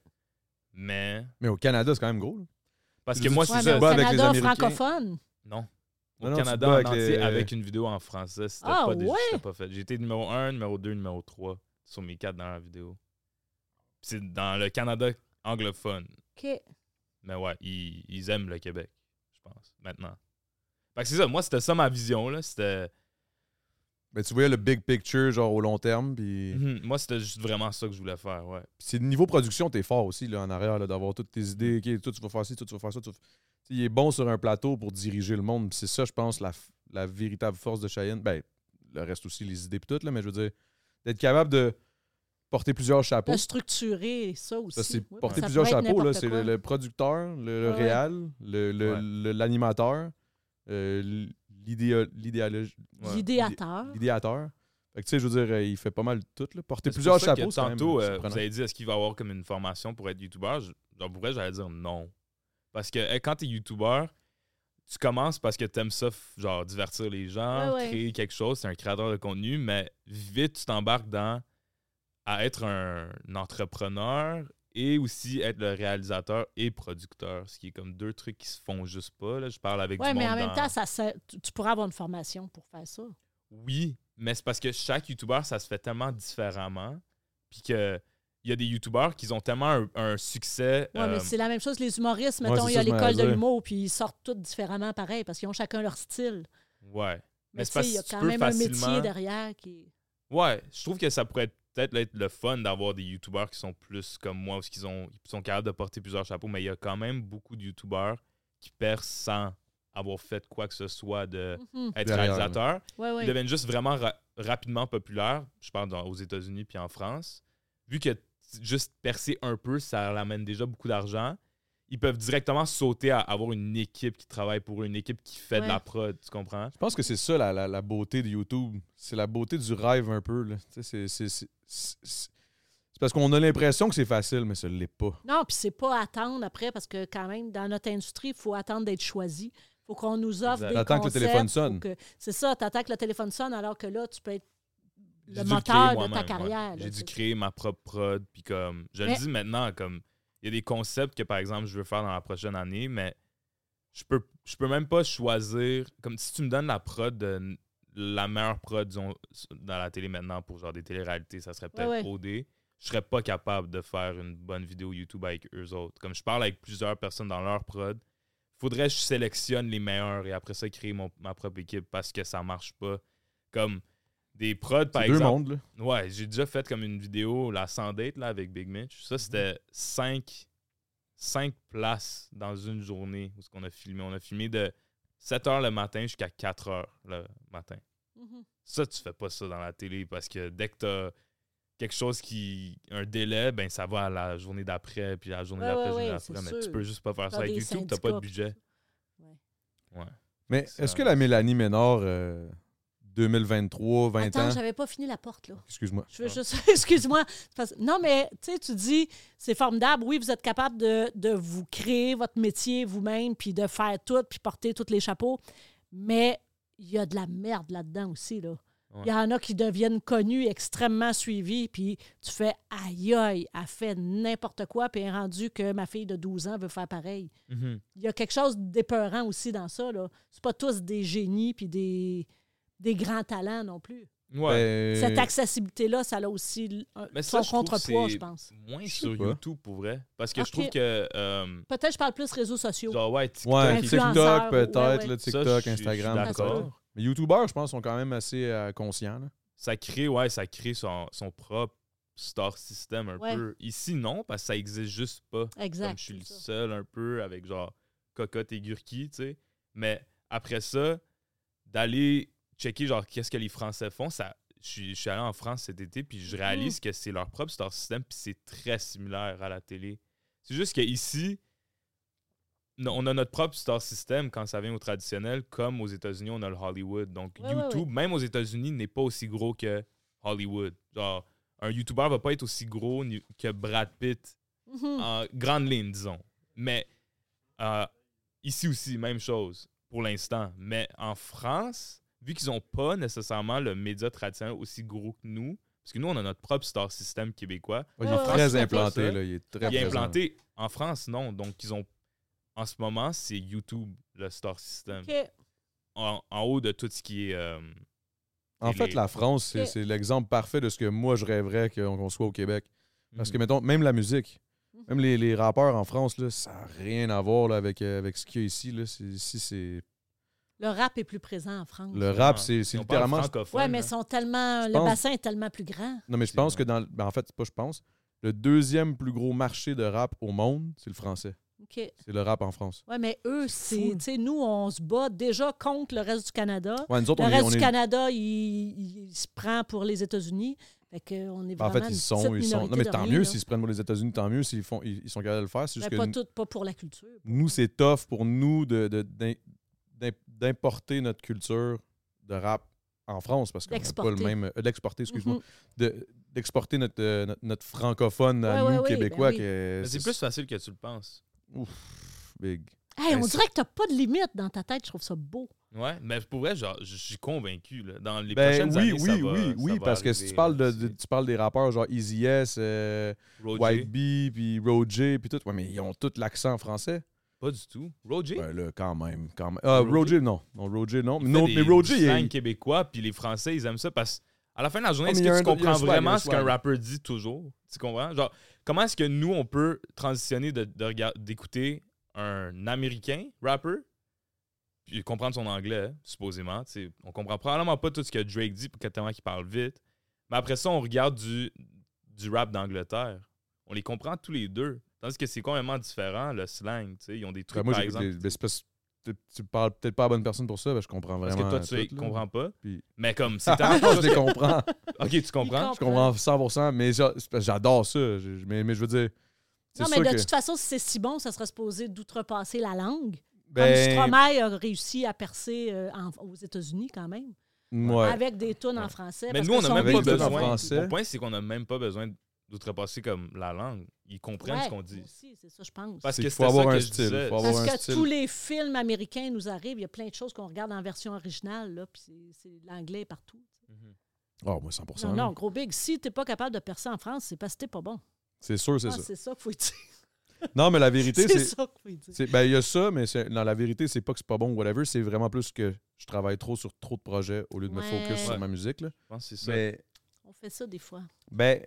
[SPEAKER 2] Mais,
[SPEAKER 1] Mais au Canada, c'est quand même gros. là.
[SPEAKER 2] parce
[SPEAKER 1] Je
[SPEAKER 2] que
[SPEAKER 1] dis-
[SPEAKER 2] moi,
[SPEAKER 1] tu
[SPEAKER 2] c'est
[SPEAKER 3] mais
[SPEAKER 2] ça.
[SPEAKER 3] au
[SPEAKER 1] bats avec les
[SPEAKER 3] Canada
[SPEAKER 1] Américains.
[SPEAKER 3] francophone.
[SPEAKER 2] Non. Au
[SPEAKER 1] Non, non, tu
[SPEAKER 2] Canada
[SPEAKER 1] te bats
[SPEAKER 2] en
[SPEAKER 1] avec
[SPEAKER 2] entier,
[SPEAKER 1] les- euh,
[SPEAKER 2] avec une vidéo en français, c'était
[SPEAKER 3] Ah,
[SPEAKER 2] pas, des-
[SPEAKER 3] ouais?
[SPEAKER 2] c'était pas fait. J'étais numéro 1, numéro 2, numéro 3 sur mes 4 dans la vidéo. Puis C'est dans le Canada anglophone.
[SPEAKER 3] OK.
[SPEAKER 1] Oh.
[SPEAKER 2] Mais ouais, ils, ils aiment le Québec, je pense, maintenant. Fait que c'est ça, moi, c'était ça ma vision, là. C'était...
[SPEAKER 1] Ben, tu voyais le big picture, genre au long terme. Puis
[SPEAKER 2] Mhm, Moi, c'était juste vraiment ça que je voulais faire, ouais.
[SPEAKER 1] Puis c'est niveau production, t'es fort aussi là, en arrière, là, d'avoir toutes tes idées. OK, toi, tu vas faire ci, toi, tu vas faire ça. toi, tu- Tu sais, Il est bon sur un plateau pour diriger le monde. puis C'est ça, je pense, la, f- la véritable force de Cheyenne. Ben, le reste aussi, les idées et tout, là, mais je veux dire, d'être capable de porter plusieurs chapeaux.
[SPEAKER 3] De structurer ça aussi.
[SPEAKER 1] Ça, c'est
[SPEAKER 3] Ouais, parce
[SPEAKER 1] porter
[SPEAKER 3] que ça
[SPEAKER 1] plusieurs
[SPEAKER 3] peut être
[SPEAKER 1] chapeaux. là,
[SPEAKER 3] n'importe
[SPEAKER 1] C'est
[SPEAKER 3] quoi.
[SPEAKER 1] le, le producteur, le, le
[SPEAKER 3] Ouais, ouais.
[SPEAKER 1] réal, le- le-
[SPEAKER 2] Ouais.
[SPEAKER 1] le- l'animateur, euh, l- l'idéo- l'idéologie- ouais,
[SPEAKER 3] L'idéateur.
[SPEAKER 1] l'idé- L'idéateur. Fait que, tu sais, je veux dire, euh, il fait pas mal tout, là. Porter
[SPEAKER 2] C'est
[SPEAKER 1] plusieurs
[SPEAKER 2] pour ça que
[SPEAKER 1] chapeaux, c'est quand même
[SPEAKER 2] Tantôt, euh,
[SPEAKER 1] surprenant.
[SPEAKER 2] vous avez dit, est-ce qu'il va y avoir comme une formation pour être youtubeur? Je- Genre, pour vrai, j'allais dire non. Parce que hey, quand tu es youtubeur, tu commences parce que tu aimes ça, f- genre, divertir les gens,
[SPEAKER 3] Ouais, ouais.
[SPEAKER 2] créer quelque chose, c'est un créateur de contenu, mais vite, tu t'embarques dans à être un, un entrepreneur et aussi être le réalisateur et producteur, ce qui est comme deux trucs qui se font juste pas. là. Je parle avec
[SPEAKER 3] Oui,
[SPEAKER 2] du monde
[SPEAKER 3] mais en même
[SPEAKER 2] dans-
[SPEAKER 3] temps, ça, sert- tu, tu pourrais avoir une formation pour faire ça.
[SPEAKER 2] oui, mais c'est parce que chaque youtubeur, ça se fait tellement différemment. Puis que il y a des youtubeurs qui ont tellement un, un succès.
[SPEAKER 3] Oui,
[SPEAKER 2] euh,
[SPEAKER 3] mais c'est la même chose que les humoristes.
[SPEAKER 1] ouais,
[SPEAKER 3] Mettons,
[SPEAKER 1] c'est
[SPEAKER 3] il y a
[SPEAKER 1] ça, je m'en
[SPEAKER 3] l'école de
[SPEAKER 1] allais.
[SPEAKER 3] l'humour, puis ils sortent tous différemment pareil, parce qu'ils ont chacun leur style.
[SPEAKER 2] ouais.
[SPEAKER 3] Mais,
[SPEAKER 2] Mais
[SPEAKER 3] tu sais,
[SPEAKER 2] c'est parce
[SPEAKER 3] il y a
[SPEAKER 2] que tu
[SPEAKER 3] quand
[SPEAKER 2] peux
[SPEAKER 3] même un métier
[SPEAKER 2] facilement-
[SPEAKER 3] derrière qui.
[SPEAKER 2] Ouais, je trouve que ça pourrait être- peut-être être le fun d'avoir des youtubeurs qui sont plus comme moi, parce qu'ils ont, ils sont capables de porter plusieurs chapeaux, mais il y a quand même beaucoup de youtubeurs qui perdent sans avoir fait quoi que ce soit de
[SPEAKER 3] Mhm.
[SPEAKER 2] être
[SPEAKER 1] Derrière, là.
[SPEAKER 2] réalisateur.
[SPEAKER 3] Ouais, ouais.
[SPEAKER 2] ils deviennent juste vraiment ra- rapidement populaires, je parle dans- aux États-Unis puis en France, vu que t- juste percer un peu, ça l'amène déjà beaucoup d'argent, ils peuvent directement sauter à avoir une équipe qui travaille pour eux, une équipe qui fait
[SPEAKER 3] Ouais.
[SPEAKER 2] de la prod, tu comprends?
[SPEAKER 1] Je pense que c'est ça la, la- la beauté de YouTube. C'est la beauté du rêve un peu. là. Tu sais, c'est- c'est- C'est c'est- c'est- c'est parce qu'on a l'impression que c'est facile, mais ça ne l'est pas.
[SPEAKER 3] Non, puis c'est pas attendre après, parce que quand même, dans notre industrie, il faut attendre d'être choisi. Il faut qu'on nous offre
[SPEAKER 2] Exact.
[SPEAKER 3] des
[SPEAKER 1] T'attends que le
[SPEAKER 3] concepts,
[SPEAKER 1] téléphone
[SPEAKER 3] faut
[SPEAKER 1] sonne.
[SPEAKER 3] que- C'est ça, t'attends que le téléphone sonne, alors que là, tu peux être le
[SPEAKER 2] J'ai dû créer
[SPEAKER 3] moteur de
[SPEAKER 2] moi-même,
[SPEAKER 3] ta
[SPEAKER 2] ouais.
[SPEAKER 3] carrière. là,
[SPEAKER 2] J'ai
[SPEAKER 3] tu
[SPEAKER 2] dû
[SPEAKER 3] sais.
[SPEAKER 2] créer ma propre prod, puis comme, je
[SPEAKER 3] Mais-
[SPEAKER 2] le dis maintenant, comme, il y a des concepts que, par exemple, je veux faire dans la prochaine année, mais je peux, je peux même pas choisir, comme si tu me donnes la prod de- la meilleure prod disons, dans la télé maintenant pour genre des téléréalités, ça serait peut-être
[SPEAKER 3] Ouais, ouais.
[SPEAKER 2] OD. Je serais pas capable de faire une bonne vidéo YouTube avec eux autres. Comme je parle avec plusieurs personnes dans leur prod, faudrait que je sélectionne les meilleurs et après ça créer mon- ma propre équipe parce que ça marche pas. Comme des prods par
[SPEAKER 1] C'est deux
[SPEAKER 2] exemple.
[SPEAKER 1] mondes. là.
[SPEAKER 2] Ouais, j'ai déjà fait comme une vidéo, la 100 date là, avec Big Mitch.
[SPEAKER 3] Mhm.
[SPEAKER 2] Ça, c'était cinq, cinq places dans une journée où ce qu'on a filmé. On a filmé de 7 h le matin jusqu'à 4 h le matin.
[SPEAKER 3] Mhm.
[SPEAKER 2] Ça, tu fais pas ça dans la télé parce que dès que t'as quelque chose qui. un délai, ben ça va à la journée d'après, puis à la journée
[SPEAKER 3] Ouais,
[SPEAKER 2] d'après,
[SPEAKER 3] ouais,
[SPEAKER 2] journée
[SPEAKER 3] ouais,
[SPEAKER 2] d'après.
[SPEAKER 3] c'est
[SPEAKER 2] Mais tu
[SPEAKER 3] sûr.
[SPEAKER 2] peux juste pas faire ça
[SPEAKER 3] Faire
[SPEAKER 2] avec
[SPEAKER 3] des
[SPEAKER 2] YouTube, t'as pas de budget.
[SPEAKER 3] syndicats,
[SPEAKER 1] Mais
[SPEAKER 2] Ça-
[SPEAKER 1] est-ce que la Mélanie Ménard, euh, 2023, 20
[SPEAKER 3] Attends,
[SPEAKER 1] ans.
[SPEAKER 3] j'avais pas fini la porte, là.
[SPEAKER 1] Excuse-moi.
[SPEAKER 3] Je veux
[SPEAKER 2] Ah.
[SPEAKER 3] juste, (laughs) excuse-moi. Parce- Non, mais tu sais, tu dis, c'est formidable. Oui, vous êtes capable de, de vous créer votre métier vous-même, puis de faire tout, puis porter tous les chapeaux. Mais il y a de la merde là-dedans aussi, là. Il y en a qui deviennent connus, extrêmement suivis, puis tu fais aïe aïe, elle fait n'importe quoi, puis elle est rendu que ma fille de 12 ans veut faire pareil.
[SPEAKER 2] Mhm.
[SPEAKER 3] Il y a quelque chose d'épeurant aussi dans ça, là. C'est pas tous des génies, puis des, des grands talents non plus.
[SPEAKER 2] Ouais.
[SPEAKER 1] Ben,
[SPEAKER 3] Cette accessibilité-là, ça a aussi l- un-
[SPEAKER 2] Mais
[SPEAKER 3] son
[SPEAKER 2] ça, je trouve que
[SPEAKER 3] contrepoids,
[SPEAKER 2] c'est
[SPEAKER 3] je pense.
[SPEAKER 2] Moins
[SPEAKER 1] Je sais
[SPEAKER 2] sur
[SPEAKER 1] pas.
[SPEAKER 2] YouTube pour vrai. Parce que
[SPEAKER 3] Ok.
[SPEAKER 2] je trouve que. euh,
[SPEAKER 3] Peut-être que je parle plus réseaux sociaux.
[SPEAKER 2] genre, ouais, TikTok,
[SPEAKER 1] Ouais,
[SPEAKER 2] et-
[SPEAKER 1] TikTok
[SPEAKER 3] influenceurs,
[SPEAKER 1] peut-être,
[SPEAKER 3] ouais, ouais.
[SPEAKER 1] là,
[SPEAKER 2] Ça,
[SPEAKER 1] TikTok,
[SPEAKER 2] je suis- je suis
[SPEAKER 1] Instagram. peut-être.
[SPEAKER 2] D'accord.
[SPEAKER 1] Mais YouTubeurs, je pense, sont quand même assez euh, conscients. là.
[SPEAKER 2] Ça crée, ouais, ça crée son, son propre star system un
[SPEAKER 3] Ouais.
[SPEAKER 2] peu. Ici, non, parce que ça existe juste pas. Comme
[SPEAKER 3] Exact.
[SPEAKER 2] je suis le
[SPEAKER 3] c'est ça.
[SPEAKER 2] seul un peu avec genre cocotte et gurki, tu sais. Mais après ça, d'aller checker genre qu'est-ce que les Français font, ça. Je suis, je suis allé en France cet été, puis je
[SPEAKER 3] Mhm.
[SPEAKER 2] réalise que c'est leur propre star system, puis c'est très similaire à la télé. C'est juste qu'ici, on a notre propre star system quand ça vient au traditionnel, comme aux États-Unis, on a le Hollywood. Donc,
[SPEAKER 3] Ouais, ouais,
[SPEAKER 2] YouTube, même aux États-Unis, n'est pas aussi gros que Hollywood. Genre, un YouTuber va pas être aussi gros ni- que Brad Pitt
[SPEAKER 3] Mhm.
[SPEAKER 2] en grande ligne, disons. Mais euh, ici aussi, même chose pour l'instant. Mais en France, vu qu'ils n'ont pas nécessairement le média traditionnel aussi gros que nous, parce que nous, on a notre propre star system québécois.
[SPEAKER 1] Il
[SPEAKER 3] Ouais,
[SPEAKER 1] est
[SPEAKER 3] ouais,
[SPEAKER 1] très
[SPEAKER 2] c'est
[SPEAKER 1] implanté.
[SPEAKER 2] ça.
[SPEAKER 1] Là, il est très
[SPEAKER 2] Il est
[SPEAKER 1] présent.
[SPEAKER 2] implanté en France, non. Donc, ils ont. En ce moment, c'est YouTube, le star
[SPEAKER 1] Ah,
[SPEAKER 2] system.
[SPEAKER 1] euh,
[SPEAKER 3] OK.
[SPEAKER 2] En, en haut de tout ce qui est. euh,
[SPEAKER 1] En
[SPEAKER 2] Et
[SPEAKER 1] fait,
[SPEAKER 2] les-
[SPEAKER 1] la France, c'est
[SPEAKER 3] Ok.
[SPEAKER 1] c'est l'exemple parfait de ce que moi, je rêverais qu'on qu'on soit au Québec. Parce que,
[SPEAKER 2] Mhm.
[SPEAKER 1] mettons, même la musique,
[SPEAKER 3] Mhm.
[SPEAKER 1] même les, les rappeurs en France, là, ça n'a rien à voir là, avec, euh, avec ce qu'il y a ici. Là. C'est- Ici, c'est.
[SPEAKER 3] Le rap est plus présent en France.
[SPEAKER 1] Le rap,
[SPEAKER 2] Ouais.
[SPEAKER 1] c'est c'est
[SPEAKER 2] Si on parle
[SPEAKER 1] littéralement.
[SPEAKER 2] francophone,
[SPEAKER 3] Oui, mais
[SPEAKER 2] là.
[SPEAKER 3] sont tellement,
[SPEAKER 1] Je
[SPEAKER 3] le
[SPEAKER 1] pense-
[SPEAKER 3] bassin est tellement plus grand.
[SPEAKER 1] Non, mais je
[SPEAKER 2] C'est
[SPEAKER 1] pense
[SPEAKER 2] vrai.
[SPEAKER 1] que dans. le- ben, en fait, c'est pas je pense. Le deuxième plus gros marché de rap au monde, c'est le français.
[SPEAKER 3] OK.
[SPEAKER 1] C'est le rap en France.
[SPEAKER 3] Oui, mais eux, c'est. tu sais, Nous, on se bat déjà contre le reste du Canada.
[SPEAKER 1] Ouais, nous autres,
[SPEAKER 3] Le
[SPEAKER 1] on est.
[SPEAKER 3] reste
[SPEAKER 1] on
[SPEAKER 3] du
[SPEAKER 1] est-
[SPEAKER 3] Canada, il, il se prend pour les États-Unis. Fait que on est
[SPEAKER 1] ben, en
[SPEAKER 3] vraiment
[SPEAKER 1] fait,
[SPEAKER 3] une
[SPEAKER 1] ils sont.
[SPEAKER 3] petite
[SPEAKER 1] Ils sont...
[SPEAKER 3] minorité
[SPEAKER 1] Non, mais
[SPEAKER 3] de
[SPEAKER 1] tant
[SPEAKER 3] rien,
[SPEAKER 1] mieux
[SPEAKER 3] là. Ben,
[SPEAKER 1] s'ils se prennent pour les États-Unis, tant mieux s'ils font... ils ils sont capables de le faire. C'est
[SPEAKER 3] Mais
[SPEAKER 1] juste que
[SPEAKER 3] pas tout, pas pour la culture.
[SPEAKER 1] nous, c'est tough pour nous de, de- d'in- d'in- d'importer notre culture de rap en France parce qu'on n'a pas le
[SPEAKER 3] D'exporter.
[SPEAKER 1] même. euh, d'exporter, excuse-moi.
[SPEAKER 3] Mhm.
[SPEAKER 1] de- D'exporter notre, euh, notre, notre francophone à
[SPEAKER 3] Ouais, ouais,
[SPEAKER 1] nous,
[SPEAKER 3] ouais,
[SPEAKER 1] québécois.
[SPEAKER 3] ben oui.
[SPEAKER 1] que-
[SPEAKER 2] Mais c'est plus facile que tu le penses.
[SPEAKER 1] Ouf, big.
[SPEAKER 3] Hey,
[SPEAKER 1] Ben,
[SPEAKER 3] on
[SPEAKER 1] c'est-
[SPEAKER 3] dirait que t'as pas de limite dans ta tête. Je trouve ça beau.
[SPEAKER 2] Ouais, mais pour vrai, genre, je suis convaincu. Là, dans les
[SPEAKER 1] Ben
[SPEAKER 2] prochaines
[SPEAKER 1] oui,
[SPEAKER 2] années,
[SPEAKER 1] oui,
[SPEAKER 2] ça va-
[SPEAKER 1] oui,
[SPEAKER 2] ça
[SPEAKER 1] oui,
[SPEAKER 2] va
[SPEAKER 1] parce que si
[SPEAKER 2] arriver,
[SPEAKER 1] tu parles, de,
[SPEAKER 2] là,
[SPEAKER 1] de-
[SPEAKER 2] c'est-
[SPEAKER 1] tu parles des rappeurs genre Easy S, euh,
[SPEAKER 2] Roger,
[SPEAKER 1] White Bee, puis Roger, puis tout, ouais, mais ils ont tous l'accent français.
[SPEAKER 2] pas du tout. Roger,
[SPEAKER 1] Ben là, quand même, quand même. Ah,
[SPEAKER 2] Roger?
[SPEAKER 1] Roger? non. Non, Roger, non.
[SPEAKER 2] il
[SPEAKER 1] Non,
[SPEAKER 2] fait
[SPEAKER 1] mais
[SPEAKER 2] des
[SPEAKER 1] Roger, il
[SPEAKER 2] slang
[SPEAKER 1] est... Ben,
[SPEAKER 2] québécois, puis les Français, ils aiment ça parce à la fin de la journée,
[SPEAKER 1] Ah,
[SPEAKER 2] est-ce
[SPEAKER 1] mais il y a
[SPEAKER 2] que
[SPEAKER 1] un-
[SPEAKER 2] tu
[SPEAKER 1] il y a un
[SPEAKER 2] comprends
[SPEAKER 1] swag, il y a
[SPEAKER 2] vraiment
[SPEAKER 1] un
[SPEAKER 2] ce qu'un
[SPEAKER 1] swag.
[SPEAKER 2] rappeur dit toujours? Tu comprends? Genre, comment est-ce que nous, on peut transitionner de- de regard- d'écouter un Américain rapper puis comprendre son anglais, hein, supposément. tu sais. on comprend probablement pas tout ce que Drake dit, pour tellement qu'il parle vite. Mais après ça, on regarde du, du rap d'Angleterre. On les comprend tous les deux. Tandis que c'est complètement différent, le slang. tu sais. Ils ont des trucs,
[SPEAKER 1] Ben, moi,
[SPEAKER 2] par
[SPEAKER 1] j'ai
[SPEAKER 2] exemple.
[SPEAKER 1] des- des espèces- tu- Tu parles peut-être pas à la bonne personne pour ça, parce que je comprends
[SPEAKER 2] Parce
[SPEAKER 1] vraiment. euh,
[SPEAKER 2] que toi, tu les
[SPEAKER 1] tout, là. (laughs)
[SPEAKER 2] comprends pas.
[SPEAKER 1] Puis-
[SPEAKER 2] Mais comme, c'est tellement quelque
[SPEAKER 1] je
[SPEAKER 3] (laughs)
[SPEAKER 2] chose
[SPEAKER 1] les
[SPEAKER 2] (laughs)
[SPEAKER 1] comprends.
[SPEAKER 2] que- Ok, tu comprends?
[SPEAKER 3] Il
[SPEAKER 1] Je comprends 100%, mais ça- c'est parce que j'adore ça. Je- je- Mais, mais je veux dire. c'est
[SPEAKER 3] Non, mais
[SPEAKER 1] sûr
[SPEAKER 3] de
[SPEAKER 1] que-
[SPEAKER 3] toute façon, si c'est si bon, ça serait supposé d'outrepasser la langue. Comme
[SPEAKER 1] ben,
[SPEAKER 3] Stromae a réussi à percer euh, en- aux États-Unis quand même,
[SPEAKER 1] ouais.
[SPEAKER 3] avec des tunes en
[SPEAKER 2] Ouais.
[SPEAKER 3] français.
[SPEAKER 2] Mais
[SPEAKER 3] parce
[SPEAKER 2] nous, on
[SPEAKER 3] que
[SPEAKER 2] n'a
[SPEAKER 3] son
[SPEAKER 2] même
[SPEAKER 1] avec
[SPEAKER 2] pas
[SPEAKER 1] le
[SPEAKER 3] public-
[SPEAKER 1] tout en
[SPEAKER 2] besoin.
[SPEAKER 1] français.
[SPEAKER 2] Mon point, c'est qu'on n'a même pas besoin d'outrepasser comme la langue. Ils comprennent
[SPEAKER 3] Ouais,
[SPEAKER 2] ce qu'on dit.
[SPEAKER 3] moi aussi, c'est ça, je pense.
[SPEAKER 2] Parce
[SPEAKER 1] C'est
[SPEAKER 2] que
[SPEAKER 1] qu'il faut
[SPEAKER 2] c'était ça
[SPEAKER 1] avoir
[SPEAKER 2] que
[SPEAKER 1] un
[SPEAKER 2] je
[SPEAKER 1] style,
[SPEAKER 2] disais.
[SPEAKER 1] faut avoir
[SPEAKER 3] Parce
[SPEAKER 1] un
[SPEAKER 3] que
[SPEAKER 1] style.
[SPEAKER 3] tous les films américains nous arrivent, il y a plein de choses qu'on regarde en version originale, là, puis c'est- c'est l'anglais partout.
[SPEAKER 2] Mhm.
[SPEAKER 1] Oh, moi, 100%.
[SPEAKER 3] Non,
[SPEAKER 1] là.
[SPEAKER 3] non, gros big, si t'es pas capable de percer en France, c'est parce que t'es pas bon.
[SPEAKER 1] C'est sûr, c'est
[SPEAKER 3] Ah,
[SPEAKER 1] ça.
[SPEAKER 3] C'est ça qu'il faut dire.
[SPEAKER 1] Non, mais la vérité,
[SPEAKER 3] (laughs) C'est
[SPEAKER 1] c'est.
[SPEAKER 3] ça qu'il faut dire.
[SPEAKER 1] C'est- ben, il y a ça, mais c'est- dans la vérité, c'est pas que c'est pas bon ou whatever. C'est vraiment plus que je travaille trop sur trop de projets au lieu de me
[SPEAKER 3] Ouais.
[SPEAKER 1] focus
[SPEAKER 2] Ouais.
[SPEAKER 1] sur ma musique. Là.
[SPEAKER 2] Je pense que c'est ça.
[SPEAKER 1] Mais,
[SPEAKER 3] On fait ça des fois.
[SPEAKER 1] ben,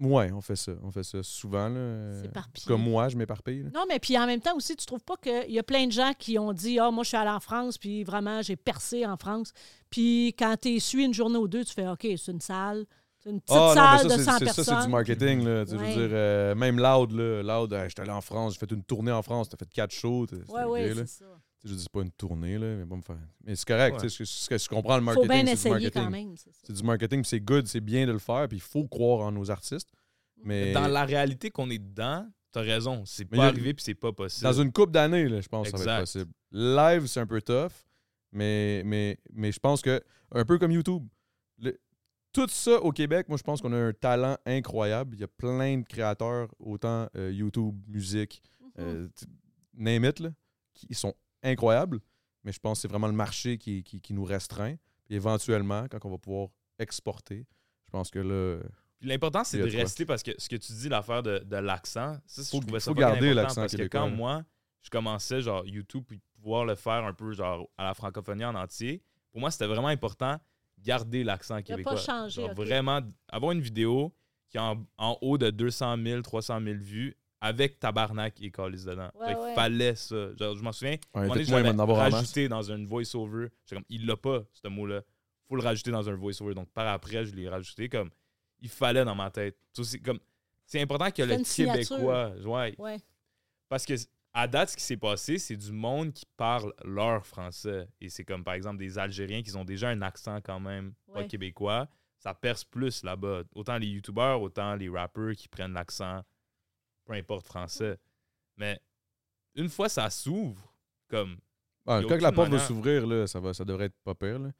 [SPEAKER 1] ouais, on fait ça. On fait ça souvent. Là.
[SPEAKER 3] C'est éparpillé.
[SPEAKER 1] Comme moi, je m'éparpille. là.
[SPEAKER 3] Non, mais puis en même temps aussi, tu trouves pas qu'il y a plein de gens qui ont dit Ah, moi, je suis allé en France, puis vraiment, j'ai percé en France. Puis quand tu suis une journée ou deux, tu fais OK, c'est une salle, c'est une petite
[SPEAKER 1] Ah,
[SPEAKER 3] salle
[SPEAKER 1] non, mais
[SPEAKER 3] de
[SPEAKER 1] ça,
[SPEAKER 3] 100
[SPEAKER 1] c'est- c'est- ça, c'est du
[SPEAKER 3] personnes.
[SPEAKER 1] marketing. Là, Tu sais, Je
[SPEAKER 3] Ouais.
[SPEAKER 1] veux dire, euh, même Loud, là, Loud, hey, j'étais allé en France, j'ai fait une tournée en France, t'as fait quatre shows. t'as-
[SPEAKER 3] Oui,
[SPEAKER 1] c'était
[SPEAKER 3] oui,
[SPEAKER 1] gay, là.
[SPEAKER 3] c'est ça.
[SPEAKER 1] Tu sais, Je dis c'est pas une tournée, là, mais pas me faire. Mais c'est correct,
[SPEAKER 2] Ouais.
[SPEAKER 1] tu sais, je, je- je comprends le
[SPEAKER 3] faut
[SPEAKER 1] marketing.
[SPEAKER 3] bien
[SPEAKER 1] c'est du
[SPEAKER 3] essayer
[SPEAKER 1] marketing.
[SPEAKER 3] quand même. c'est ça.
[SPEAKER 1] C'est du marketing, puis c'est good, c'est bien de le faire, puis il faut croire en nos artistes. Mais
[SPEAKER 2] Dans la réalité qu'on est dedans, t'as raison. C'est
[SPEAKER 1] Mais il y
[SPEAKER 2] pas
[SPEAKER 1] a-
[SPEAKER 2] arrivé puis c'est pas possible.
[SPEAKER 1] Dans une coupe d'années, là, je pense que ça va être
[SPEAKER 2] Exact.
[SPEAKER 1] possible. Live, c'est un peu tough, mais, mais, mais je pense que, un peu comme YouTube, le- tout ça au Québec, moi, je pense qu'on a un talent incroyable. Il y a plein de créateurs, autant euh, YouTube, musique,
[SPEAKER 3] Mhm.
[SPEAKER 1] euh, t- name it, là, qui ils sont incroyables, mais je pense que c'est vraiment le marché qui, qui, qui nous restreint. Puis éventuellement, quand on va pouvoir exporter, je pense que là,
[SPEAKER 2] Puis L'important, c'est
[SPEAKER 1] Il y a
[SPEAKER 2] de
[SPEAKER 1] de quoi.
[SPEAKER 2] rester parce que ce que tu dis, l'affaire de, de l'accent, ça,
[SPEAKER 1] Faut-
[SPEAKER 2] je trouvais ça
[SPEAKER 1] faut
[SPEAKER 2] fucking
[SPEAKER 1] garder
[SPEAKER 2] important
[SPEAKER 1] l'accent
[SPEAKER 2] Parce que
[SPEAKER 1] québécois, hein.
[SPEAKER 2] quand
[SPEAKER 1] là.
[SPEAKER 2] moi, je commençais genre YouTube puis pouvoir le faire un peu genre à la francophonie en entier, pour moi, c'était vraiment important garder l'accent québécois.
[SPEAKER 3] changer,
[SPEAKER 2] Genre,
[SPEAKER 3] ok.
[SPEAKER 2] Vraiment, avoir une vidéo qui est en, en haut de 200 000, 300 000 vues avec tabarnak et calice dedans.
[SPEAKER 3] Ouais,
[SPEAKER 2] Fait que
[SPEAKER 3] ouais.
[SPEAKER 2] fallait ça. Genre, je m'en souviens,
[SPEAKER 1] ouais,
[SPEAKER 2] un moment donné,
[SPEAKER 1] dites-moi, il va en
[SPEAKER 2] j'avais
[SPEAKER 1] avoir en masse.
[SPEAKER 2] rajouté dans une voice-over. J'étais comme, il l'a pas, ce mot-là. faut le rajouter dans un voice-over. Donc, par après, je l'ai rajouté comme, il fallait dans ma tête. Ça, C'est comme, c'est important que
[SPEAKER 3] Fais
[SPEAKER 2] le
[SPEAKER 3] une signature.
[SPEAKER 2] Québécois. Ouais.
[SPEAKER 3] Ouais.
[SPEAKER 2] Parce que, à date, ce qui s'est passé, c'est du monde qui parle leur français. Et c'est comme, par exemple, des Algériens qui ont déjà un accent quand même
[SPEAKER 3] Ouais.
[SPEAKER 2] pas québécois. Ça perce plus là-bas. Autant les YouTubers, autant les rappeurs qui prennent l'accent, peu importe français. Mais une fois ça s'ouvre, comme
[SPEAKER 1] Ah,
[SPEAKER 2] Y
[SPEAKER 1] quand
[SPEAKER 2] a
[SPEAKER 1] que la
[SPEAKER 2] aucune
[SPEAKER 1] porte va
[SPEAKER 2] manière.
[SPEAKER 1] s'ouvrir, là, ça, va, ça devrait être pas pire. là.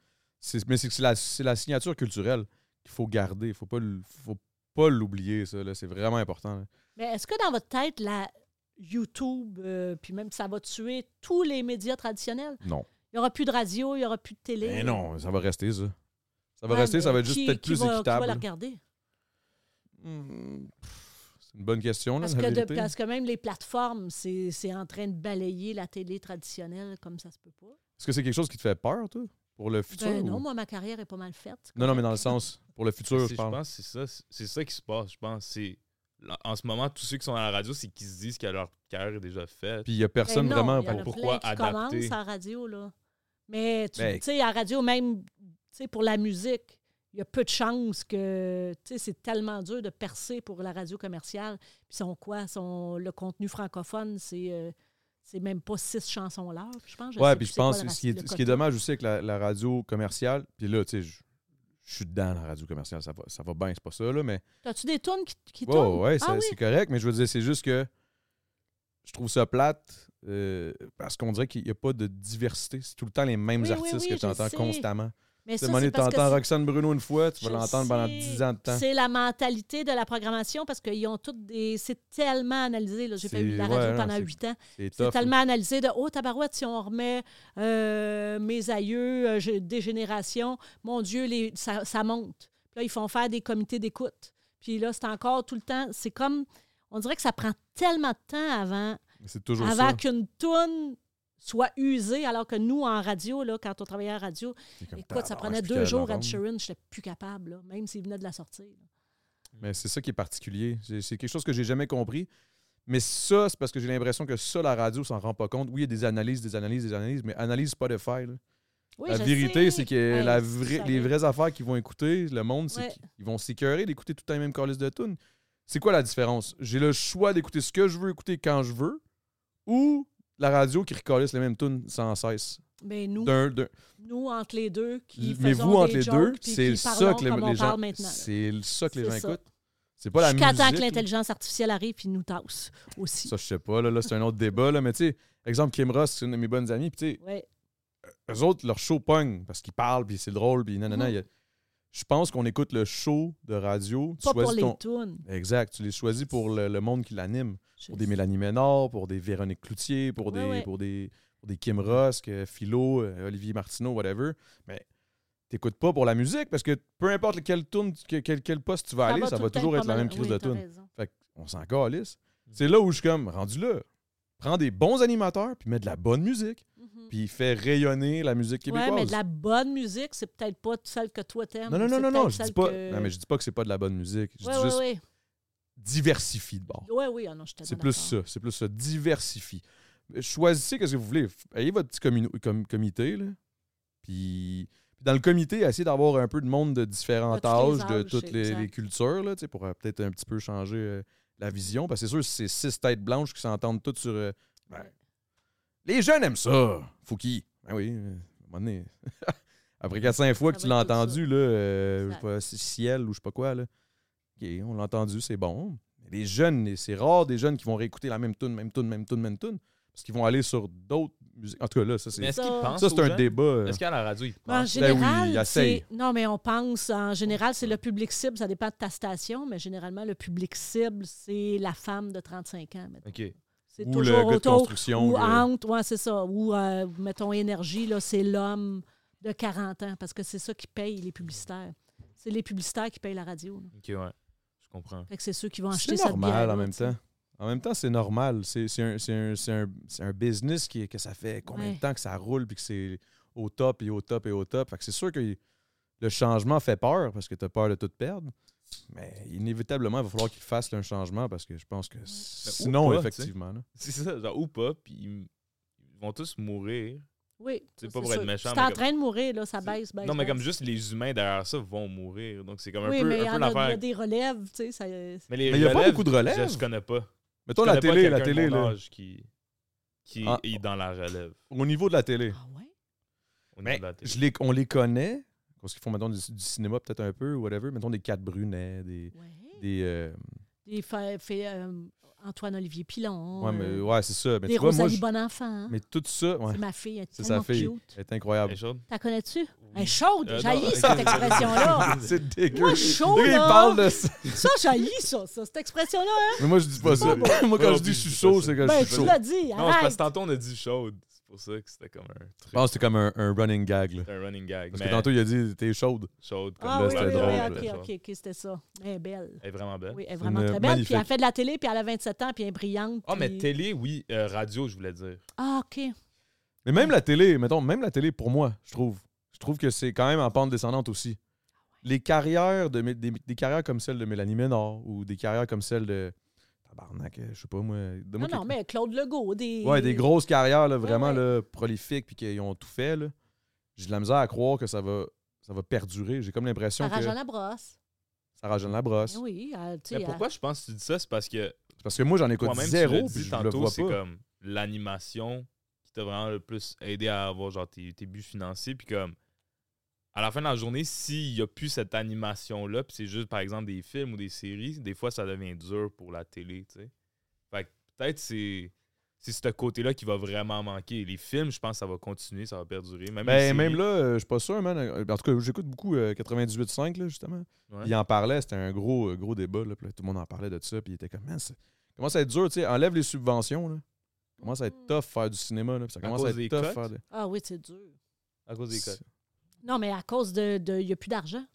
[SPEAKER 1] C'est- Mais c'est que c'est la, c'est la signature culturelle qu'il faut garder. Il faut pas l- faut pas l'oublier, ça. là. C'est vraiment important. là.
[SPEAKER 3] Mais est-ce que dans votre tête, la YouTube, euh, puis même ça va tuer tous les médias traditionnels?
[SPEAKER 1] Non.
[SPEAKER 3] Il n'y aura plus de radio, il n'y aura plus de télé.
[SPEAKER 1] Mais non, ça va rester, ça. Ça va
[SPEAKER 3] Ouais,
[SPEAKER 1] rester, ça
[SPEAKER 3] mais
[SPEAKER 1] va être juste
[SPEAKER 3] qui-
[SPEAKER 1] peut-être
[SPEAKER 3] qui
[SPEAKER 1] plus
[SPEAKER 3] va- Qui
[SPEAKER 1] équitable.
[SPEAKER 3] va
[SPEAKER 1] là.
[SPEAKER 3] la regarder?
[SPEAKER 1] Hmm, pff, C'est une bonne question, là,
[SPEAKER 3] Parce
[SPEAKER 1] la
[SPEAKER 3] que, de-
[SPEAKER 1] vérité.
[SPEAKER 3] parce que même les plateformes, c'est c'est en train de balayer la télé traditionnelle comme ça se peut pas.
[SPEAKER 1] Est-ce que c'est quelque chose qui te fait peur, toi, pour le futur?
[SPEAKER 3] Ben non,
[SPEAKER 1] ou-
[SPEAKER 3] moi, ma carrière est pas mal faite.
[SPEAKER 1] non, non, mais dans le sens, pour le futur,
[SPEAKER 2] C'est-
[SPEAKER 1] je
[SPEAKER 2] je
[SPEAKER 1] parle.
[SPEAKER 2] pense que c'est ça, c'est- c'est ça qui se passe. Je pense c'est là, en ce moment tous ceux qui sont à la radio, c'est qu'ils se disent que leur carrière est déjà faite.
[SPEAKER 1] Puis il y a personne
[SPEAKER 3] Ben non,
[SPEAKER 1] vraiment.
[SPEAKER 3] il y en a
[SPEAKER 2] pour-
[SPEAKER 3] plein
[SPEAKER 2] pourquoi
[SPEAKER 3] qui
[SPEAKER 2] adapter?
[SPEAKER 3] commencent en radio, là. Mais tu
[SPEAKER 1] Ben-
[SPEAKER 3] tu sais, en radio, même tu sais, pour la musique, il y a peu de chances que. Tu sais, c'est tellement dur de percer pour la radio commerciale. Puis sont quoi? Sont, le contenu francophone, c'est. euh, c'est même pas six chansons l'heure, je pense.
[SPEAKER 1] ouais,
[SPEAKER 3] sais
[SPEAKER 1] puis
[SPEAKER 3] plus
[SPEAKER 1] je
[SPEAKER 3] c'est quoi
[SPEAKER 1] pense
[SPEAKER 3] le
[SPEAKER 1] que
[SPEAKER 3] rac-
[SPEAKER 1] ce qui,
[SPEAKER 3] le
[SPEAKER 1] est, ce qui est
[SPEAKER 3] quota.
[SPEAKER 1] dommage aussi avec la, la radio commerciale, puis là, tu sais, je je suis dedans la radio commerciale, ça va, ça va bien, c'est pas ça, là, mais
[SPEAKER 3] T'as-tu des tunes qui, qui
[SPEAKER 1] Ouais,
[SPEAKER 3] tournent?
[SPEAKER 1] ouais,
[SPEAKER 3] Ah
[SPEAKER 1] ça-
[SPEAKER 3] oui?
[SPEAKER 1] c'est correct, mais je veux dire, c'est juste que je trouve ça plate euh, parce qu'on dirait qu'il n'y a pas de diversité. C'est tout le temps les mêmes
[SPEAKER 3] Oui, oui,
[SPEAKER 1] artistes
[SPEAKER 3] oui,
[SPEAKER 1] que tu entends
[SPEAKER 3] je sais.
[SPEAKER 1] constamment.
[SPEAKER 3] Mais
[SPEAKER 1] Tu
[SPEAKER 3] ça,
[SPEAKER 1] sais, à un moment
[SPEAKER 3] c'est
[SPEAKER 1] donné,
[SPEAKER 3] parce que
[SPEAKER 1] t'entends
[SPEAKER 3] c'est-
[SPEAKER 1] Roxane Bruno une fois, tu vas
[SPEAKER 3] Je
[SPEAKER 1] l'entendre pendant
[SPEAKER 3] sais.
[SPEAKER 1] 10 ans de temps.
[SPEAKER 3] C'est la mentalité de la programmation parce qu'ils ont toutes des. C'est tellement analysé. là. J'ai fait
[SPEAKER 1] C'est-
[SPEAKER 3] de la
[SPEAKER 1] ouais,
[SPEAKER 3] radio
[SPEAKER 1] non,
[SPEAKER 3] pendant
[SPEAKER 1] c'est-
[SPEAKER 3] huit ans.
[SPEAKER 1] C'est
[SPEAKER 3] C'est
[SPEAKER 1] tough. hein.
[SPEAKER 3] tellement analysé de Oh, tabarouette, si on remet euh, mes aïeux, euh, j'ai- des générations, mon Dieu, les, ça, ça monte. Puis là, ils font faire des comités d'écoute. Puis là, c'est encore tout le temps. C'est comme. On dirait que ça prend tellement de temps avant
[SPEAKER 1] C'est toujours
[SPEAKER 3] avant
[SPEAKER 1] ça.
[SPEAKER 3] qu'une toune soit usée, alors que nous, en radio, là, quand on travaillait en radio,
[SPEAKER 1] C'est comme,
[SPEAKER 3] écoute, ça
[SPEAKER 1] tabarnak,
[SPEAKER 3] prenait
[SPEAKER 1] puis
[SPEAKER 3] deux
[SPEAKER 1] qu'elle
[SPEAKER 3] jours à
[SPEAKER 1] l'entende.
[SPEAKER 3] Sheeran, je n'étais plus capable, là, même s'il venait de la sortir.
[SPEAKER 1] Mais c'est ça qui est particulier. C'est c'est quelque chose que j'ai jamais compris. Mais ça, c'est parce que j'ai l'impression que ça, la radio s'en rend pas compte. Oui, il y a des analyses, des analyses, des analyses, mais analyse Spotify. là.
[SPEAKER 3] Oui,
[SPEAKER 1] la
[SPEAKER 3] je
[SPEAKER 1] vérité,
[SPEAKER 3] sais.
[SPEAKER 1] c'est que
[SPEAKER 3] Ouais,
[SPEAKER 1] la
[SPEAKER 3] c'est
[SPEAKER 1] vraie-
[SPEAKER 3] ça,
[SPEAKER 1] les
[SPEAKER 3] là.
[SPEAKER 1] vraies affaires qu'ils vont écouter, le monde, c'est
[SPEAKER 3] Ouais.
[SPEAKER 1] qu'ils vont s'écœurer d'écouter tout le temps les mêmes corlistes de tunes. C'est quoi la différence? J'ai le choix d'écouter ce que je veux écouter quand je veux ou la radio qui recolisse les mêmes tunes sans cesse.
[SPEAKER 3] Mais Ben, nous,
[SPEAKER 1] D'un- d'un-
[SPEAKER 3] nous, entre les deux, qui
[SPEAKER 1] Mais
[SPEAKER 3] faisons
[SPEAKER 1] vous, entre
[SPEAKER 3] des
[SPEAKER 1] les
[SPEAKER 3] jokes,
[SPEAKER 1] deux,
[SPEAKER 3] puis
[SPEAKER 1] c'est
[SPEAKER 3] qui
[SPEAKER 1] ça
[SPEAKER 3] parlons
[SPEAKER 1] que les,
[SPEAKER 3] comme on
[SPEAKER 1] les gens,
[SPEAKER 3] parle maintenant. là.
[SPEAKER 1] c'est ça que les
[SPEAKER 3] C'est
[SPEAKER 1] gens
[SPEAKER 3] ça.
[SPEAKER 1] écoutent. C'est pas la musique.
[SPEAKER 3] Jusqu'à temps que
[SPEAKER 1] là.
[SPEAKER 3] l'intelligence artificielle arrive puis nous tasse aussi.
[SPEAKER 1] Ça, je sais pas, là, là, c'est un autre débat, là, mais tu sais, exemple, Kim Ross, c'est une de mes bonnes amies, puis tu
[SPEAKER 3] Ouais.
[SPEAKER 1] sais, eux autres, leur show pogne, parce qu'ils parlent, puis c'est drôle, puis nanana.
[SPEAKER 3] Mhm.
[SPEAKER 1] il y a- Je pense qu'on écoute le show de radio, tu
[SPEAKER 3] Pas pour
[SPEAKER 1] choisis
[SPEAKER 3] les
[SPEAKER 1] ton...
[SPEAKER 3] tunes.
[SPEAKER 1] Exact, tu les choisis pour le, le monde qui l'anime,
[SPEAKER 3] Je
[SPEAKER 1] pour des
[SPEAKER 3] sais.
[SPEAKER 1] Mélanie Ménard, pour des Véronique Cloutier, pour,
[SPEAKER 3] Ouais,
[SPEAKER 1] des,
[SPEAKER 3] ouais.
[SPEAKER 1] pour des pour des Kim Ross, que Philo, euh, Olivier Martineau, whatever, mais t'écoutes pas pour la musique, parce que peu importe quel, tourne, que- quel, quel poste tu vas aller, ça
[SPEAKER 3] tout
[SPEAKER 1] va
[SPEAKER 3] le temps
[SPEAKER 1] toujours
[SPEAKER 3] pas
[SPEAKER 1] être la
[SPEAKER 3] mal-
[SPEAKER 1] même crise
[SPEAKER 3] oui,
[SPEAKER 1] de
[SPEAKER 3] t'as
[SPEAKER 1] tune.
[SPEAKER 3] raison. Mm.
[SPEAKER 1] Fait qu'on s'en calisse. C'est là où je suis comme, rendu là. Prends des bons animateurs, puis mets de la bonne musique,
[SPEAKER 3] Mhm.
[SPEAKER 1] puis fais rayonner la musique québécoise.
[SPEAKER 3] Ouais, mais de la bonne musique, c'est peut-être pas celle que toi t'aimes.
[SPEAKER 1] Non, non, non, non,
[SPEAKER 3] c'est
[SPEAKER 1] non,
[SPEAKER 3] peut-être
[SPEAKER 1] je dis
[SPEAKER 3] celle
[SPEAKER 1] pas.
[SPEAKER 3] que-
[SPEAKER 1] Non, mais je dis pas que c'est pas de la bonne musique. Je
[SPEAKER 3] Ouais,
[SPEAKER 1] dis
[SPEAKER 3] ouais,
[SPEAKER 1] juste
[SPEAKER 3] ouais.
[SPEAKER 1] diversifie de bord.
[SPEAKER 3] Ouais, oui, ah non, je te
[SPEAKER 1] C'est
[SPEAKER 3] donne
[SPEAKER 1] plus
[SPEAKER 3] d'accord.
[SPEAKER 1] ça. C'est plus ça. Diversifie. Choisissez ce que vous voulez. F- Ayez votre petit comino- com- comité, là. Puis. puis Dans le comité, essayez d'avoir un peu de monde de différents
[SPEAKER 3] De tous les
[SPEAKER 1] âges, de
[SPEAKER 3] âges,
[SPEAKER 1] toutes
[SPEAKER 3] c'est
[SPEAKER 1] les,
[SPEAKER 3] exact.
[SPEAKER 1] les cultures, là, tu sais, pour euh, peut-être un petit peu changer euh, la vision. Parce que c'est sûr, c'est six têtes blanches qui s'entendent toutes sur euh, Ben,
[SPEAKER 3] Ouais.
[SPEAKER 1] Les jeunes aiment ça. Fouki. Ah oui, euh, à un moment donné. (laughs) Après 4-5 fois que
[SPEAKER 3] Ça
[SPEAKER 1] tu
[SPEAKER 3] va
[SPEAKER 1] l'as
[SPEAKER 3] être tout
[SPEAKER 1] entendu, là, euh, je sais
[SPEAKER 3] Exact.
[SPEAKER 1] pas, c- ciel ou je sais pas quoi, là. OK, on l'a entendu, c'est bon. Mais les jeunes, les- c'est rare des jeunes qui vont réécouter la même tune, même tune, même tune, même tune. Parce qu'ils vont aller sur d'autres musiques. En tout cas, là, ça,
[SPEAKER 2] Mais
[SPEAKER 1] c'est.
[SPEAKER 2] est-ce qu'ils
[SPEAKER 3] Ça,
[SPEAKER 2] pensent
[SPEAKER 1] Ça, c'est
[SPEAKER 2] aux
[SPEAKER 1] un
[SPEAKER 2] gens?
[SPEAKER 1] débat. euh,
[SPEAKER 2] Est-ce qu'à la radio, ils
[SPEAKER 3] Mais en
[SPEAKER 2] pensent?
[SPEAKER 1] Ben oui,
[SPEAKER 3] général,
[SPEAKER 1] essaye.
[SPEAKER 3] c'est- non, mais on pense, en général, c'est le public cible, ça dépend de ta station, mais généralement, le public cible, c'est la femme de 35 ans. mettons.
[SPEAKER 2] OK.
[SPEAKER 3] C'est
[SPEAKER 1] ou le
[SPEAKER 3] toujours
[SPEAKER 1] gars de
[SPEAKER 3] autour,
[SPEAKER 1] construction.
[SPEAKER 3] ou
[SPEAKER 1] le-
[SPEAKER 3] entre, ouais, c'est ça, ou, euh, mettons, énergie, là, c'est l'homme de 40 ans, parce que c'est ça qui paye les publicitaires. C'est les publicitaires qui payent la radio. là.
[SPEAKER 2] OK, ouais. Je comprends.
[SPEAKER 3] Fait que c'est ceux qui vont
[SPEAKER 1] C'est
[SPEAKER 3] acheter cette
[SPEAKER 1] normal
[SPEAKER 3] bière-là,
[SPEAKER 1] en même
[SPEAKER 3] tu sais.
[SPEAKER 1] temps. En même temps, c'est normal. C'est c'est un, c'est un- c'est un- c'est un business qui, est- que ça fait combien
[SPEAKER 3] Ouais.
[SPEAKER 1] de temps que ça roule puis que c'est au top et au top et au top. Fait que c'est sûr que y- le changement fait peur parce que tu as peur de tout perdre. Mais inévitablement, il va falloir qu'il fasse là, un changement parce que je pense que sinon,
[SPEAKER 2] pas,
[SPEAKER 1] effectivement. là.
[SPEAKER 2] (laughs) C'est ça, genre, ou pas, puis ils ils vont tous mourir.
[SPEAKER 3] Oui.
[SPEAKER 2] C'est
[SPEAKER 3] ça,
[SPEAKER 2] pas pour être
[SPEAKER 3] sûr.
[SPEAKER 2] méchant,
[SPEAKER 3] C'est en
[SPEAKER 2] mais comme-
[SPEAKER 3] train de mourir, là, ça
[SPEAKER 2] C'est-
[SPEAKER 3] baisse, baisse.
[SPEAKER 2] non, mais
[SPEAKER 3] baisse.
[SPEAKER 2] comme juste les humains derrière ça vont mourir. Donc, c'est comme un
[SPEAKER 3] Ben, Oui,
[SPEAKER 2] peu,
[SPEAKER 3] mais il y,
[SPEAKER 2] un peu
[SPEAKER 3] en a- il y a
[SPEAKER 2] l'affaire.
[SPEAKER 3] des relèves, tu sais. Ça...
[SPEAKER 2] Mais les
[SPEAKER 1] Mais il y a pas
[SPEAKER 2] relèves,
[SPEAKER 1] beaucoup de relèves.
[SPEAKER 2] Je, je connais pas.
[SPEAKER 1] Mettons
[SPEAKER 2] Je
[SPEAKER 1] la
[SPEAKER 2] connais pas
[SPEAKER 1] télé, la
[SPEAKER 2] quelqu'un de
[SPEAKER 1] télé.
[SPEAKER 2] mon
[SPEAKER 1] là.
[SPEAKER 2] âge qui, qui
[SPEAKER 1] Ah.
[SPEAKER 2] est dans la relève.
[SPEAKER 1] au niveau de la télé.
[SPEAKER 3] Ah ouais?
[SPEAKER 2] au niveau
[SPEAKER 1] Mais
[SPEAKER 2] de la télé.
[SPEAKER 1] je les, on les connaît parce qu'ils font, mettons, du, du cinéma peut-être un peu ou whatever. Mettons des quatre brunets, des.
[SPEAKER 3] Ouais.
[SPEAKER 1] des euh,
[SPEAKER 3] Des fa- fait, euh, Antoine-Olivier Pilon. euh,
[SPEAKER 1] ouais, mais, ouais, c'est ça. Mais
[SPEAKER 3] des
[SPEAKER 1] tu vois, moi,
[SPEAKER 3] Rosalie
[SPEAKER 1] je-
[SPEAKER 3] Bonenfant. hein.
[SPEAKER 1] mais tout ça. ouais.
[SPEAKER 3] C'est ma fille, elle est
[SPEAKER 1] C'est sa
[SPEAKER 3] tellement
[SPEAKER 1] fille.
[SPEAKER 3] cute.
[SPEAKER 1] Elle est incroyable.
[SPEAKER 2] Hey, Charles?
[SPEAKER 3] T'as connais-tu? Elle
[SPEAKER 2] Oui.
[SPEAKER 3] est chaude,
[SPEAKER 2] Euh, non,
[SPEAKER 1] (laughs)
[SPEAKER 3] jaillit
[SPEAKER 2] ok.
[SPEAKER 3] cette expression-là.
[SPEAKER 1] Ah, C'est dégueu.
[SPEAKER 3] Moi, chaud,
[SPEAKER 1] Le gars, il
[SPEAKER 3] là.
[SPEAKER 1] parle de
[SPEAKER 3] (laughs)
[SPEAKER 1] ça.
[SPEAKER 3] ça, jaillit, ça, ça, cette expression-là. hein.
[SPEAKER 1] Mais moi, je dis pas ça.
[SPEAKER 2] pas
[SPEAKER 1] moi, quand
[SPEAKER 2] Ouais,
[SPEAKER 1] je dis
[SPEAKER 2] puis
[SPEAKER 1] je suis
[SPEAKER 2] je dis
[SPEAKER 1] chaud,
[SPEAKER 2] pas ça.
[SPEAKER 1] c'est que
[SPEAKER 3] Ben,
[SPEAKER 1] je suis
[SPEAKER 3] tu
[SPEAKER 1] chaud.
[SPEAKER 3] l'as dit,
[SPEAKER 2] Non, c'est parce
[SPEAKER 3] arrête.
[SPEAKER 2] que tantôt on a dit chaude. C'est pour ça que c'était comme un
[SPEAKER 1] Je
[SPEAKER 2] truc.
[SPEAKER 1] pense que c'est comme un, un running gag. là.
[SPEAKER 2] C'est un running gag.
[SPEAKER 1] Parce
[SPEAKER 2] mais
[SPEAKER 1] que tantôt, il a dit t'es chaude.
[SPEAKER 2] chaude, comme
[SPEAKER 3] Ah
[SPEAKER 1] là,
[SPEAKER 3] oui,
[SPEAKER 1] c'était
[SPEAKER 3] oui,
[SPEAKER 1] drôle,
[SPEAKER 2] là,
[SPEAKER 3] oui,
[SPEAKER 2] genre.
[SPEAKER 3] ok, ok, ok, c'était ça. Elle est belle.
[SPEAKER 2] Elle est vraiment belle.
[SPEAKER 3] Oui, elle est vraiment
[SPEAKER 1] une-
[SPEAKER 3] très belle. Puis elle
[SPEAKER 1] magnifique.
[SPEAKER 3] fait de la télé, puis elle a 27 ans, puis elle est brillante.
[SPEAKER 2] Ah, mais
[SPEAKER 3] puis-
[SPEAKER 2] télé, oui. Euh, radio, je voulais dire.
[SPEAKER 3] Ah, ok.
[SPEAKER 1] Mais même la télé, mettons, même la télé pour moi, je trouve. Je trouve que c'est quand même en pente descendante aussi.
[SPEAKER 3] Ah
[SPEAKER 1] Les carrières de, Mé- des, des carrières comme celle de Mélanie Ménard ou des carrières comme celle de. Tabarnak, euh, je sais pas moi.
[SPEAKER 3] Non,
[SPEAKER 1] donne-moi
[SPEAKER 3] Ah, non,
[SPEAKER 1] quelqu'un.
[SPEAKER 3] mais Claude Legault, des.
[SPEAKER 1] Ouais, des grosses carrières là, vraiment
[SPEAKER 3] ouais.
[SPEAKER 1] là, prolifiques puis qu'ils ont tout fait. là. J'ai de la misère à croire que ça va, ça va perdurer. J'ai comme l'impression que
[SPEAKER 3] Sarah-Jeanne Labrosse.
[SPEAKER 1] Sarah Jeanne Labrosse.
[SPEAKER 3] Eh Oui, elle, tu sais,
[SPEAKER 2] Mais
[SPEAKER 3] elle-
[SPEAKER 2] pourquoi je pense que tu dis ça? C'est parce que
[SPEAKER 1] Parce que moi, j'en écoute
[SPEAKER 2] toi-même, tu
[SPEAKER 1] zéro,
[SPEAKER 2] l'as
[SPEAKER 1] puis
[SPEAKER 2] dit
[SPEAKER 1] je le
[SPEAKER 2] tantôt,
[SPEAKER 1] vois
[SPEAKER 2] c'est
[SPEAKER 1] pas.
[SPEAKER 2] comme l'animation qui t'a vraiment le plus aidé à avoir genre tes, tes buts financiers. Puis comme, à la fin de la journée, s'il n'y a plus cette animation-là, puis c'est juste, par exemple, des films ou des séries, des fois, ça devient dur pour la télé, tu sais. Fait que peut-être c'est... c'est ce côté-là qui va vraiment manquer. Les films, je pense que ça va continuer, ça va perdurer. Même, les
[SPEAKER 1] Ben,
[SPEAKER 2] séries.
[SPEAKER 1] même là, euh, je suis pas sûr, man. Euh, En tout cas, j'écoute beaucoup euh, 98.5, là, justement.
[SPEAKER 2] Ouais.
[SPEAKER 1] Il en parlait, c'était un gros, euh, gros débat. Là, puis là, tout le monde en parlait de ça. Puis il était comme, man, ça commence à être dur, tu sais. Enlève les subventions, là. Ça Commence à être tough faire du cinéma, là. puis ça commence
[SPEAKER 2] cause
[SPEAKER 1] à
[SPEAKER 2] des
[SPEAKER 1] être tough
[SPEAKER 2] cotes?
[SPEAKER 1] faire de-
[SPEAKER 3] Hmm. Ah oui, c'est dur.
[SPEAKER 2] à cause des codes.
[SPEAKER 3] Non, mais à cause de. de- Il n'y a plus d'argent.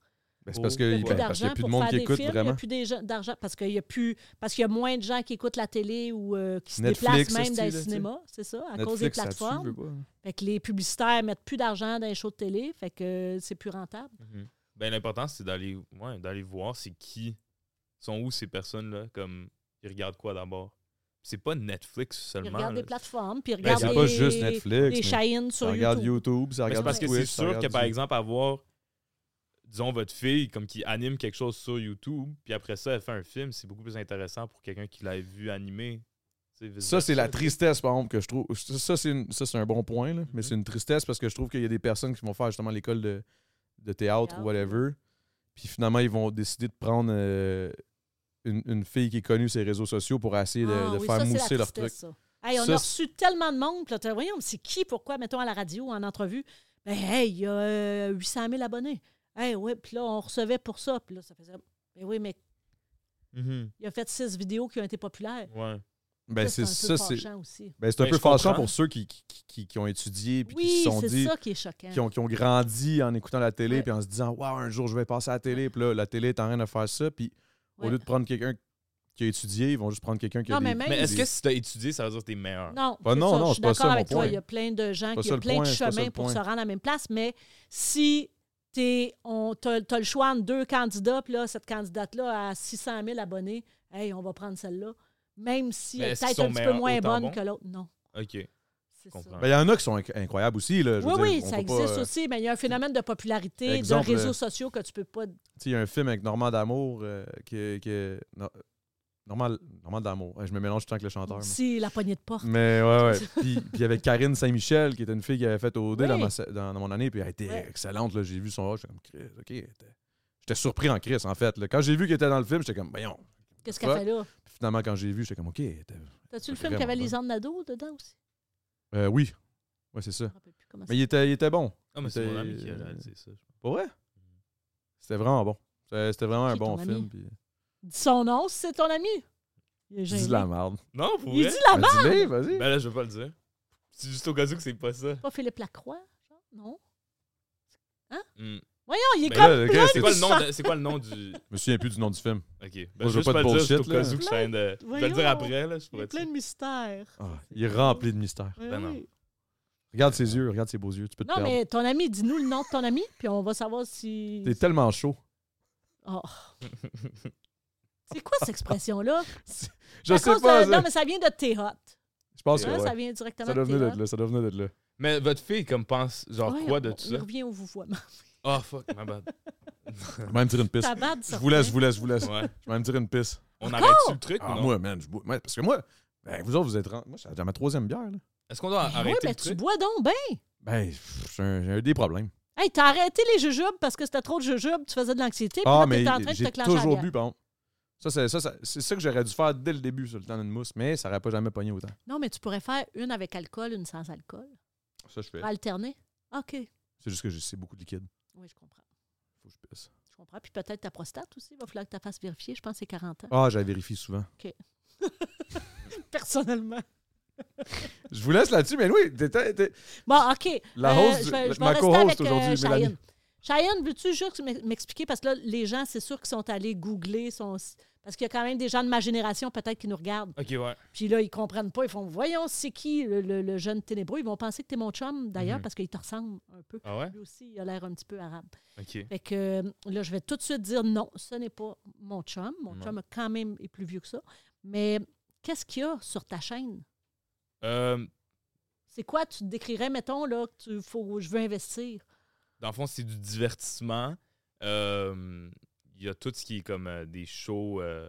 [SPEAKER 1] Ben, c'est parce
[SPEAKER 2] Oh.
[SPEAKER 1] que-
[SPEAKER 3] Il
[SPEAKER 1] ben,
[SPEAKER 3] n'y a
[SPEAKER 1] parce qu'il
[SPEAKER 3] plus
[SPEAKER 1] y
[SPEAKER 3] d'argent
[SPEAKER 1] a plus de
[SPEAKER 3] pour
[SPEAKER 1] monde
[SPEAKER 3] faire
[SPEAKER 1] qui
[SPEAKER 3] des
[SPEAKER 1] écoute
[SPEAKER 3] films. Il n'y a
[SPEAKER 1] vraiment.
[SPEAKER 3] plus des gens- d'argent parce qu'il y a plus parce qu'il y a moins de gens qui écoutent la télé ou euh, qui se
[SPEAKER 1] Netflix,
[SPEAKER 3] déplacent
[SPEAKER 1] ça,
[SPEAKER 3] même dans
[SPEAKER 1] c'est-tu,
[SPEAKER 3] le
[SPEAKER 1] là,
[SPEAKER 3] cinéma, c'est ça, à cause des
[SPEAKER 1] Netflix, ça tue,
[SPEAKER 3] plateformes.
[SPEAKER 1] veut pas, hein.
[SPEAKER 3] Fait que les publicitaires mettent plus d'argent dans les shows de télé, fait que c'est plus rentable.
[SPEAKER 2] Mhm. Ben, l'important, c'est d'aller ouais, d'aller voir c'est qui sont où ces personnes-là, comme ils regardent quoi d'abord. C'est pas Netflix
[SPEAKER 3] Ils
[SPEAKER 2] seulement.
[SPEAKER 3] regardent
[SPEAKER 2] là.
[SPEAKER 3] les plateformes, puis ils
[SPEAKER 1] Ben,
[SPEAKER 2] Ben,
[SPEAKER 3] regardent
[SPEAKER 1] c'est pas
[SPEAKER 3] les,
[SPEAKER 1] juste Netflix.
[SPEAKER 3] les
[SPEAKER 1] mais
[SPEAKER 3] Shine
[SPEAKER 1] ça
[SPEAKER 3] sur
[SPEAKER 1] regarde
[SPEAKER 3] YouTube.
[SPEAKER 1] YouTube, ça
[SPEAKER 2] Mais Ben, c'est
[SPEAKER 1] regarde
[SPEAKER 2] parce que
[SPEAKER 1] Twitch,
[SPEAKER 2] c'est
[SPEAKER 1] ça
[SPEAKER 2] sûr
[SPEAKER 1] regarde
[SPEAKER 2] que, par
[SPEAKER 1] du-
[SPEAKER 2] exemple, avoir, disons, votre fille comme qui anime quelque chose sur YouTube, puis après ça, elle fait un film, c'est beaucoup plus intéressant pour quelqu'un qui l'a vu animer.
[SPEAKER 1] Ça, c'est la tristesse, par exemple, que je trouve. Ça, ça, c'est une- ça, c'est un bon point, là, mais
[SPEAKER 2] Mhm.
[SPEAKER 1] c'est une tristesse parce que je trouve qu'il y a des personnes qui vont faire justement l'école de, de théâtre
[SPEAKER 3] Théâtre.
[SPEAKER 1] ou whatever. Puis finalement, ils vont décider de prendre euh, une, une fille qui est connue sur les réseaux sociaux pour essayer de,
[SPEAKER 3] Ah
[SPEAKER 1] de
[SPEAKER 3] oui,
[SPEAKER 1] faire
[SPEAKER 3] ça, c'est la
[SPEAKER 1] mousser leur truc.
[SPEAKER 3] tristesse, ça. Hey, on
[SPEAKER 1] Ça,
[SPEAKER 3] a reçu tellement de monde. puis là, t'as- voyons, c'est qui, pourquoi, mettons, à la radio, en entrevue? Ben, hey, il y a euh, 800 000 abonnés. Hey, ouais, puis là, on recevait pour ça. Puis là, ça faisait. Ben oui, mais
[SPEAKER 2] Mhm.
[SPEAKER 3] il a fait six vidéos qui ont été populaires.
[SPEAKER 2] Ouais.
[SPEAKER 1] Ben, c'est
[SPEAKER 3] c'est un
[SPEAKER 1] ça,
[SPEAKER 3] peu
[SPEAKER 1] c'est.
[SPEAKER 3] fâchant aussi.
[SPEAKER 1] ben, c'est un
[SPEAKER 2] Ben,
[SPEAKER 1] peu
[SPEAKER 2] je comprends.
[SPEAKER 1] fâchant pour ceux qui, qui, qui- qui ont étudié puis qui
[SPEAKER 3] Oui,
[SPEAKER 1] se sont
[SPEAKER 3] c'est
[SPEAKER 1] dit.
[SPEAKER 3] ça qui est choquant.
[SPEAKER 1] Qui ont, qui ont grandi en écoutant la télé
[SPEAKER 3] Ouais.
[SPEAKER 1] puis en se disant Waouh, un jour je vais passer à la télé. Puis là, la télé est en train de faire ça. Puis au
[SPEAKER 3] Ouais.
[SPEAKER 1] lieu de prendre quelqu'un qui a étudié, ils vont juste prendre quelqu'un qui a
[SPEAKER 3] Non, mais
[SPEAKER 1] des-
[SPEAKER 3] même-
[SPEAKER 2] Mais est-ce
[SPEAKER 1] des-
[SPEAKER 2] que si t'as étudié, ça veut dire que t'es meilleur?
[SPEAKER 3] Non,
[SPEAKER 1] Bah
[SPEAKER 3] c'est
[SPEAKER 1] non,
[SPEAKER 3] ça,
[SPEAKER 1] non,
[SPEAKER 3] je
[SPEAKER 1] c'est
[SPEAKER 3] suis
[SPEAKER 1] pas ça,
[SPEAKER 3] d'accord
[SPEAKER 1] mon
[SPEAKER 3] avec toi.
[SPEAKER 1] point.
[SPEAKER 3] Il y a plein de gens,
[SPEAKER 1] C'est pas
[SPEAKER 3] qui
[SPEAKER 1] ça,
[SPEAKER 3] ont
[SPEAKER 1] le
[SPEAKER 3] plein
[SPEAKER 1] point,
[SPEAKER 3] de
[SPEAKER 1] c'est pas ça,
[SPEAKER 3] chemins
[SPEAKER 1] le
[SPEAKER 3] pour
[SPEAKER 1] point.
[SPEAKER 3] se rendre à la même place, mais si tu as, le choix entre deux candidats, puis là, cette candidate-là a 600 000 abonnés, hey, on va prendre celle-là, même si
[SPEAKER 2] Mais
[SPEAKER 3] elle est
[SPEAKER 2] est-ce qu'ils
[SPEAKER 3] peut-être
[SPEAKER 2] sont
[SPEAKER 3] un petit peu
[SPEAKER 2] meilleurs-
[SPEAKER 3] moins
[SPEAKER 2] autant
[SPEAKER 3] bonne
[SPEAKER 2] bons?
[SPEAKER 3] que l'autre. Non,
[SPEAKER 2] Ok.
[SPEAKER 3] c'est ça.
[SPEAKER 2] Comprends.
[SPEAKER 1] Ben, Il y en a qui sont inc- incroyables aussi. Là, je veux
[SPEAKER 3] Oui,
[SPEAKER 1] dire,
[SPEAKER 3] oui,
[SPEAKER 1] on
[SPEAKER 3] ça
[SPEAKER 1] peut pas,
[SPEAKER 3] existe
[SPEAKER 1] euh,
[SPEAKER 3] aussi, mais il y a un phénomène de popularité,
[SPEAKER 1] Exemple,
[SPEAKER 3] de réseaux
[SPEAKER 1] euh,
[SPEAKER 3] sociaux que tu peux pas.
[SPEAKER 1] tu sais, Il y a un film avec Normand d'Amour euh, que. que- non, Normand, Normand d'Amour. Ouais, Je me mélange tout le temps avec le
[SPEAKER 3] (laughs)
[SPEAKER 1] chanteur. mais-
[SPEAKER 3] Si la poignée de porte.
[SPEAKER 1] Mais,
[SPEAKER 3] (laughs)
[SPEAKER 1] ouais, ouais. Puis, puis avec Karine Saint-Michel, qui était une fille qui avait fait OD dans,
[SPEAKER 3] Oui.
[SPEAKER 1] ma sa- dans, dans mon année, puis elle était
[SPEAKER 3] Ouais.
[SPEAKER 1] excellente. là. J'ai vu son rôle, j'étais comme Chris, OK. elle était- J'étais surpris en Chris, en fait. là. Quand j'ai vu qu'elle était dans le film, j'étais comme, voyons.
[SPEAKER 3] Qu'est-ce qu'elle fait là?
[SPEAKER 1] Puis finalement, quand j'ai vu, j'étais comme, OK. elle était-
[SPEAKER 3] T'as-tu le
[SPEAKER 1] C'est
[SPEAKER 3] film qui avait
[SPEAKER 1] vraiment
[SPEAKER 3] Lisande Nadeau dedans aussi?
[SPEAKER 1] Euh, oui. Ouais, c'est ça.
[SPEAKER 3] Je me rappelle plus comment ça
[SPEAKER 1] Mais il était, il était bon.
[SPEAKER 2] Ah, mais c'est
[SPEAKER 1] T'es-
[SPEAKER 2] mon ami qui a réalisé ça.
[SPEAKER 1] Pour vrai? C'était vraiment bon. C'était c'était vraiment un
[SPEAKER 3] Qui est
[SPEAKER 1] bon
[SPEAKER 3] ton
[SPEAKER 1] film.
[SPEAKER 3] ami?
[SPEAKER 1] Puis...
[SPEAKER 3] Dis son nom, si c'est ton ami. Il est
[SPEAKER 1] Je
[SPEAKER 3] gêné.
[SPEAKER 1] dis de la merde.
[SPEAKER 2] Non, pour
[SPEAKER 3] Il
[SPEAKER 2] vrai?
[SPEAKER 3] dit la
[SPEAKER 1] Ben,
[SPEAKER 3] merde.
[SPEAKER 1] dis-le, vas-y.
[SPEAKER 2] Ben là, je vais pas le dire. C'est juste au cas où que c'est pas ça.
[SPEAKER 3] Pas Philippe Lacroix, genre? Non.
[SPEAKER 2] Hmm.
[SPEAKER 3] Voyons, il est
[SPEAKER 2] Ben
[SPEAKER 3] comme
[SPEAKER 1] là, ok,
[SPEAKER 3] plein
[SPEAKER 1] c'est
[SPEAKER 2] C'est
[SPEAKER 3] de
[SPEAKER 2] quoi le nom
[SPEAKER 3] sang.
[SPEAKER 2] de- c'est quoi le nom du.
[SPEAKER 1] Je me souviens plus du nom du film.
[SPEAKER 2] Ok. Ben,
[SPEAKER 1] Moi, je veux
[SPEAKER 2] juste
[SPEAKER 1] pas de
[SPEAKER 2] le dire, c'est
[SPEAKER 1] bullshit,
[SPEAKER 2] au
[SPEAKER 1] là.
[SPEAKER 2] cas où que je viens de- Je vais le
[SPEAKER 3] Voyons.
[SPEAKER 2] dire après, là, je
[SPEAKER 3] Il y a
[SPEAKER 2] pourrais
[SPEAKER 3] plein de
[SPEAKER 2] dire.
[SPEAKER 3] mystères.
[SPEAKER 1] Ah, il est rempli de mystère.
[SPEAKER 3] Ben
[SPEAKER 2] Ben non.
[SPEAKER 3] oui.
[SPEAKER 1] Regarde ses yeux, regarde ses beaux yeux, tu peux te
[SPEAKER 3] Non,
[SPEAKER 1] perdre.
[SPEAKER 3] mais ton ami, dis-nous le nom de ton ami, puis on va savoir si.
[SPEAKER 1] T'es tellement chaud.
[SPEAKER 3] Oh. C'est quoi cette expression-là?
[SPEAKER 1] (laughs) Je
[SPEAKER 3] À
[SPEAKER 1] sais
[SPEAKER 3] cause
[SPEAKER 1] pas.
[SPEAKER 3] de-
[SPEAKER 1] ça-
[SPEAKER 3] Non, mais ça vient de tes hot.
[SPEAKER 1] Je pense que
[SPEAKER 3] Ça, ça
[SPEAKER 1] ouais.
[SPEAKER 3] vient directement
[SPEAKER 1] ça
[SPEAKER 3] de
[SPEAKER 1] doit
[SPEAKER 3] tes
[SPEAKER 1] venir
[SPEAKER 3] hot.
[SPEAKER 1] d'être là. Ça doit venir d'être là.
[SPEAKER 2] Mais votre fille, comme pense, genre
[SPEAKER 3] Ouais,
[SPEAKER 2] quoi de
[SPEAKER 3] on-
[SPEAKER 2] tout
[SPEAKER 3] on
[SPEAKER 2] ça?
[SPEAKER 3] (laughs) revient au vouvoiement.
[SPEAKER 2] Ah, fuck, ma bad.
[SPEAKER 1] Même dire une pisse.
[SPEAKER 3] Ta bad,
[SPEAKER 1] Je vous laisse, je vous laisse, je vous laisse.
[SPEAKER 2] Ouais.
[SPEAKER 1] Je vais même dire une pisse.
[SPEAKER 2] On arrête-tu le truc?
[SPEAKER 1] Ah,
[SPEAKER 2] ou non?
[SPEAKER 1] moi, man, je bois. ouais, Parce que moi, ben, vous autres, vous êtes. ren- Moi, c'est dans ma troisième bière, là.
[SPEAKER 2] Est-ce qu'on doit
[SPEAKER 3] Oui,
[SPEAKER 2] arrêter
[SPEAKER 3] mais
[SPEAKER 2] le
[SPEAKER 3] tu
[SPEAKER 2] truc?
[SPEAKER 3] bois donc bien.
[SPEAKER 1] Ben, pff, j'ai un- j'ai eu des problèmes.
[SPEAKER 3] Hey, t'as arrêté les jujubes parce que c'était trop de jujubes, tu faisais de l'anxiété, puis
[SPEAKER 1] Ah,
[SPEAKER 3] là,
[SPEAKER 1] mais
[SPEAKER 3] t'étais en train de te
[SPEAKER 1] j'ai
[SPEAKER 3] clencher à la
[SPEAKER 1] toujours
[SPEAKER 3] bière.
[SPEAKER 1] bu, par contre. Ça, c'est ça, ça- c'est ça que j'aurais dû faire dès le début sur le temps d'une mousse, mais ça n'aurait pas jamais pogné autant.
[SPEAKER 3] Non, mais tu pourrais faire une avec alcool, une sans alcool.
[SPEAKER 1] Ça, je fais.
[SPEAKER 3] Alterner. OK.
[SPEAKER 1] C'est juste que j'ai- c'est beaucoup de liquide.
[SPEAKER 3] Oui, je comprends.
[SPEAKER 1] Faut que je pisse.
[SPEAKER 3] Je comprends. Puis peut-être ta prostate aussi. Il va falloir que tu fasses vérifier. Je pense que c'est
[SPEAKER 1] (laughs)
[SPEAKER 3] 40 ans.
[SPEAKER 1] Ah, je la vérifie souvent.
[SPEAKER 3] Personnellement.
[SPEAKER 1] Je vous laisse là-dessus, mais oui, t'étais- t'es-
[SPEAKER 3] Bon, OK. Euh,
[SPEAKER 1] La host du-
[SPEAKER 3] je vais- je vais
[SPEAKER 1] ma
[SPEAKER 3] rester
[SPEAKER 1] co-host
[SPEAKER 3] avec, euh,
[SPEAKER 1] aujourd'hui,
[SPEAKER 3] Cheyenne.
[SPEAKER 1] Mélanie.
[SPEAKER 3] Cheyenne, veux-tu juste m'e- m'expliquer? Parce que là, les gens, c'est sûr qu'ils sont allés googler. sont- Parce qu'il y a quand même des gens de ma génération peut-être qui nous regardent.
[SPEAKER 2] Ok, ouais.
[SPEAKER 3] Puis là, ils comprennent pas. Ils font Voyons, c'est qui le, le- le jeune ténébreux? Ils vont penser que t'es mon chum, d'ailleurs,
[SPEAKER 2] Mhm.
[SPEAKER 3] parce qu'il te ressemble un peu.
[SPEAKER 2] Ah ouais?
[SPEAKER 3] Lui aussi, il a l'air un petit peu arabe.
[SPEAKER 2] Ok.
[SPEAKER 3] Fait que euh, là, je vais tout de suite dire non, ce n'est pas mon chum. Mon
[SPEAKER 2] Non.
[SPEAKER 3] chum, quand même, est plus vieux que ça. Mais qu'est-ce qu'il y a sur ta chaîne?
[SPEAKER 2] Euh,
[SPEAKER 3] C'est quoi tu te décrirais, mettons, là, que tu, faut, je veux investir?
[SPEAKER 2] dans le fond, c'est du divertissement. Euh, Il y a tout ce qui est comme euh, des shows, euh,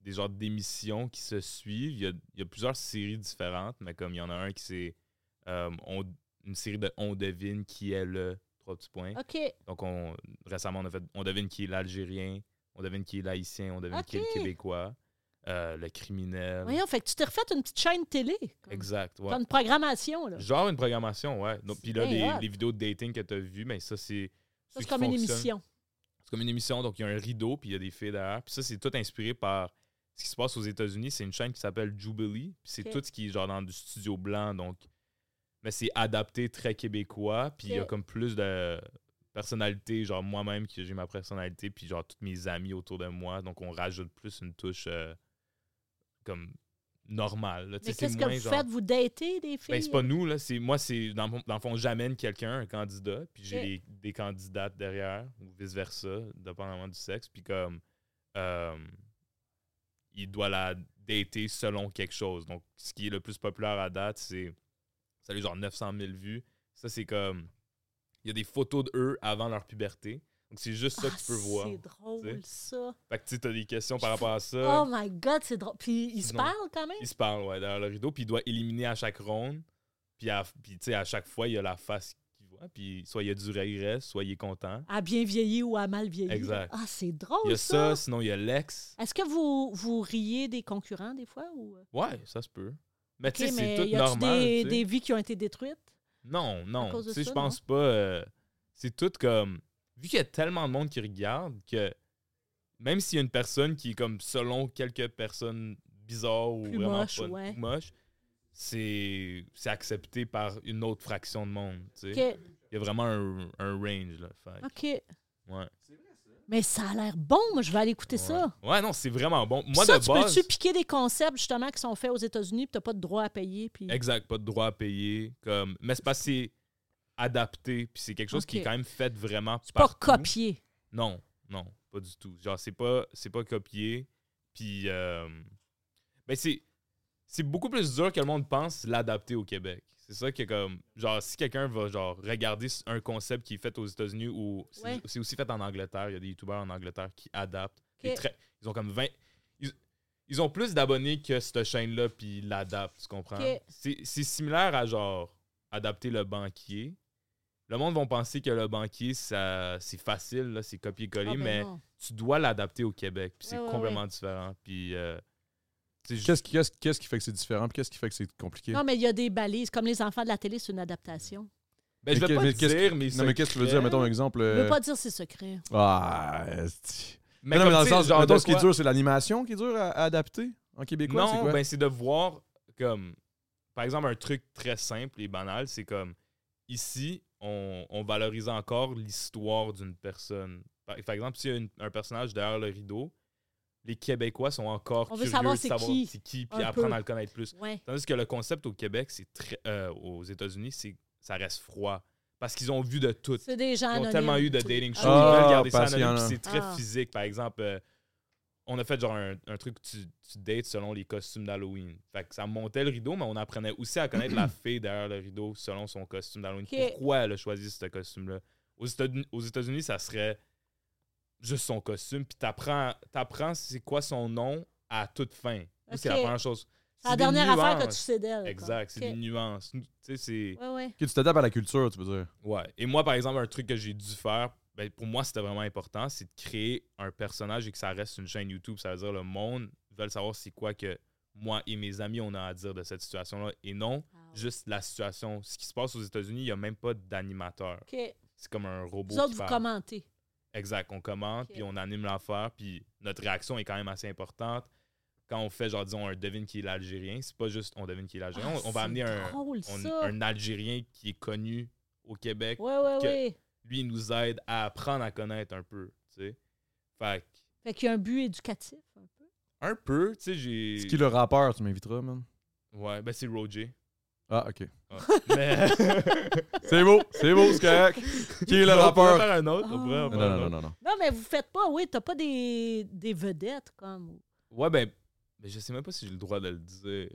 [SPEAKER 2] des genres d'émissions qui se suivent. Il y a, il y a plusieurs séries différentes, mais comme il y en a un qui c'est euh, on- une série de On devine qui est le trois petits points.
[SPEAKER 3] OK.
[SPEAKER 2] Donc on, récemment on a fait On devine qui est l'Algérien, on devine qui est l'Haïtien, on devine qui est
[SPEAKER 3] Ok.
[SPEAKER 2] le Québécois. euh, le criminel.
[SPEAKER 3] Voyons, fait que tu t'es refait une petite chaîne télé. comme-
[SPEAKER 2] Exact. Ouais.
[SPEAKER 3] Comme une programmation, là.
[SPEAKER 2] Genre une programmation, ouais. Donc, Puis là,
[SPEAKER 3] C'est bien
[SPEAKER 2] les,
[SPEAKER 3] hot.
[SPEAKER 2] les vidéos de dating que tu as vues, mais ça, c'est.
[SPEAKER 3] Ça,
[SPEAKER 2] ceux
[SPEAKER 3] c'est
[SPEAKER 2] qui
[SPEAKER 3] comme une
[SPEAKER 2] fonctionnent.
[SPEAKER 3] émission.
[SPEAKER 2] C'est comme une émission, donc il y a un rideau, puis il y a des filles derrière. Puis ça, c'est tout inspiré par ce qui se passe aux États-Unis. C'est une chaîne qui s'appelle Jubilee, puis c'est
[SPEAKER 3] Ok.
[SPEAKER 2] tout ce qui est genre dans du studio blanc, donc. Mais c'est adapté très québécois, puis il y a
[SPEAKER 3] Ok.
[SPEAKER 2] comme plus de personnalité, genre moi-même, que j'ai ma personnalité, puis genre toutes mes amis autour de moi, donc on rajoute plus une touche euh, comme normale. là. Tu
[SPEAKER 3] Mais
[SPEAKER 2] sais, c'est
[SPEAKER 3] qu'est-ce que
[SPEAKER 2] moins
[SPEAKER 3] vous
[SPEAKER 2] genre-
[SPEAKER 3] faites? Vous datez des filles?
[SPEAKER 2] ben, c'est pas nous, là. C'est, moi, c'est, dans, le fond- dans le fond, j'amène quelqu'un, un candidat, puis j'ai
[SPEAKER 3] Ok.
[SPEAKER 2] des- des candidates derrière, ou vice-versa, dépendamment du sexe. Puis comme, euh, il doit la dater selon quelque chose. Donc, ce qui est le plus populaire à date, c'est, ça a eu genre 900 000 vues. Ça, c'est comme, il y a des photos d'eux avant leur puberté. Donc, c'est juste ça
[SPEAKER 3] Ah,
[SPEAKER 2] que tu peux voir.
[SPEAKER 3] C'est drôle, ça.
[SPEAKER 2] Fait que, tu sais, t'as des questions par rapport à ça.
[SPEAKER 3] Oh my God, c'est drôle. Puis ils se
[SPEAKER 2] Sinon-
[SPEAKER 3] parlent quand même?
[SPEAKER 2] Il se parle, ouais, derrière le rideau, puis il doit éliminer à chaque ronde. Puis, à, puis, tu sais, à chaque fois, il y a la face qu'il voit. Puis soit il y a du regret, soit il est content.
[SPEAKER 3] À bien vieillir ou à mal vieillir?
[SPEAKER 2] Exact.
[SPEAKER 3] Ah, c'est drôle,
[SPEAKER 2] Il y a
[SPEAKER 3] ça.
[SPEAKER 2] ça, sinon il y a l'ex.
[SPEAKER 3] Est-ce que vous, vous riez des concurrents des fois? Ou... euh,
[SPEAKER 2] Ouais, ça se peut. Mais tu
[SPEAKER 3] Ok,
[SPEAKER 2] sais,
[SPEAKER 3] mais
[SPEAKER 2] c'est tout
[SPEAKER 3] y a-tu
[SPEAKER 2] normal.
[SPEAKER 3] Des,
[SPEAKER 2] tu sais.
[SPEAKER 3] des vies qui ont été détruites?
[SPEAKER 2] Non, non.
[SPEAKER 3] cause de
[SPEAKER 2] Tu sais,
[SPEAKER 3] ça,
[SPEAKER 2] je pense pas. euh, c'est tout comme. Vu qu'il y a tellement de monde qui regarde que même s'il y a une personne qui est comme selon quelques personnes bizarres ou
[SPEAKER 3] Plus
[SPEAKER 2] vraiment
[SPEAKER 3] moche,
[SPEAKER 2] pas
[SPEAKER 3] ouais.
[SPEAKER 2] moche, c'est c'est accepté par une autre fraction de monde. tu sais.
[SPEAKER 3] OK.
[SPEAKER 2] Il y a vraiment un, un range, là. Fait que,
[SPEAKER 3] OK.
[SPEAKER 2] ouais.
[SPEAKER 3] Mais ça a l'air bon. Moi, je vais aller écouter
[SPEAKER 2] Ouais.
[SPEAKER 3] Ah, ça.
[SPEAKER 2] Ouais, non, c'est vraiment bon.
[SPEAKER 3] Puis
[SPEAKER 2] Moi,
[SPEAKER 3] ça,
[SPEAKER 2] de
[SPEAKER 3] tu
[SPEAKER 2] base.
[SPEAKER 3] peux-tu piquer des concepts, justement, qui sont faits aux États-Unis, puis t'as pas de droit à payer, puis...
[SPEAKER 2] Exact, pas de droit à payer. Comme... Mais c'est parce que c'est adapté, puis c'est quelque chose qui
[SPEAKER 3] Ok.
[SPEAKER 2] est quand même fait vraiment.
[SPEAKER 3] pas
[SPEAKER 2] partout.
[SPEAKER 3] copier.
[SPEAKER 2] Non, non, pas du tout. Genre, c'est pas, c'est pas copié. Puis. euh, Ben, c'est. C'est beaucoup plus dur que le monde pense l'adapter au Québec. C'est ça que comme genre si quelqu'un va genre regarder s- un concept qui est fait aux États-Unis ou c'est
[SPEAKER 3] Ouais.
[SPEAKER 2] c'est aussi fait en Angleterre, il y a des youtubeurs en Angleterre qui adaptent
[SPEAKER 3] Ok.
[SPEAKER 2] Des très- ils ont comme 20. Ils, ils ont plus d'abonnés que cette chaîne-là, puis ils l'adaptent, tu comprends?
[SPEAKER 3] Ok.
[SPEAKER 2] C'est c'est similaire à genre adapter le banquier. Le monde va penser que le banquier, ça c'est facile, là, c'est copier-coller,
[SPEAKER 3] Ah, ben
[SPEAKER 2] mais
[SPEAKER 3] non.
[SPEAKER 2] tu dois l'adapter au Québec, puis c'est
[SPEAKER 3] Ouais, ouais,
[SPEAKER 2] complètement différent. Puis. euh, tu sais, je-
[SPEAKER 1] Qu'est-ce qui, qu'est-ce- qu'est-ce qui fait que c'est différent? puis Qu'est-ce qui fait que c'est compliqué?
[SPEAKER 3] Non, mais il y a des balises. Comme les enfants de la télé, c'est une adaptation.
[SPEAKER 1] mais
[SPEAKER 2] ben, je vais
[SPEAKER 1] que-
[SPEAKER 2] pas
[SPEAKER 1] mais
[SPEAKER 2] te
[SPEAKER 1] qu'est-ce
[SPEAKER 2] dire, mais.
[SPEAKER 1] Non, mais qu'est-ce que tu veux dire? Mettons un exemple.
[SPEAKER 3] Je
[SPEAKER 1] euh,
[SPEAKER 3] veux pas dire c'est secret.
[SPEAKER 1] Ah, esti.
[SPEAKER 2] Mais,
[SPEAKER 1] Mais, non, mais
[SPEAKER 2] comme,
[SPEAKER 1] dans le
[SPEAKER 2] tu sais,
[SPEAKER 1] sens,
[SPEAKER 2] genre,
[SPEAKER 1] mettons,
[SPEAKER 2] de
[SPEAKER 1] ce qui est
[SPEAKER 2] quoi-
[SPEAKER 1] dur, c'est l'animation qui est dure à, à adapter en québécois. c'est
[SPEAKER 2] non,
[SPEAKER 1] quoi?
[SPEAKER 2] ben, c'est de voir comme par exemple un truc très simple et banal, c'est comme ici on, on valorise encore l'histoire d'une personne. Par, par exemple, s'il y a une- un personnage derrière le rideau, les Québécois sont encore
[SPEAKER 3] On veut
[SPEAKER 2] curieux
[SPEAKER 3] savoir
[SPEAKER 2] de
[SPEAKER 3] c'est
[SPEAKER 2] savoir
[SPEAKER 3] qui,
[SPEAKER 2] c'est qui, puis
[SPEAKER 3] un
[SPEAKER 2] apprendre
[SPEAKER 3] peu.
[SPEAKER 2] à le connaître plus.
[SPEAKER 3] Ouais.
[SPEAKER 2] Tandis que le concept au Québec, c'est très euh, aux États-Unis, c'est ça reste froid parce qu'ils ont vu de tout.
[SPEAKER 3] C'est des gens
[SPEAKER 2] Ils ont
[SPEAKER 3] anonymes.
[SPEAKER 2] tellement eu de dating shows.
[SPEAKER 3] Ah,
[SPEAKER 2] ils
[SPEAKER 1] oui.
[SPEAKER 2] veulent garder ça
[SPEAKER 1] parce qu'il y en
[SPEAKER 2] anonyme,
[SPEAKER 1] a.
[SPEAKER 2] puis C'est très
[SPEAKER 3] Ah.
[SPEAKER 2] physique. Par exemple, euh, on a fait genre un, un truc que tu, tu dates selon les costumes d'Halloween. Fait que ça montait le rideau, mais on apprenait aussi à connaître la fille derrière le rideau selon son costume d'Halloween.
[SPEAKER 3] Ok.
[SPEAKER 2] Pourquoi elle a choisi ce costume-là? Aux États-Unis, aux États-Unis, ça serait juste son costume. Puis t'apprends, t'apprends c'est quoi son nom à toute fin. Ça, C'est la
[SPEAKER 3] Ok.
[SPEAKER 2] première chose.
[SPEAKER 3] C'est
[SPEAKER 2] C'est
[SPEAKER 3] la
[SPEAKER 2] des
[SPEAKER 3] dernière affaire que
[SPEAKER 2] nuances.
[SPEAKER 3] tu sais d'elle. quoi.
[SPEAKER 2] Exact, c'est
[SPEAKER 3] Ok.
[SPEAKER 2] des nuances. Nous, Tu sais, c'est...
[SPEAKER 3] Ouais, ouais.
[SPEAKER 1] Ok, tu t'adaptes à la culture, tu veux dire.
[SPEAKER 2] Ouais. Et moi, par exemple, un truc que j'ai dû faire, ben, pour moi, c'était vraiment important, c'est de créer un personnage et que ça reste une chaîne YouTube. Ça veut dire le monde veut savoir c'est quoi que moi et mes amis, on a à dire de cette situation-là. Et non,
[SPEAKER 3] Ah
[SPEAKER 2] juste la situation. Ce qui se passe aux États-Unis, il n'y a même pas d'animateur.
[SPEAKER 3] OK.
[SPEAKER 2] C'est comme un robot.
[SPEAKER 3] Vous autres,
[SPEAKER 2] qui
[SPEAKER 3] vous
[SPEAKER 2] parle.
[SPEAKER 3] commentez.
[SPEAKER 2] Exact. On commente,
[SPEAKER 3] Ok.
[SPEAKER 2] puis on anime l'affaire, puis notre réaction est quand même assez importante. Quand on fait, genre, disons, un devine qui est l'Algérien, c'est pas juste on devine qui est l'Algérien.
[SPEAKER 3] Ah,
[SPEAKER 2] on, on va
[SPEAKER 3] c'est
[SPEAKER 2] amener un,
[SPEAKER 3] drôle,
[SPEAKER 2] on-
[SPEAKER 3] ça.
[SPEAKER 2] un Algérien qui est connu au Québec
[SPEAKER 3] Ouais, ouais,
[SPEAKER 2] que-
[SPEAKER 3] ouais.
[SPEAKER 2] lui, il nous aide à apprendre à connaître un peu, tu sais. Fait que,
[SPEAKER 3] Fait qu'il y a un but éducatif. un peu.
[SPEAKER 2] un peu, tu sais, j'ai...
[SPEAKER 1] C'est qui le rappeur, tu m'inviteras, man?
[SPEAKER 2] Ouais, ben
[SPEAKER 1] (laughs)
[SPEAKER 2] c'est Roger.
[SPEAKER 1] Ah, ok.
[SPEAKER 2] Ouais. Mais-
[SPEAKER 1] (laughs) C'est beau, c'est beau, c'est correct. Qui est le
[SPEAKER 2] On pourrait
[SPEAKER 1] rappeur?
[SPEAKER 2] faire un autre, on
[SPEAKER 3] Ah.
[SPEAKER 2] pourrait en
[SPEAKER 1] Non,
[SPEAKER 2] faire un
[SPEAKER 1] non, non,
[SPEAKER 2] autre.
[SPEAKER 1] non. non.
[SPEAKER 3] Non, mais vous faites pas, oui, t'as pas des, des vedettes comme.
[SPEAKER 2] Ouais, ben, ben, je sais même pas si j'ai le droit de le dire.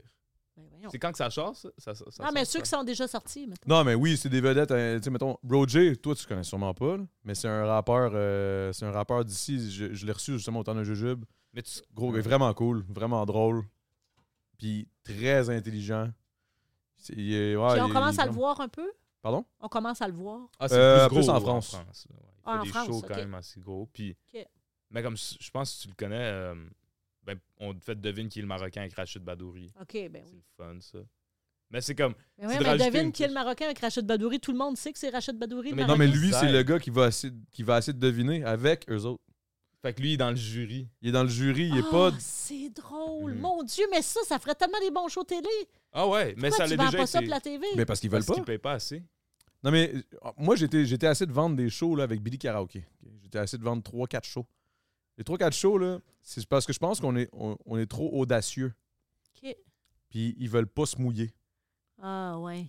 [SPEAKER 3] Ben voyons.
[SPEAKER 2] C'est quand que ça sort, ça? ça, ça- ça
[SPEAKER 3] Ah, mais
[SPEAKER 2] sort,
[SPEAKER 3] ceux
[SPEAKER 2] ça?
[SPEAKER 3] qui sont déjà sortis, mettons.
[SPEAKER 1] Non, mais oui, c'est des vedettes. euh, tu sais, mettons, Roger, toi, tu connais sûrement pas, là, mais c'est un rappeur euh, c'est un rappeur d'ici. Je, je l'ai reçu justement au temps d'un jujube.
[SPEAKER 2] Mais tu...
[SPEAKER 1] Gros, gars, vraiment cool, vraiment drôle. Puis très intelligent. C'est- il est- ouais,
[SPEAKER 3] Puis on
[SPEAKER 1] il est-
[SPEAKER 3] commence
[SPEAKER 1] il est
[SPEAKER 3] à le
[SPEAKER 1] comme-
[SPEAKER 3] voir un peu.
[SPEAKER 1] Pardon?
[SPEAKER 3] On commence à le voir.
[SPEAKER 2] Ah,
[SPEAKER 1] Euh, plus en
[SPEAKER 2] là,
[SPEAKER 1] France.
[SPEAKER 2] là, ouais. Il fait
[SPEAKER 3] Ah, en
[SPEAKER 2] des
[SPEAKER 3] France,
[SPEAKER 2] shows
[SPEAKER 3] ok.
[SPEAKER 2] quand même assez gros, puis...
[SPEAKER 3] Ok.
[SPEAKER 2] Mais comme je je pense que tu le connais, euh, ben, on te fait devine qui est le Marocain avec Rachid Badouri.
[SPEAKER 3] OK, ben
[SPEAKER 2] C'est
[SPEAKER 3] oui.
[SPEAKER 2] le fun, ça. Mais c'est comme.
[SPEAKER 3] Mais,
[SPEAKER 2] C'est
[SPEAKER 3] ouais,
[SPEAKER 2] de
[SPEAKER 3] mais
[SPEAKER 2] rajouter
[SPEAKER 3] devine
[SPEAKER 2] une
[SPEAKER 3] qui est le
[SPEAKER 2] couche.
[SPEAKER 3] Marocain avec Rachid Badouri. Tout le monde sait que c'est Rachid Badouri. le
[SPEAKER 2] Mais
[SPEAKER 1] Non, mais
[SPEAKER 3] Marocain.
[SPEAKER 1] lui, c'est
[SPEAKER 2] Exact.
[SPEAKER 1] le gars qui va, essayer, de- qui va essayer de deviner avec eux autres.
[SPEAKER 2] Fait que lui, il est dans le jury.
[SPEAKER 1] Il est dans le jury, il est
[SPEAKER 3] Ah,
[SPEAKER 1] pas.
[SPEAKER 3] c'est drôle.
[SPEAKER 2] Mhm.
[SPEAKER 3] Mon Dieu, mais ça, ça ferait tellement des bons shows télé.
[SPEAKER 2] Ah ouais, mais
[SPEAKER 3] Pourquoi tu
[SPEAKER 2] ça l'a
[SPEAKER 3] vends
[SPEAKER 2] déjà
[SPEAKER 3] pas ça
[SPEAKER 2] été.
[SPEAKER 3] pour la TV?
[SPEAKER 1] Mais parce qu'ils veulent
[SPEAKER 2] Parce
[SPEAKER 1] pas.
[SPEAKER 2] qu'il paye pas assez.
[SPEAKER 1] Non, mais euh, moi, j'étais j'étais assez de vendre des shows là, avec Billy Karaoke. J'étais assez de vendre 3-4 shows. Les 3-4 shows, là, c'est parce que je pense qu'on est, on, on est trop audacieux.
[SPEAKER 3] OK.
[SPEAKER 1] Puis ils veulent pas se mouiller.
[SPEAKER 3] Ah, ouais.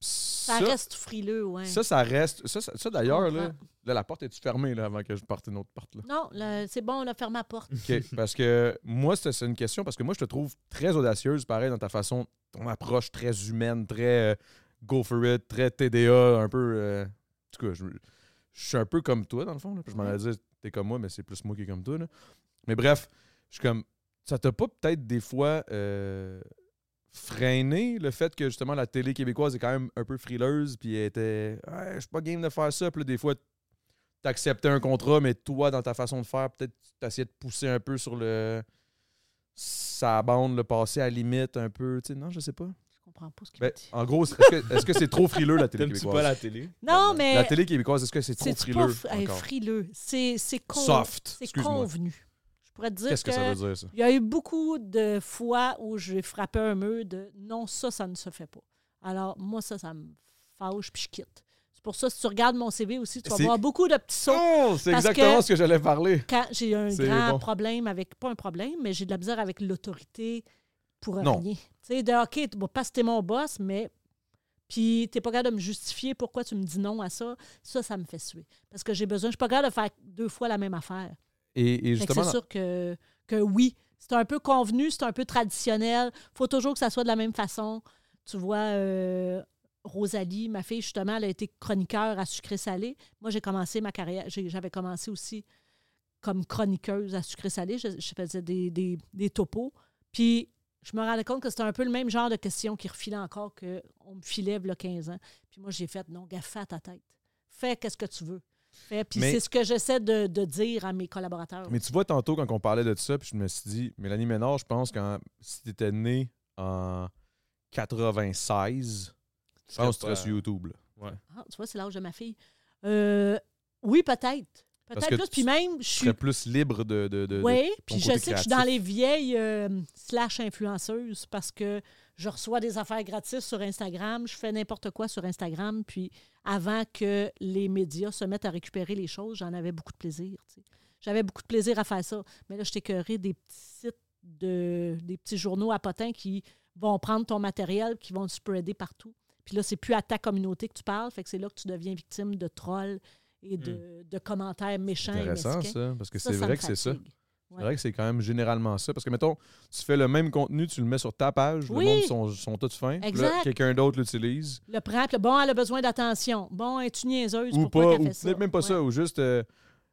[SPEAKER 3] Ça,
[SPEAKER 1] Ça,
[SPEAKER 3] reste frileux, ouais.
[SPEAKER 1] ça, ça reste. Ça, ça, ça, d'ailleurs, là,
[SPEAKER 3] comprends.
[SPEAKER 1] là, la porte est fermée là, avant que je parte une autre porte. Là?
[SPEAKER 3] Non, le- c'est bon, on a fermé la porte.
[SPEAKER 1] OK. parce que moi, c'est c'est une question, parce que moi, je te trouve très audacieuse, pareil, dans ta façon, ton approche très humaine, très euh, go for it, très TDA, un peu. euh, en tout cas, je, je suis un peu comme toi, dans le fond. là. Puis je m'en allais dire, t'es comme moi, mais c'est plus moi qui est comme toi. là. Mais bref, je suis comme. Ça t'a pas peut-être des fois euh, freiné le fait que justement la télé québécoise est quand même un peu frileuse, puis elle était. Ouais, je suis pas game de faire ça, puis là, des fois, t'acceptais un contrat, mais toi, dans ta façon de faire, peut-être t'essayais de pousser un peu sur le sa bande, le passer à la limite un peu, tu sais, non, je sais pas.
[SPEAKER 3] Je comprends pas ce qu'il
[SPEAKER 1] Ben,
[SPEAKER 3] dit.
[SPEAKER 1] en gros, est-ce que est-ce que c'est trop frileux la télé
[SPEAKER 2] T'aimes-tu pas
[SPEAKER 1] québécoise
[SPEAKER 2] la télé?
[SPEAKER 1] Ah,
[SPEAKER 3] Non,
[SPEAKER 2] Vraiment.
[SPEAKER 3] mais.
[SPEAKER 1] La télé québécoise, est-ce que c'est trop
[SPEAKER 3] c'est
[SPEAKER 1] frileux
[SPEAKER 3] pas fr- hey,
[SPEAKER 1] encore?
[SPEAKER 3] frileux. C'est c'est con-
[SPEAKER 1] Soft,
[SPEAKER 3] C'est
[SPEAKER 1] excuse-moi.
[SPEAKER 3] convenu. Je pourrais te dire
[SPEAKER 1] Qu'est-ce que ça
[SPEAKER 3] que
[SPEAKER 1] veut dire ça
[SPEAKER 3] Il y a eu beaucoup de fois où j'ai frappé un mur de non, ça, ça ne se fait pas. Alors, moi, ça, ça me fâche puis je quitte. C'est pour ça, si tu regardes mon CV aussi, tu vas
[SPEAKER 1] C'est-
[SPEAKER 3] voir beaucoup de petits sauts.
[SPEAKER 1] Oh, c'est
[SPEAKER 3] parce
[SPEAKER 1] exactement
[SPEAKER 3] que-
[SPEAKER 1] ce que j'allais parler.
[SPEAKER 3] Quand j'ai
[SPEAKER 1] (laughs)
[SPEAKER 3] un
[SPEAKER 1] C'est
[SPEAKER 3] grand
[SPEAKER 1] bon.
[SPEAKER 3] problème avec, pas un problème, mais j'ai de la misère avec l'autorité pour
[SPEAKER 1] Non.
[SPEAKER 3] rien. Tu sais, de OK, t- bon, parce que t'es mon boss, mais. Puis, t'es pas capable de me justifier pourquoi tu me dis non à ça. Ça, ça me fait suer. Parce que j'ai besoin. Je suis pas capable de faire deux fois la même affaire.
[SPEAKER 1] Et, et
[SPEAKER 3] Fait que
[SPEAKER 1] justement,
[SPEAKER 3] C'est sûr que, que oui. C'est un peu convenu, c'est un peu traditionnel. faut toujours que ça soit de la même façon. Tu vois, euh, Rosalie, ma fille, justement, elle a été chroniqueur à Sucré Salé. Moi, j'ai commencé ma carrière, j'ai- j'avais commencé aussi comme chroniqueuse à Sucré Salé. Je, je faisais des, des, des topos. Puis, je me rendais compte que c'était un peu le même genre de questions qui refilait encore qu'on me filait il 15 ans. Puis moi, j'ai fait, non, gaffe à ta tête. Fais qu'est-ce que tu veux. Fais. Puis
[SPEAKER 1] Mais-
[SPEAKER 3] c'est ce que j'essaie de, de dire à mes collaborateurs.
[SPEAKER 1] mais tu vois tantôt quand on parlait de ça, puis je me suis dit Mélanie Ménard, je pense que si tu étais née en 96, je pense que tu serais sur YouTube. là.
[SPEAKER 3] Ah, tu vois, c'est l'âge de ma fille. Euh, oui, peut-être.
[SPEAKER 1] Parce que
[SPEAKER 3] Peut-être
[SPEAKER 1] tu
[SPEAKER 3] plus. Puis même, je
[SPEAKER 1] Tu
[SPEAKER 3] suis.
[SPEAKER 1] serais plus libre de, de, de- de-
[SPEAKER 3] Oui, puis
[SPEAKER 1] côté
[SPEAKER 3] je sais que je suis dans
[SPEAKER 1] créatif.
[SPEAKER 3] les vieilles euh, slash influenceuses parce que je reçois des affaires gratis sur Instagram, je fais n'importe quoi sur Instagram, puis avant que les médias se mettent à récupérer les choses, j'en avais beaucoup de plaisir. tu sais. J'avais beaucoup de plaisir à faire ça. Mais là, je t'écœurais des petits sites, de, des petits journaux à potins qui vont prendre ton matériel, qui vont le spreader partout. Puis là, c'est plus à ta communauté que tu parles, fait que c'est là que tu deviens victime de trolls et de, de commentaires méchants et
[SPEAKER 1] Hmm. intéressant
[SPEAKER 3] mesquins.
[SPEAKER 1] ça, parce que
[SPEAKER 3] Ça,
[SPEAKER 1] c'est
[SPEAKER 3] ça me
[SPEAKER 1] vrai que c'est ça.
[SPEAKER 3] fatigue.
[SPEAKER 1] C'est vrai que c'est quand même généralement ça. Parce que, mettons, tu fais le même contenu, tu le mets sur ta page,
[SPEAKER 3] Oui.
[SPEAKER 1] le monde sont, sont tous fins. puis là,
[SPEAKER 3] Exact.
[SPEAKER 1] Quelqu'un d'autre l'utilise.
[SPEAKER 3] Le prend, puis le bon, elle a besoin d'attention. Bon, es-tu niaiseuse?
[SPEAKER 1] Ou pas,
[SPEAKER 3] pourquoi qu'elle
[SPEAKER 1] ou
[SPEAKER 3] fait ça?
[SPEAKER 1] peut-être même pas
[SPEAKER 3] Ouais.
[SPEAKER 1] ça, ou juste, euh,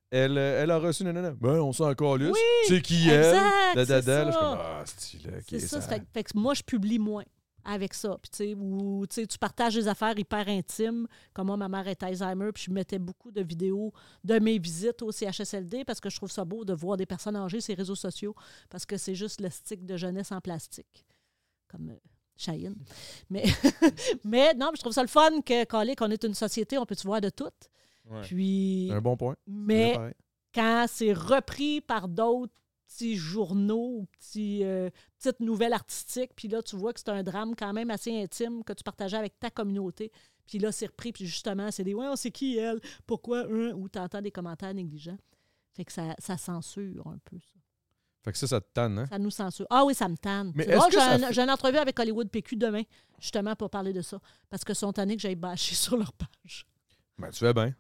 [SPEAKER 1] elle, euh, elle a reçu nanana. Ben, on s'en calisse.
[SPEAKER 3] Oui,
[SPEAKER 1] C'est qui elle?
[SPEAKER 3] Exact,
[SPEAKER 1] Da, da,
[SPEAKER 3] c'est
[SPEAKER 1] da. Là, je suis
[SPEAKER 3] ça.
[SPEAKER 1] comme, ah, style, ok,
[SPEAKER 3] C'est ça,
[SPEAKER 1] ça-
[SPEAKER 3] fait, fait que moi, je publie moins avec ça. Puis, tu sais, ou, tu sais, tu partages des affaires hyper intimes, comme moi, ma mère est Alzheimer, puis je mettais beaucoup de vidéos de mes visites au CHSLD parce que je trouve ça beau de voir des personnes âgées sur les réseaux sociaux parce que c'est juste le stick de jeunesse en plastique, comme euh,
[SPEAKER 1] (laughs)
[SPEAKER 3] Cheyenne. Mais, (laughs) mais non, mais je trouve ça le fun que, Calique, on est une société, on peut se voir de toutes.
[SPEAKER 2] Ouais.
[SPEAKER 3] Puis,
[SPEAKER 1] C'est un bon point.
[SPEAKER 3] mais
[SPEAKER 1] Pareil.
[SPEAKER 3] quand c'est repris par d'autres petits journaux ou petits, euh, petites nouvelles artistiques, puis là, tu vois que c'est un drame quand même assez intime que tu partageais avec ta communauté. Puis là, c'est repris, puis justement, c'est des « Ouais, on sait qui, elle? Pourquoi? Hein? Ou t'entends des commentaires négligents. Fait que ça, ça censure un peu, ça.
[SPEAKER 1] Fait que ça, ça te tanne, hein?
[SPEAKER 3] Ça nous censure. Ah oui, ça me tanne.
[SPEAKER 1] Mais
[SPEAKER 3] C'est
[SPEAKER 1] est-ce
[SPEAKER 3] drôle,
[SPEAKER 1] que
[SPEAKER 3] J'ai
[SPEAKER 1] ça
[SPEAKER 3] un-
[SPEAKER 1] fait-
[SPEAKER 3] j'ai une entrevue avec Hollywood PQ demain, justement, pour parler de ça. Parce que sont tannés que j'aille bâcher (laughs) sur leur page.
[SPEAKER 1] Ben, tu fais bien.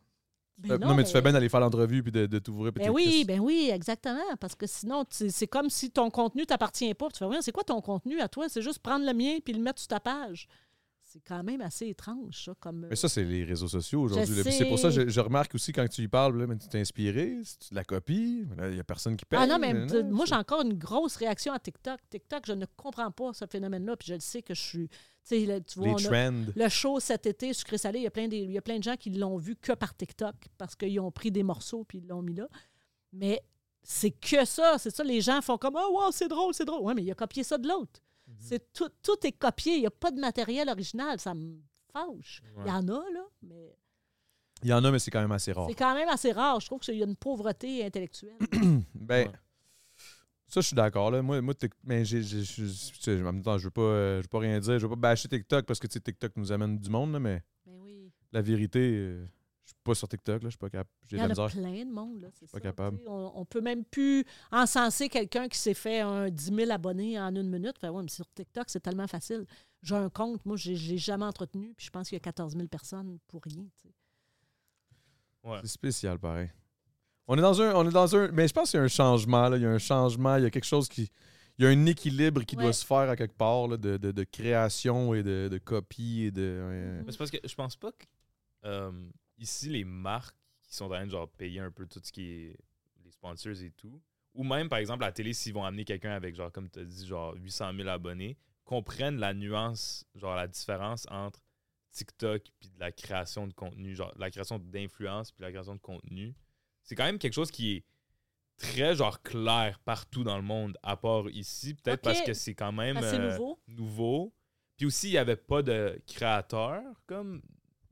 [SPEAKER 3] Ben
[SPEAKER 1] Euh, non, mais, tu fais bien d'aller faire l'entrevue puis de, de t'ouvrir. puis
[SPEAKER 3] Ben
[SPEAKER 1] t'es-
[SPEAKER 3] oui,
[SPEAKER 1] Christ.
[SPEAKER 3] ben oui, exactement. Parce que sinon, tu- c'est comme si ton contenu t'appartient pas. Tu fais, Ouais, c'est quoi ton contenu à toi? C'est juste prendre le mien puis le mettre sur ta page. C'est quand même assez étrange, ça. Comme, euh,
[SPEAKER 1] Mais ça, c'est les réseaux sociaux aujourd'hui.
[SPEAKER 3] Je
[SPEAKER 1] là. Puis C'est pour
[SPEAKER 3] sais.
[SPEAKER 1] ça que je, je remarque aussi quand tu y parles, là, mais tu t'es inspiré, si tu la copies, mais là, il n'y a personne qui paye.
[SPEAKER 3] ah non, mais
[SPEAKER 1] nanana.
[SPEAKER 3] tu- moi, j'ai encore une grosse réaction à TikTok. TikTok, je ne comprends pas ce phénomène-là. Puis je le sais que je suis. tu sais, là, tu vois,
[SPEAKER 1] Les
[SPEAKER 3] on a-
[SPEAKER 1] trends.
[SPEAKER 3] le show cet été, sucré salé, il y a plein, des, il y a plein de gens qui l'ont vu que par TikTok parce qu'ils ont pris des morceaux puis ils l'ont mis là. Mais C'est que ça. C'est ça. Les gens font comme Oh, wow, c'est drôle, c'est drôle. Oui, mais il a copié ça de l'autre. C'est tout, tout est copié. Il n'y a pas de matériel original. Ça me fâche. Il y en a, là, mais
[SPEAKER 1] Il y en a, mais c'est quand même assez rare.
[SPEAKER 3] c'est quand même assez rare. Je trouve qu'il y a une pauvreté intellectuelle.
[SPEAKER 1] Ben,
[SPEAKER 2] Ouais.
[SPEAKER 1] ça, je suis d'accord. là. Moi, moi Tik- mais j'ai, j'ai- je- je- tu sais, en même temps, je veux pas, euh, je veux pas rien dire. Je veux pas bâcher TikTok parce que tu sais, TikTok nous amène du monde, là, mais
[SPEAKER 3] Mais oui.
[SPEAKER 1] la vérité, euh, je suis pas sur TikTok. Là, je suis pas capable. J'ai
[SPEAKER 3] Il
[SPEAKER 1] de
[SPEAKER 3] y
[SPEAKER 1] la
[SPEAKER 3] en a
[SPEAKER 1] misère.
[SPEAKER 3] plein de monde. Là, c'est
[SPEAKER 1] Pas
[SPEAKER 3] ça.
[SPEAKER 1] capable.
[SPEAKER 3] Tu sais, On, on peut même plus encenser quelqu'un qui s'est fait un 10 000 abonnés en une minute. Fait, ouais, mais sur TikTok, c'est tellement facile. J'ai un compte, moi, je ne l'ai jamais entretenu, puis je pense qu'il y a 14 000 personnes pour rien. tu sais.
[SPEAKER 2] Ouais.
[SPEAKER 1] C'est spécial, pareil. On est dans un. On est dans un mais je pense qu'il y a un changement. là. Il y a un changement. Il y a quelque chose qui. Il y a un équilibre qui
[SPEAKER 3] Ouais.
[SPEAKER 1] doit se faire à quelque part là, de, de- de création et de, de copie et de. ouais.
[SPEAKER 2] Mais c'est parce que je pense pas que euh, ici, les marques qui sont en train de genre payer un peu tout ce qui est les sponsors et tout, ou même par exemple la télé, s'ils vont amener quelqu'un avec genre, comme tu as dit, genre 800 000 abonnés, comprennent la nuance, genre la différence entre TikTok puis de la création de contenu, genre de la création d'influence puis la création de contenu. C'est quand même quelque chose qui est très genre clair partout dans le monde, à part ici, peut-être
[SPEAKER 3] Ok.
[SPEAKER 2] parce que c'est quand même.
[SPEAKER 3] Assez
[SPEAKER 2] euh,
[SPEAKER 3] nouveau.
[SPEAKER 2] nouveau. Puis aussi, il n'y avait pas de créateur, comme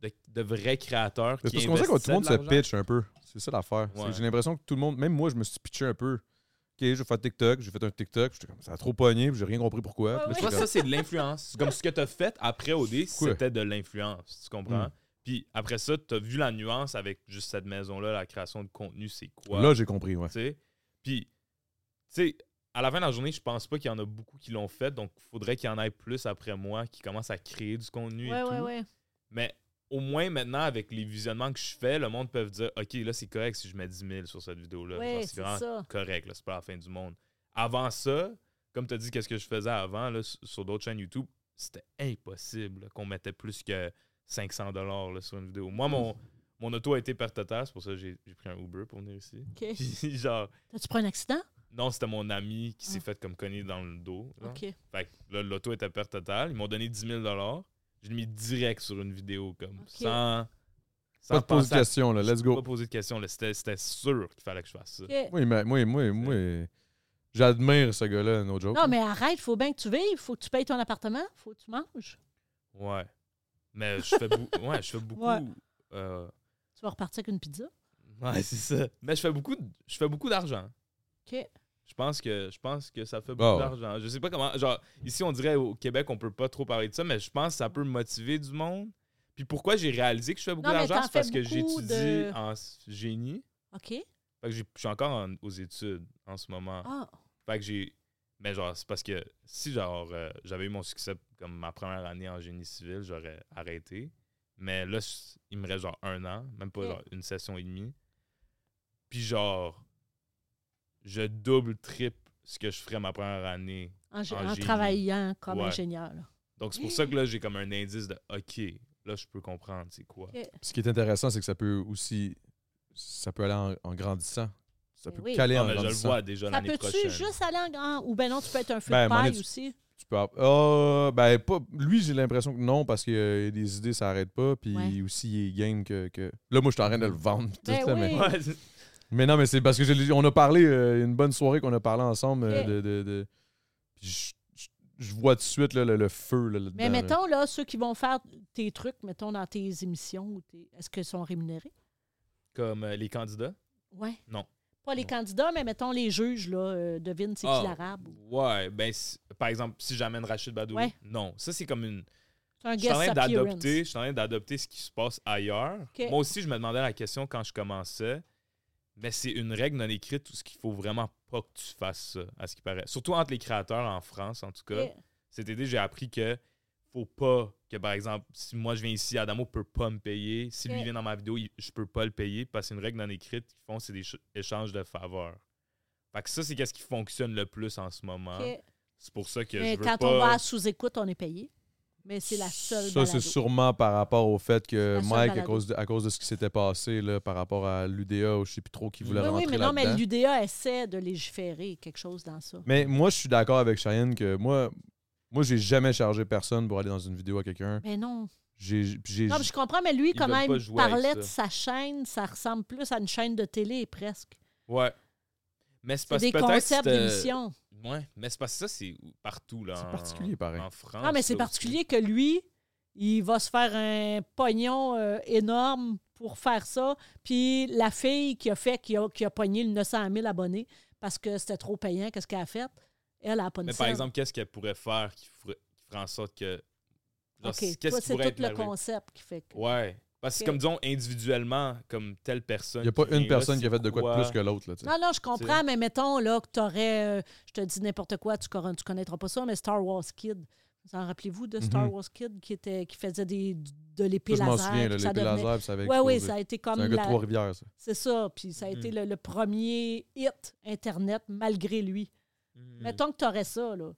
[SPEAKER 2] de, de vrais créateurs
[SPEAKER 1] C'est
[SPEAKER 2] qui
[SPEAKER 1] parce qu'on dirait que tout
[SPEAKER 2] investissaient
[SPEAKER 1] le monde
[SPEAKER 2] de
[SPEAKER 1] se
[SPEAKER 2] l'argent.
[SPEAKER 1] pitch un peu. C'est ça l'affaire. C'est que
[SPEAKER 2] Ouais.
[SPEAKER 1] J'ai l'impression que tout le monde, même moi, je me suis pitché un peu. Ok, je vais faire TikTok, j'ai fait un TikTok, j'étais comme ça a trop pogné, puis j'ai rien compris pourquoi.
[SPEAKER 3] Ouais,
[SPEAKER 1] Puis là,
[SPEAKER 2] Mais tu
[SPEAKER 1] j'étais
[SPEAKER 2] vois, ça, c'est de l'influence. C'est comme ce que tu as fait après OD,
[SPEAKER 1] Quoi? Hmm.
[SPEAKER 2] c'était de l'influence. Tu comprends? Puis après ça, tu as vu la nuance avec juste cette maison-là, la création de contenu, c'est
[SPEAKER 1] comme,
[SPEAKER 2] quoi?
[SPEAKER 1] Là, j'ai compris, ouais.
[SPEAKER 2] tu sais. Puis, tu sais, à la fin de la journée, je pense pas qu'il y en a beaucoup qui l'ont fait, donc il faudrait qu'il y en ait plus après moi qui commencent à créer du contenu
[SPEAKER 3] Ouais,
[SPEAKER 2] et tout.
[SPEAKER 3] ouais, ouais.
[SPEAKER 2] Mais au moins maintenant, avec les visionnements que je fais, le monde peut dire Ok, là, c'est correct si je mets 10 000 sur cette vidéo-là.
[SPEAKER 3] Ouais,
[SPEAKER 2] Genre,
[SPEAKER 3] c'est
[SPEAKER 2] c'est vraiment
[SPEAKER 3] ça.
[SPEAKER 2] correct, là, c'est pas la fin du monde. Avant ça, comme tu as dit, qu'est-ce que je faisais avant là, sur sur d'autres chaînes YouTube, c'était impossible là, qu'on mettait plus que 500 là, sur une vidéo.
[SPEAKER 3] (laughs)
[SPEAKER 2] Moi, mon, mon auto a été perte totale, c'est pour ça que j'ai j'ai pris un Uber pour venir ici. (laughs)
[SPEAKER 3] OK.
[SPEAKER 2] Puis, genre,
[SPEAKER 3] As-tu pris un accident?
[SPEAKER 2] non, c'était mon ami qui s'est
[SPEAKER 3] Ah.
[SPEAKER 2] fait comme cogner dans le dos. genre.
[SPEAKER 3] OK.
[SPEAKER 2] Fait que là, l'auto était à perte totale. Ils m'ont donné 10 000 Je l'ai mis direct sur une vidéo, comme,
[SPEAKER 3] Ok.
[SPEAKER 2] sans, sans
[SPEAKER 1] Pas de pose
[SPEAKER 2] penser
[SPEAKER 1] de
[SPEAKER 2] à-
[SPEAKER 1] question, là, let's
[SPEAKER 2] Pas
[SPEAKER 1] go.
[SPEAKER 2] poser de question, là. C'était, c'était sûr qu'il fallait que je fasse ça.
[SPEAKER 3] OK.
[SPEAKER 1] Oui, mais moi, moi, moi, j'admire ce gars-là, no joke.
[SPEAKER 3] Non, mais arrête, faut bien que tu vives, faut que tu payes ton appartement, faut que tu manges.
[SPEAKER 2] Ouais. Mais je
[SPEAKER 3] (laughs)
[SPEAKER 2] fais, bou- ouais, je fais beaucoup...
[SPEAKER 3] Ouais.
[SPEAKER 2] euh,
[SPEAKER 3] Tu vas repartir avec une pizza.
[SPEAKER 2] ouais, c'est ça. Mais je fais beaucoup, de- je fais beaucoup d'argent.
[SPEAKER 3] OK.
[SPEAKER 2] Je pense que je pense que ça fait
[SPEAKER 1] Bah
[SPEAKER 2] beaucoup
[SPEAKER 1] ouais.
[SPEAKER 2] d'argent. Je sais pas comment. Genre, ici, on dirait au Québec, on peut pas trop parler de ça, mais je pense que ça peut motiver du monde. Puis pourquoi j'ai réalisé que je fais beaucoup
[SPEAKER 3] Non, mais
[SPEAKER 2] d'argent,
[SPEAKER 3] t'en
[SPEAKER 2] c'est parce
[SPEAKER 3] fais
[SPEAKER 2] que
[SPEAKER 3] beaucoup
[SPEAKER 2] j'étudie
[SPEAKER 3] de-
[SPEAKER 2] en s- génie.
[SPEAKER 3] OK.
[SPEAKER 2] Fait que j'ai- je suis encore en- aux études en ce moment.
[SPEAKER 3] Ah,
[SPEAKER 2] Fait que j'ai. Mais genre, c'est parce que si genre euh, j'avais eu mon succès comme ma première année en génie civil, j'aurais arrêté. Mais là, je- il me reste genre un an, même pas
[SPEAKER 3] Ok.
[SPEAKER 2] genre une session et demie. Puis genre, je double, triple ce que je ferais ma première année.
[SPEAKER 3] en, gé-
[SPEAKER 2] En
[SPEAKER 3] en
[SPEAKER 2] génie.
[SPEAKER 3] travaillant comme
[SPEAKER 2] Ouais.
[SPEAKER 3] ingénieur. là.
[SPEAKER 2] Donc c'est pour ça que là, j'ai comme un indice de OK, là, je peux comprendre c'est quoi.
[SPEAKER 3] Ok.
[SPEAKER 1] Ce qui est intéressant, c'est que ça peut aussi. Ça peut aller en, en grandissant. Ça
[SPEAKER 3] Mais
[SPEAKER 1] peut
[SPEAKER 3] oui.
[SPEAKER 1] caler
[SPEAKER 2] Ah,
[SPEAKER 1] en
[SPEAKER 2] mais je le
[SPEAKER 1] grandissant.
[SPEAKER 2] vois déjà
[SPEAKER 3] Ça
[SPEAKER 2] l'année
[SPEAKER 3] peut-tu
[SPEAKER 2] prochaine.
[SPEAKER 3] juste aller en grand? Ou ben non, tu peux être un feu
[SPEAKER 1] Ben,
[SPEAKER 3] de
[SPEAKER 1] mon
[SPEAKER 3] paille
[SPEAKER 1] édu-
[SPEAKER 3] aussi.
[SPEAKER 1] Tu peux avoir- Ah, ben, pas... lui, j'ai l'impression que non, parce que euh, les idées, ça arrête pas. Puis
[SPEAKER 3] Ouais.
[SPEAKER 1] aussi, il est game que, que- Là, moi, je suis en train de le vendre. tout
[SPEAKER 3] Ben
[SPEAKER 1] ça, mais-
[SPEAKER 3] oui.
[SPEAKER 2] Ouais, c'est-
[SPEAKER 1] Mais non, mais c'est parce que je l'ai- on a parlé, euh, une bonne soirée qu'on a parlé ensemble euh,
[SPEAKER 3] Ok.
[SPEAKER 1] de. de, de- puis je, je- je vois tout de suite là, le, le feu. Là,
[SPEAKER 3] Mais
[SPEAKER 2] Ben,
[SPEAKER 1] là-dedans, là.
[SPEAKER 3] mettons, là, ceux qui vont faire tes trucs, mettons, dans tes émissions, ou tes- est-ce qu'ils sont rémunérés?
[SPEAKER 2] comme euh, les candidats.
[SPEAKER 3] Oui.
[SPEAKER 2] Non.
[SPEAKER 3] Pas les
[SPEAKER 2] Non.
[SPEAKER 3] candidats, mais mettons les juges, là, euh, devine c'est
[SPEAKER 2] Ah,
[SPEAKER 3] qui l'arabe. ou-
[SPEAKER 2] Ouais, ben, si- par exemple, si j'amène Rachid Badouri,
[SPEAKER 3] Ouais.
[SPEAKER 2] non. Ça, c'est comme une.
[SPEAKER 3] C'est un
[SPEAKER 2] Je suis en
[SPEAKER 3] guest
[SPEAKER 2] train
[SPEAKER 3] appearance.
[SPEAKER 2] d'adopter, je suis en train d'adopter ce qui se passe ailleurs.
[SPEAKER 3] Ok.
[SPEAKER 2] Moi aussi, je me demandais la question quand je commençais. Mais c'est une règle non écrite, tout ce qu'il faut vraiment pas que tu fasses ça, à ce qui paraît. Surtout entre les créateurs en France, en tout cas.
[SPEAKER 3] Ok.
[SPEAKER 2] Cet été, j'ai appris que faut pas que, par exemple, si moi je viens ici, Adamo peut pas me payer. Si lui
[SPEAKER 3] Ok.
[SPEAKER 2] vient dans ma vidéo, il- je peux pas le payer parce que c'est une règle non écrite qu'ils font, c'est des ch- échanges de faveurs. Fait que ça, c'est qu'est-ce qui fonctionne le plus en ce moment.
[SPEAKER 3] Ok.
[SPEAKER 2] C'est pour ça hein, que
[SPEAKER 3] Mais
[SPEAKER 2] je veux
[SPEAKER 3] quand
[SPEAKER 2] pas...
[SPEAKER 3] on va à sous-écoute, on est payé. Mais c'est la seule
[SPEAKER 1] Ça, c'est
[SPEAKER 3] balado.
[SPEAKER 1] sûrement par rapport au fait que
[SPEAKER 3] La seule
[SPEAKER 1] Mike, à
[SPEAKER 3] balado.
[SPEAKER 1] cause, de, à cause de ce qui s'était passé là, par rapport à l'UDA, ou je sais plus trop qui voulait
[SPEAKER 3] Oui, oui,
[SPEAKER 1] rentrer
[SPEAKER 3] mais non, mais
[SPEAKER 1] là-dedans.
[SPEAKER 3] l'UDA essaie de légiférer quelque chose dans ça.
[SPEAKER 1] Mais moi, je suis d'accord avec Cheyenne que moi, moi j'ai jamais chargé personne pour aller dans une vidéo à quelqu'un.
[SPEAKER 3] Mais non.
[SPEAKER 1] J'ai, puis j'ai-
[SPEAKER 3] Non, mais je comprends, mais lui,
[SPEAKER 2] Ils
[SPEAKER 3] comment
[SPEAKER 2] veulent pas
[SPEAKER 3] il
[SPEAKER 2] jouer avec
[SPEAKER 3] parlait
[SPEAKER 2] ça.
[SPEAKER 3] de sa chaîne, ça ressemble plus à une chaîne de télé, presque.
[SPEAKER 2] Ouais. Mais c'est
[SPEAKER 3] C'est
[SPEAKER 2] parce
[SPEAKER 3] des
[SPEAKER 2] peut-être
[SPEAKER 3] concepts
[SPEAKER 2] c'est, euh,
[SPEAKER 3] d'émission.
[SPEAKER 2] Ouais, mais c'est parce que ça, c'est partout, là.
[SPEAKER 1] C'est
[SPEAKER 2] en-
[SPEAKER 1] particulier, pareil.
[SPEAKER 2] En France.
[SPEAKER 3] Ah, mais c'est
[SPEAKER 2] là,
[SPEAKER 3] particulier que lui, il va se faire un pognon euh, énorme pour faire ça. Puis la fille qui a fait, qui a, qui a pogné le 900 000 abonnés parce que c'était trop payant, qu'est-ce qu'elle a fait? Elle, elle a pas
[SPEAKER 2] aussi.
[SPEAKER 3] une
[SPEAKER 2] Mais par
[SPEAKER 3] scène.
[SPEAKER 2] exemple, qu'est-ce qu'elle pourrait faire qui ferait, qui ferait en sorte que. genre,
[SPEAKER 3] OK,
[SPEAKER 2] qu'est-ce
[SPEAKER 3] toi,
[SPEAKER 2] qui
[SPEAKER 3] c'est
[SPEAKER 2] pourrait être
[SPEAKER 3] tout le
[SPEAKER 2] l'arrivée?
[SPEAKER 3] concept qui fait que...
[SPEAKER 2] Ouais. Parce que, c'est
[SPEAKER 3] Ok.
[SPEAKER 2] comme disons, individuellement, comme telle personne.
[SPEAKER 1] Il n'y a pas
[SPEAKER 2] qui
[SPEAKER 1] une
[SPEAKER 2] vient là,
[SPEAKER 1] personne qui a
[SPEAKER 2] c'est
[SPEAKER 1] fait de quoi de plus que l'autre. là, tu sais.
[SPEAKER 3] Non, non, je comprends, mais mettons là, que tu aurais, je te dis n'importe quoi, tu ne tu connaîtras pas ça, mais Star Wars Kid. Vous en rappelez-vous de Star
[SPEAKER 1] Mhm.
[SPEAKER 3] Wars Kid qui, était, qui faisait des, de l'épée
[SPEAKER 1] Ça, je
[SPEAKER 3] laser?
[SPEAKER 1] m'en souviens, là,
[SPEAKER 3] puis ça
[SPEAKER 1] l'épée
[SPEAKER 3] devenait-
[SPEAKER 1] laser, puis ça avait
[SPEAKER 3] Ouais, oui,
[SPEAKER 1] explosé.
[SPEAKER 3] ça a été
[SPEAKER 1] C'est
[SPEAKER 3] comme
[SPEAKER 1] un gars de
[SPEAKER 3] la-
[SPEAKER 1] Trois-Rivières, ça.
[SPEAKER 3] C'est ça, puis ça a été
[SPEAKER 2] Mhm.
[SPEAKER 1] Mm-hmm.
[SPEAKER 3] le, le premier hit Internet malgré lui.
[SPEAKER 1] Mm-hmm.
[SPEAKER 2] Mhm.
[SPEAKER 3] Mettons que tu aurais ça, là.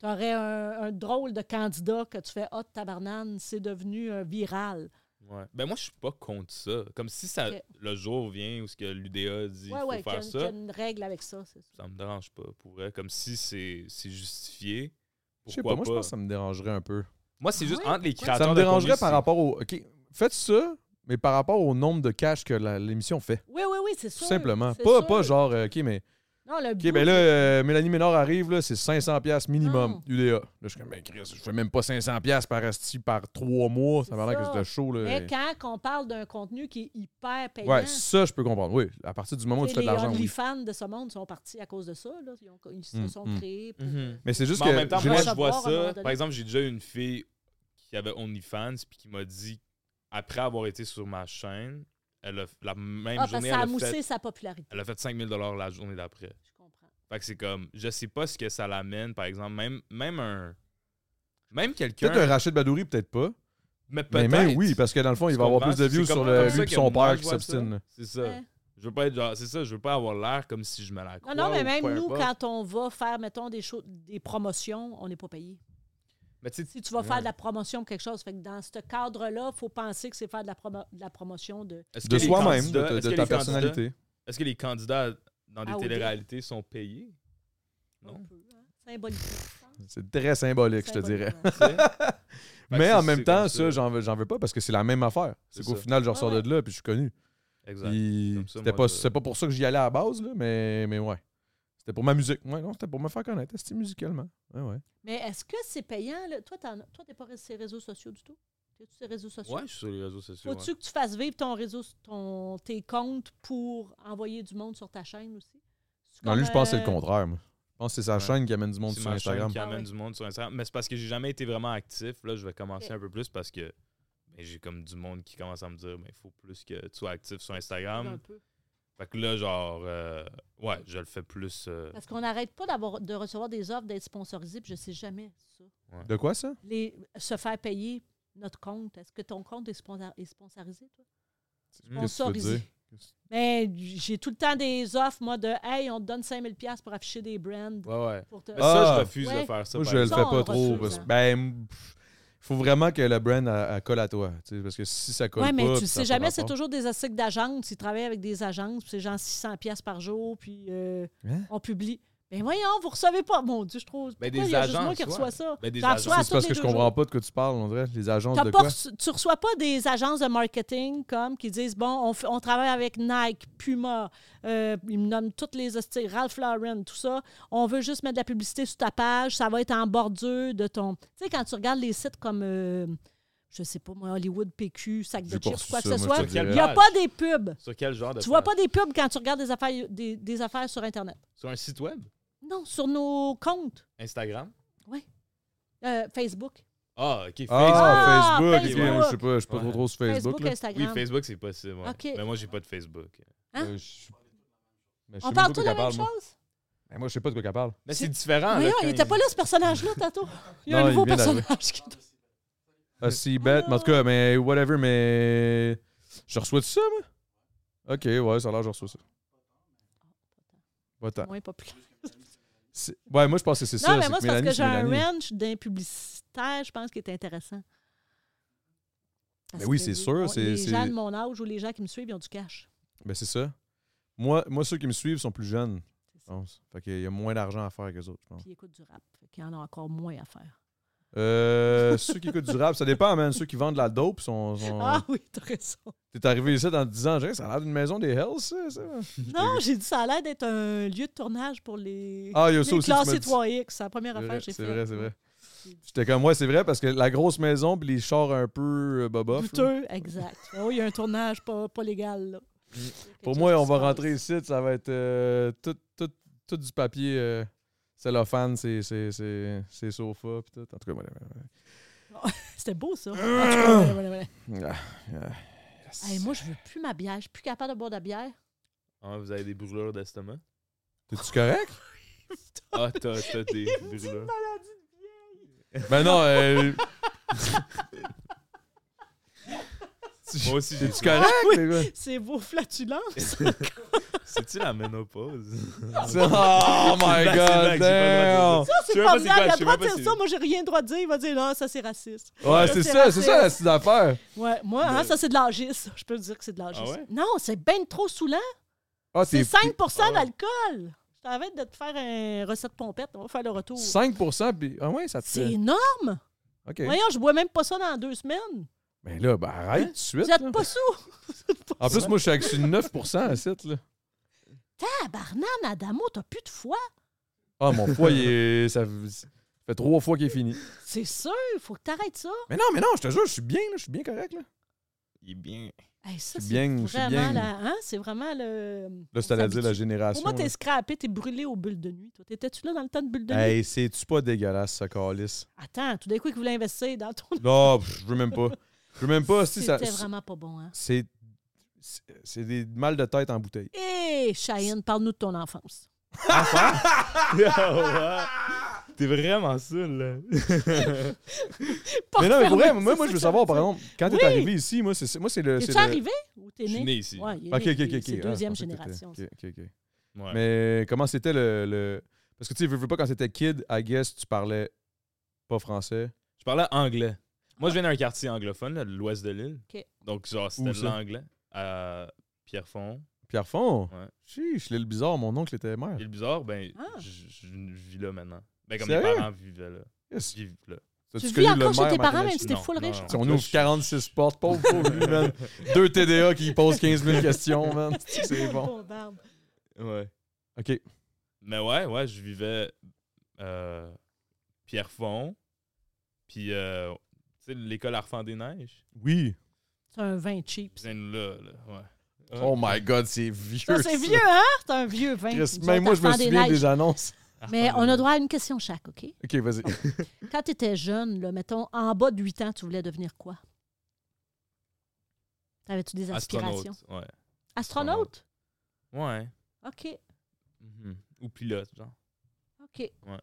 [SPEAKER 3] Tu aurais un, un drôle de candidat que tu fais « Ah, tabarnane, c'est devenu euh, viral.
[SPEAKER 2] Ouais. Ben moi, je suis pas contre ça. Comme si ça,
[SPEAKER 3] Ok.
[SPEAKER 2] le jour vient où ce que l'UDA dit
[SPEAKER 3] Ouais,
[SPEAKER 2] faut
[SPEAKER 3] ouais, qu'il y, a une-
[SPEAKER 2] faire ça,
[SPEAKER 3] qu'il y a une règle avec ça, c'est ça.
[SPEAKER 2] ça me dérange pas. Pour vrai. Comme si c'est c'est justifié.
[SPEAKER 1] Je sais
[SPEAKER 2] Pourquoi
[SPEAKER 1] pas, moi, je pense que ça me dérangerait un peu.
[SPEAKER 2] Moi, c'est juste
[SPEAKER 3] Ouais,
[SPEAKER 2] entre les
[SPEAKER 3] pourquoi?
[SPEAKER 2] créateurs.
[SPEAKER 1] Ça me
[SPEAKER 2] de
[SPEAKER 1] dérangerait
[SPEAKER 2] contenu,
[SPEAKER 1] par
[SPEAKER 2] c'est-
[SPEAKER 1] rapport au. OK, faites ça, mais par rapport au nombre de cash que la- l'émission fait,
[SPEAKER 3] Oui, oui, oui, c'est
[SPEAKER 1] tout
[SPEAKER 3] sûr.
[SPEAKER 1] simplement.
[SPEAKER 3] c'est
[SPEAKER 1] Pas,
[SPEAKER 3] sûr.
[SPEAKER 1] pas genre, euh, OK, mais.
[SPEAKER 3] Non, le
[SPEAKER 1] OK, ben là, euh, Mélanie Ménard arrive, là, c'est 500$ minimum,
[SPEAKER 3] Non.
[SPEAKER 1] UDA. Là, je suis comme, ben, Chris, je fais même pas 500$ par asti par trois mois. Ça
[SPEAKER 3] C'est
[SPEAKER 1] m'a l'air que
[SPEAKER 3] ça.
[SPEAKER 1] c'était chaud, là.
[SPEAKER 3] Mais quand on parle d'un contenu qui est hyper payant,
[SPEAKER 1] euh, Ouais, ça, je peux comprendre. Oui, à partir du moment où
[SPEAKER 3] tu
[SPEAKER 1] tu
[SPEAKER 3] sais,
[SPEAKER 1] fais de
[SPEAKER 3] les
[SPEAKER 1] l'argent, oui.
[SPEAKER 3] OnlyFans de ce monde sont partis à cause de ça. là. Ils, ont- ils se
[SPEAKER 1] Mm,
[SPEAKER 3] sont
[SPEAKER 1] mm.
[SPEAKER 3] créés. pour- euh,
[SPEAKER 2] Mhm.
[SPEAKER 1] Mais c'est juste
[SPEAKER 2] Mais
[SPEAKER 1] que.
[SPEAKER 2] en même temps,
[SPEAKER 1] j'ai
[SPEAKER 2] moi,
[SPEAKER 1] l'impression-
[SPEAKER 2] je vois
[SPEAKER 3] savoir, à un moment
[SPEAKER 2] ça.
[SPEAKER 3] donné.
[SPEAKER 2] Par exemple, j'ai déjà eu une fille qui avait OnlyFans puis qui m'a dit, après avoir été sur ma chaîne, elle a- la même
[SPEAKER 3] Ah, parce que
[SPEAKER 2] journée,
[SPEAKER 3] ça a
[SPEAKER 2] elle a,
[SPEAKER 3] moussé
[SPEAKER 2] fait,
[SPEAKER 3] sa popularité.
[SPEAKER 2] elle a fait 5000 la journée d'après.
[SPEAKER 3] Je comprends.
[SPEAKER 2] Fait que c'est comme, je sais pas ce que ça l'amène, par exemple, même, même un. Même quelqu'un.
[SPEAKER 1] Peut-être un Rachid Badouri, peut-être pas.
[SPEAKER 2] Mais peut-être.
[SPEAKER 1] Mais même oui, parce que dans le fond, il
[SPEAKER 2] Tu
[SPEAKER 1] va avoir
[SPEAKER 2] comprends?
[SPEAKER 1] plus de
[SPEAKER 2] C'est
[SPEAKER 1] views
[SPEAKER 2] comme
[SPEAKER 1] sur
[SPEAKER 2] pas
[SPEAKER 1] le,
[SPEAKER 2] comme ça
[SPEAKER 1] lui et
[SPEAKER 2] que
[SPEAKER 1] son
[SPEAKER 2] moi,
[SPEAKER 1] père
[SPEAKER 2] je
[SPEAKER 1] qui
[SPEAKER 2] vois ça.
[SPEAKER 1] s'obstine.
[SPEAKER 2] C'est ça.
[SPEAKER 3] Ouais.
[SPEAKER 2] Je veux pas être genre, c'est ça, je veux pas avoir l'air comme si je me la crois.
[SPEAKER 3] Non, non, mais
[SPEAKER 2] ou peu
[SPEAKER 3] même nous,
[SPEAKER 2] importe.
[SPEAKER 3] quand on va faire, mettons, des, cho- des promotions, on n'est pas payé.
[SPEAKER 2] Mais tu sais,
[SPEAKER 3] Si tu vas
[SPEAKER 2] Ouais.
[SPEAKER 3] faire de la promotion pour quelque chose, fait que dans ce cadre-là, il faut penser que c'est faire de la, promo- de la promotion de.
[SPEAKER 2] est-ce
[SPEAKER 1] De
[SPEAKER 2] que les
[SPEAKER 1] soi-même,
[SPEAKER 2] candidats-
[SPEAKER 1] de,
[SPEAKER 2] est-ce
[SPEAKER 1] de
[SPEAKER 2] que
[SPEAKER 1] ta
[SPEAKER 2] les candidats-
[SPEAKER 1] personnalité.
[SPEAKER 2] Est-ce que les candidats dans des
[SPEAKER 3] Ah, oui.
[SPEAKER 2] téléréalités sont payés? Non.
[SPEAKER 3] un peu, hein, symbolique.
[SPEAKER 1] C'est très symbolique, je te dirais.
[SPEAKER 3] Symboliquement.
[SPEAKER 2] Tu sais? Fait que
[SPEAKER 1] Mais
[SPEAKER 2] ça,
[SPEAKER 1] en même
[SPEAKER 2] c'est
[SPEAKER 1] temps,
[SPEAKER 2] comme
[SPEAKER 1] ça, j'en veux, j'en veux pas parce que c'est la même affaire. C'est
[SPEAKER 2] C'est
[SPEAKER 1] qu'au
[SPEAKER 2] ça.
[SPEAKER 1] final, je ressors
[SPEAKER 3] Ah Ouais,
[SPEAKER 1] de là puis je suis connu.
[SPEAKER 2] Exact.
[SPEAKER 1] Puis
[SPEAKER 2] Comme ça,
[SPEAKER 1] C'était
[SPEAKER 2] moi,
[SPEAKER 1] pas,
[SPEAKER 2] je-
[SPEAKER 1] c'est pas pour ça que j'y allais à la base, là, mais, mais ouais. C'était pour ma musique. Ouais, non, c'était pour me faire connaître, c'était musicalement. Ouais, ouais.
[SPEAKER 3] (laughs) Mais est-ce que c'est payant? Là? Toi, t'en as- toi, t'es pas sur ces réseaux sociaux du tout? T'es-tu sur ces réseaux sociaux?
[SPEAKER 2] Ouais, je suis sur les réseaux sociaux.
[SPEAKER 3] Faut-tu que tu fasses vivre ton réseau, ton, tes comptes pour envoyer du monde sur ta chaîne aussi? C'est
[SPEAKER 1] Non,
[SPEAKER 3] comme,
[SPEAKER 1] lui, je pense que c'est le
[SPEAKER 3] euh,
[SPEAKER 1] contraire. moi. Je pense que c'est sa
[SPEAKER 2] Ouais.
[SPEAKER 1] chaîne qui amène du monde
[SPEAKER 2] C'est
[SPEAKER 1] sur
[SPEAKER 2] ma chaîne
[SPEAKER 1] Instagram.
[SPEAKER 2] qui
[SPEAKER 3] Ah
[SPEAKER 2] amène
[SPEAKER 3] ouais.
[SPEAKER 2] du monde sur Instagram. Mais c'est parce que j'ai jamais été vraiment actif. Là, je vais commencer
[SPEAKER 3] Ok.
[SPEAKER 2] un peu plus parce que ben, j'ai comme du monde qui commence à me dire mais il faut plus que tu sois actif sur
[SPEAKER 3] un
[SPEAKER 2] Instagram.
[SPEAKER 3] peu.
[SPEAKER 2] Fait que là, genre, euh, ouais, je le fais plus. euh,
[SPEAKER 3] Parce qu'on n'arrête pas d'avoir de recevoir des offres d'être sponsorisé, puis je sais jamais ça.
[SPEAKER 1] De quoi ça?
[SPEAKER 3] Les, se faire payer notre compte. Est-ce que ton compte est, sponsor- est sponsorisé, toi?
[SPEAKER 1] Qu'est-ce que tu veux
[SPEAKER 3] Sponsorisé.
[SPEAKER 1] dire?
[SPEAKER 3] Ben, j'ai tout le temps des offres, moi, de Hey, on te donne 5000$ piastres pour afficher des brands.
[SPEAKER 2] Ouais, ouais.
[SPEAKER 3] Pour te...
[SPEAKER 2] Mais
[SPEAKER 1] Ah!
[SPEAKER 2] ça, je refuse de
[SPEAKER 3] Ouais.
[SPEAKER 2] faire ça.
[SPEAKER 1] Moi,
[SPEAKER 2] par
[SPEAKER 1] je le fais
[SPEAKER 2] exemple.
[SPEAKER 3] exemple.
[SPEAKER 1] pas
[SPEAKER 3] Non, on
[SPEAKER 1] trop.
[SPEAKER 3] refuse,
[SPEAKER 1] Parce,
[SPEAKER 3] hein.
[SPEAKER 1] ben, pff, faut vraiment que le brand elle- elle colle à toi. tu sais, Parce que si ça colle
[SPEAKER 3] Oui, mais
[SPEAKER 1] pas,
[SPEAKER 3] tu
[SPEAKER 1] puis
[SPEAKER 3] le
[SPEAKER 1] ça
[SPEAKER 3] sais
[SPEAKER 1] a pas
[SPEAKER 3] jamais, c'est
[SPEAKER 1] rapport.
[SPEAKER 3] toujours des articles d'agence. Ils travaillent avec des agences, puis c'est genre 600$ piastres par jour, puis euh,
[SPEAKER 1] Hein?
[SPEAKER 3] on publie. Ben voyons, vous recevez pas. Mon Dieu, je trouve.
[SPEAKER 2] Ben,
[SPEAKER 3] pourquoi
[SPEAKER 2] des
[SPEAKER 3] il y a juste moi
[SPEAKER 2] agences,
[SPEAKER 3] qui
[SPEAKER 2] ouais.
[SPEAKER 3] reçois ça.
[SPEAKER 2] Ben, des
[SPEAKER 3] J'en reçois
[SPEAKER 2] agences.
[SPEAKER 3] à
[SPEAKER 1] C'est
[SPEAKER 3] tous
[SPEAKER 1] parce
[SPEAKER 3] les
[SPEAKER 1] que je
[SPEAKER 3] deux
[SPEAKER 1] comprends
[SPEAKER 3] jours.
[SPEAKER 1] pas de quoi tu parles, on dirait. Les agences
[SPEAKER 3] T'as
[SPEAKER 1] de
[SPEAKER 3] pas
[SPEAKER 1] quoi?
[SPEAKER 3] reçu- tu reçois pas des agences de marketing comme qui disent bon, on, fait- on travaille avec Nike, Puma, euh, ils me nomment toutes les hosties, Ralph Lauren, tout ça. On veut juste mettre de la publicité sur ta page, ça va être en bordure de ton. Tu sais, quand tu regardes les sites comme, euh, je sais pas moi, Hollywood, PQ, sac
[SPEAKER 1] J'ai
[SPEAKER 3] de
[SPEAKER 1] pas
[SPEAKER 3] chips,
[SPEAKER 1] reçu
[SPEAKER 3] quoi que
[SPEAKER 1] ça,
[SPEAKER 3] ce
[SPEAKER 1] moi,
[SPEAKER 3] soit,
[SPEAKER 1] je te dirais.
[SPEAKER 3] il n'y a pas des pubs.
[SPEAKER 2] Sur quel genre de.
[SPEAKER 3] Tu vois
[SPEAKER 2] page?
[SPEAKER 3] pas des pubs quand tu regardes des affaires, des, des affaires sur Internet.
[SPEAKER 2] Sur un site web?
[SPEAKER 3] Non, sur nos comptes,
[SPEAKER 2] Instagram?
[SPEAKER 3] euh, Facebook.
[SPEAKER 2] Ah, ok. Facebook.
[SPEAKER 1] Ah,
[SPEAKER 3] Ah,
[SPEAKER 1] Facebook!
[SPEAKER 3] Facebook.
[SPEAKER 1] ok, moi, Je sais pas, je suis pas
[SPEAKER 2] Ouais.
[SPEAKER 1] trop trop sur
[SPEAKER 3] Facebook, euh,
[SPEAKER 1] Facebook. là.
[SPEAKER 2] Oui,
[SPEAKER 3] Instagram.
[SPEAKER 2] Facebook, c'est possible. ouais.
[SPEAKER 3] Ok.
[SPEAKER 2] Mais moi, j'ai pas de Facebook.
[SPEAKER 3] Hein?
[SPEAKER 1] Euh, je suis- mais je sais
[SPEAKER 3] On
[SPEAKER 1] même
[SPEAKER 3] parle
[SPEAKER 1] pas
[SPEAKER 3] tous
[SPEAKER 1] de quoi
[SPEAKER 3] la
[SPEAKER 1] qu'elle
[SPEAKER 3] même
[SPEAKER 1] parle, moi.
[SPEAKER 3] chose?
[SPEAKER 1] Mais Moi, je sais pas de quoi qu'elle parle. Ah,
[SPEAKER 2] Mais
[SPEAKER 3] C'est-
[SPEAKER 2] c'est différent. là,
[SPEAKER 3] Voyons,
[SPEAKER 2] quand
[SPEAKER 3] il était pas là, ce personnage-là,
[SPEAKER 1] (laughs)
[SPEAKER 3] tantôt. Il y a
[SPEAKER 1] Non,
[SPEAKER 3] un
[SPEAKER 1] il
[SPEAKER 3] nouveau
[SPEAKER 1] vient d'arriver.
[SPEAKER 3] personnage qui
[SPEAKER 1] Ah, si, bête. mais En tout cas, mais whatever, mais. Je reçois tout ça, moi? Ok, ouais, ça a l'air, je reçois ça.
[SPEAKER 3] Ah,
[SPEAKER 1] Va-t'en.
[SPEAKER 3] est moins populaire.
[SPEAKER 1] C'est- Ouais, moi, je pense que c'est Bah. ça.
[SPEAKER 3] non, mais
[SPEAKER 1] c'est
[SPEAKER 3] moi, c'est parce
[SPEAKER 1] Mélanie,
[SPEAKER 3] que j'ai un
[SPEAKER 1] Mélanie.
[SPEAKER 3] range d'un publicitaire, je pense, qui est intéressant. Parce
[SPEAKER 1] Ben oui,
[SPEAKER 3] que
[SPEAKER 1] c'est
[SPEAKER 3] les-
[SPEAKER 1] sûr,
[SPEAKER 3] on-
[SPEAKER 1] c'est-
[SPEAKER 3] Les
[SPEAKER 1] c'est-
[SPEAKER 3] gens de mon âge ou les gens qui me suivent, ils ont du cash.
[SPEAKER 1] Ben, c'est ça. Moi, moi, ceux qui me suivent sont plus jeunes, je
[SPEAKER 3] C'est ça.
[SPEAKER 1] pense. Fait qu'il y a moins d'argent à faire que les autres, je pense.
[SPEAKER 3] Puis ils écoutent du rap. Fait qu'ils en ont encore moins à faire.
[SPEAKER 1] Euh, ceux qui écoutent du rap, ça dépend, man. Ceux qui vendent de la dope sont. sont-
[SPEAKER 3] Ah oui, t'as
[SPEAKER 1] (laughs)
[SPEAKER 3] raison.
[SPEAKER 1] T'es arrivé ici en te disant, J'ai, ça a l'air d'une maison des Hells, ça. ça.
[SPEAKER 3] Non, j'ai dit ça a l'air d'être un lieu de tournage pour les,
[SPEAKER 1] Ah, il y a
[SPEAKER 3] les
[SPEAKER 1] ça aussi. tu m'as
[SPEAKER 3] classés
[SPEAKER 1] dit.
[SPEAKER 3] 3X. C'est la première
[SPEAKER 1] C'est
[SPEAKER 3] affaire
[SPEAKER 1] vrai,
[SPEAKER 3] que j'ai
[SPEAKER 1] c'est
[SPEAKER 3] faite.
[SPEAKER 1] vrai, c'est vrai. J'étais comme, ouais, c'est vrai, parce que la grosse maison, puis les chars un peu euh, bobof. là.
[SPEAKER 3] Douteux, exact. Oh, il y a un tournage pas, pas légal. là. Il y a quelque
[SPEAKER 1] Mm. Pour
[SPEAKER 3] chose
[SPEAKER 1] moi,
[SPEAKER 3] qui
[SPEAKER 1] on
[SPEAKER 3] se
[SPEAKER 1] va
[SPEAKER 3] passe.
[SPEAKER 1] rentrer ici, ça va être euh, tout, tout, tout du papier euh, cellophane, c'est, c'est, c'est, c'est sofa, puis tout. En tout cas, voilà. voilà,
[SPEAKER 3] C'était
[SPEAKER 1] (clears throat)
[SPEAKER 3] beau, ça. En tout cas, voilà, voilà, voilà.
[SPEAKER 1] voilà. Ah, ah, yes.
[SPEAKER 3] Hey, moi, je veux plus ma bière. Je suis plus capable de boire de bière.
[SPEAKER 2] Ah, vous avez des brûlures d'estomac?
[SPEAKER 1] T'es-tu correct?
[SPEAKER 2] Ah, t'as t'as des
[SPEAKER 3] (laughs) une
[SPEAKER 2] brûlures.
[SPEAKER 3] maladie de vieille.
[SPEAKER 1] ben non, euh,
[SPEAKER 2] Moi aussi, j'ai
[SPEAKER 1] t'es-tu correct?
[SPEAKER 3] (laughs) Oui.
[SPEAKER 1] les gars?
[SPEAKER 3] C'est vos
[SPEAKER 2] (laughs)
[SPEAKER 3] flatulences.
[SPEAKER 2] C'est-tu
[SPEAKER 3] (laughs)
[SPEAKER 2] la ménopause?
[SPEAKER 3] Ah,
[SPEAKER 1] Oh my
[SPEAKER 2] blague, c'est
[SPEAKER 1] god,
[SPEAKER 2] une blague, j'ai pas le droit
[SPEAKER 1] damn!
[SPEAKER 2] de dire
[SPEAKER 3] Ça,
[SPEAKER 2] Je
[SPEAKER 3] c'est
[SPEAKER 2] sais
[SPEAKER 3] pas
[SPEAKER 2] pas
[SPEAKER 3] bien.
[SPEAKER 2] c'est
[SPEAKER 3] Il a
[SPEAKER 2] quoi,
[SPEAKER 3] le
[SPEAKER 2] je sais
[SPEAKER 3] droit
[SPEAKER 2] même
[SPEAKER 3] de
[SPEAKER 2] pas
[SPEAKER 3] dire
[SPEAKER 2] c'est-
[SPEAKER 3] ça. Moi, j'ai rien droit de dire. Il va dire, non, ça, c'est raciste.
[SPEAKER 1] Ouais, c'est ça, c'est ça la petite affaire.
[SPEAKER 3] Ouais, moi, hein,
[SPEAKER 2] Mais-
[SPEAKER 3] ça, c'est de l'agisme. Je peux te dire que c'est de l'agisme.
[SPEAKER 2] Ah ouais?
[SPEAKER 3] Non, c'est bien trop saoulant.
[SPEAKER 1] Ah,
[SPEAKER 3] C'est
[SPEAKER 1] t'es
[SPEAKER 3] 5
[SPEAKER 2] Ah ouais.
[SPEAKER 3] d'alcool. Je t'avais de te faire une recette pompette. On va faire le retour.
[SPEAKER 1] 5%, puis. Ah ouais, ça te.
[SPEAKER 3] C'est énorme.
[SPEAKER 1] Ok.
[SPEAKER 3] Voyons, je bois même pas ça dans deux semaines.
[SPEAKER 1] Ben là, ben arrête tout de suite.
[SPEAKER 3] Vous
[SPEAKER 1] là.
[SPEAKER 3] êtes pas sous.
[SPEAKER 1] En plus, moi, je suis avec je suis 9%
[SPEAKER 3] (laughs)
[SPEAKER 1] à 7, là.
[SPEAKER 3] Tabarnan, Adamo, t'as plus de foi.
[SPEAKER 1] Ah, mon foie, il est- ça fait trois fois qu'il est fini.
[SPEAKER 3] C'est sûr. Faut que t'arrêtes ça.
[SPEAKER 1] Mais non, mais non, je te jure, je suis bien, là, je suis bien correct, là.
[SPEAKER 2] (laughs) Il est bien. (laughs)
[SPEAKER 3] Hey, ça,
[SPEAKER 1] Je suis
[SPEAKER 3] c'est
[SPEAKER 1] bien, je suis
[SPEAKER 3] vraiment
[SPEAKER 1] bien.
[SPEAKER 3] la- hein, C'est vraiment le.
[SPEAKER 1] Là, c'est à dire la génération.
[SPEAKER 3] Pour moi, t'es
[SPEAKER 1] là.
[SPEAKER 3] scrappé, t'es brûlé aux bulles de nuit. Toi, t'étais-tu là dans le temps de bulles de nuit?
[SPEAKER 1] Hey, c'est-tu pas dégueulasse, ce calice?
[SPEAKER 3] Attends, tout d'un coup, ils voulaient investir dans ton.
[SPEAKER 1] Non, pff, je veux même pas. Je veux (laughs) même pas. Si ça,
[SPEAKER 3] C'était vraiment pas bon, hein?
[SPEAKER 1] c'est, c'est- c'est des mal de tête en bouteille.
[SPEAKER 3] Hé, Cheyenne, parle-nous de ton enfance.
[SPEAKER 2] Oh, T'es vraiment ça, là.
[SPEAKER 1] Mais non, mais pour vrai,
[SPEAKER 3] Fermé,
[SPEAKER 1] moi, moi
[SPEAKER 3] c'est
[SPEAKER 1] je
[SPEAKER 3] ça
[SPEAKER 1] veux
[SPEAKER 3] que
[SPEAKER 1] savoir,
[SPEAKER 3] ça
[SPEAKER 1] par
[SPEAKER 3] veut
[SPEAKER 1] exemple, quand
[SPEAKER 3] Oui.
[SPEAKER 1] t'es arrivé ici, moi, c'est, c'est- moi, c'est le.
[SPEAKER 3] dire.
[SPEAKER 1] c'est
[SPEAKER 3] Es-tu
[SPEAKER 1] le-
[SPEAKER 3] arrivé ou t'es
[SPEAKER 2] Je suis
[SPEAKER 3] né?
[SPEAKER 2] né ici.
[SPEAKER 3] Ouais, il est
[SPEAKER 1] Ok,
[SPEAKER 3] né,
[SPEAKER 1] ok, ok.
[SPEAKER 3] puis
[SPEAKER 1] ok.
[SPEAKER 3] C'est
[SPEAKER 1] Ah,
[SPEAKER 3] deuxième
[SPEAKER 1] je pensais que t'étais-
[SPEAKER 3] génération. ça.
[SPEAKER 1] ok, ok, ok.
[SPEAKER 2] Ouais.
[SPEAKER 1] Mais comment c'était le. le- Parce que tu sais, veux, veux pas, quand t'étais kid, I guess, tu parlais pas français.
[SPEAKER 2] Je parlais anglais. Moi, je viens d'un quartier anglophone, là, de l'ouest de l'île.
[SPEAKER 3] Ah. Ok.
[SPEAKER 2] Donc, genre,
[SPEAKER 1] Où
[SPEAKER 2] c'était de
[SPEAKER 1] ça?
[SPEAKER 2] l'anglais. À Pierrefonds.
[SPEAKER 1] Pierre Fond?
[SPEAKER 2] Ouais.
[SPEAKER 1] Chiche, l'île bizarre, mon oncle était maire.
[SPEAKER 2] Et le bizarre, ben,
[SPEAKER 3] Ah.
[SPEAKER 2] je je vis là maintenant. Ben, comme
[SPEAKER 1] Sérieux?
[SPEAKER 2] mes parents vivaient là.
[SPEAKER 1] Yes.
[SPEAKER 2] Je vis là.
[SPEAKER 1] T'as-tu connu
[SPEAKER 3] Tu vis
[SPEAKER 1] le
[SPEAKER 3] encore chez
[SPEAKER 1] maire
[SPEAKER 3] tes parents, hein,
[SPEAKER 1] Martinez?
[SPEAKER 3] même si t'es
[SPEAKER 2] Non,
[SPEAKER 3] full
[SPEAKER 2] non,
[SPEAKER 3] riche.
[SPEAKER 2] non.
[SPEAKER 1] On ouvre 46 portes, pauvre, pauvre lui,
[SPEAKER 2] (laughs)
[SPEAKER 1] man. Deux TDA qui posent 15 000 questions, man. (laughs) C'est bon.
[SPEAKER 3] barbe.
[SPEAKER 2] Ouais.
[SPEAKER 1] OK.
[SPEAKER 2] Mais ouais, ouais, je vivais euh, Pierrefonds. Puis, euh, tu sais, l'école Arfand des Neiges.
[SPEAKER 1] Oui.
[SPEAKER 3] C'est un vin cheap.
[SPEAKER 2] Je viens de là, là. Ouais.
[SPEAKER 1] Oh my God, c'est vieux.
[SPEAKER 3] Ça, c'est vieux, hein? C'est un vieux vin.
[SPEAKER 1] Chris,
[SPEAKER 3] Nous
[SPEAKER 1] même
[SPEAKER 3] autres,
[SPEAKER 1] moi, je me
[SPEAKER 3] Enfants des
[SPEAKER 1] souviens
[SPEAKER 3] Neiges.
[SPEAKER 1] des annonces.
[SPEAKER 2] Arfand
[SPEAKER 3] Mais
[SPEAKER 2] des
[SPEAKER 3] on a
[SPEAKER 2] Neiges.
[SPEAKER 3] droit à une question chaque, OK?
[SPEAKER 1] OK, vas-y.
[SPEAKER 3] Quand tu étais jeune, là, mettons, en bas de 8 ans, tu voulais devenir quoi? Avais-tu des aspirations?
[SPEAKER 2] Astronaute. Ouais.
[SPEAKER 3] Astronaute?
[SPEAKER 2] Ouais.
[SPEAKER 3] OK.
[SPEAKER 1] Mm-hmm.
[SPEAKER 2] Mhm. Ou pilote, genre.
[SPEAKER 3] OK.
[SPEAKER 2] Ouais.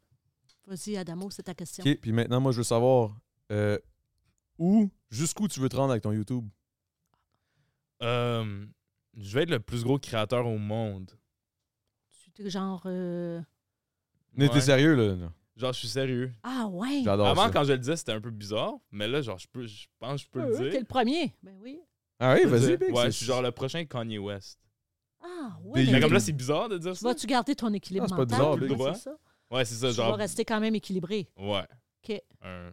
[SPEAKER 3] Vas-y, Adamo, c'est ta question.
[SPEAKER 1] OK, puis maintenant, moi, je veux savoir euh, où, jusqu'où tu veux te rendre avec ton YouTube.
[SPEAKER 2] Euh, je vais être le plus gros créateur au monde.
[SPEAKER 3] Tu es genre. euh,
[SPEAKER 1] Mais
[SPEAKER 2] Ouais.
[SPEAKER 1] t'es sérieux, là? non?
[SPEAKER 2] Genre, je suis sérieux.
[SPEAKER 3] Ah, ouais.
[SPEAKER 1] J'adore
[SPEAKER 2] Avant,
[SPEAKER 1] ça.
[SPEAKER 2] quand je le disais, c'était un peu bizarre. Mais là, genre, je, peux, je pense que je peux
[SPEAKER 3] Euh,
[SPEAKER 2] le
[SPEAKER 3] T'es
[SPEAKER 2] dire.
[SPEAKER 3] le premier. Ben oui.
[SPEAKER 1] Ah oui,
[SPEAKER 2] Je peux le
[SPEAKER 1] vas-y,
[SPEAKER 2] dire.
[SPEAKER 1] Big.
[SPEAKER 2] Ouais,
[SPEAKER 1] c'est-
[SPEAKER 2] je suis genre le prochain Kanye West.
[SPEAKER 3] Ah, ouais.
[SPEAKER 1] Des-
[SPEAKER 2] Mais
[SPEAKER 3] Mais
[SPEAKER 2] comme là,
[SPEAKER 3] tu
[SPEAKER 2] c'est bizarre de dire ça.
[SPEAKER 3] vas-tu garder ton équilibre
[SPEAKER 1] Ah, c'est pas
[SPEAKER 3] mental?
[SPEAKER 1] bizarre,
[SPEAKER 3] Ouais,
[SPEAKER 2] Big.
[SPEAKER 3] c'est ça.
[SPEAKER 2] Ouais, c'est ça,
[SPEAKER 3] Tu vas
[SPEAKER 2] genre.
[SPEAKER 3] rester quand même équilibré.
[SPEAKER 2] Ouais.
[SPEAKER 3] Ok.
[SPEAKER 2] Un-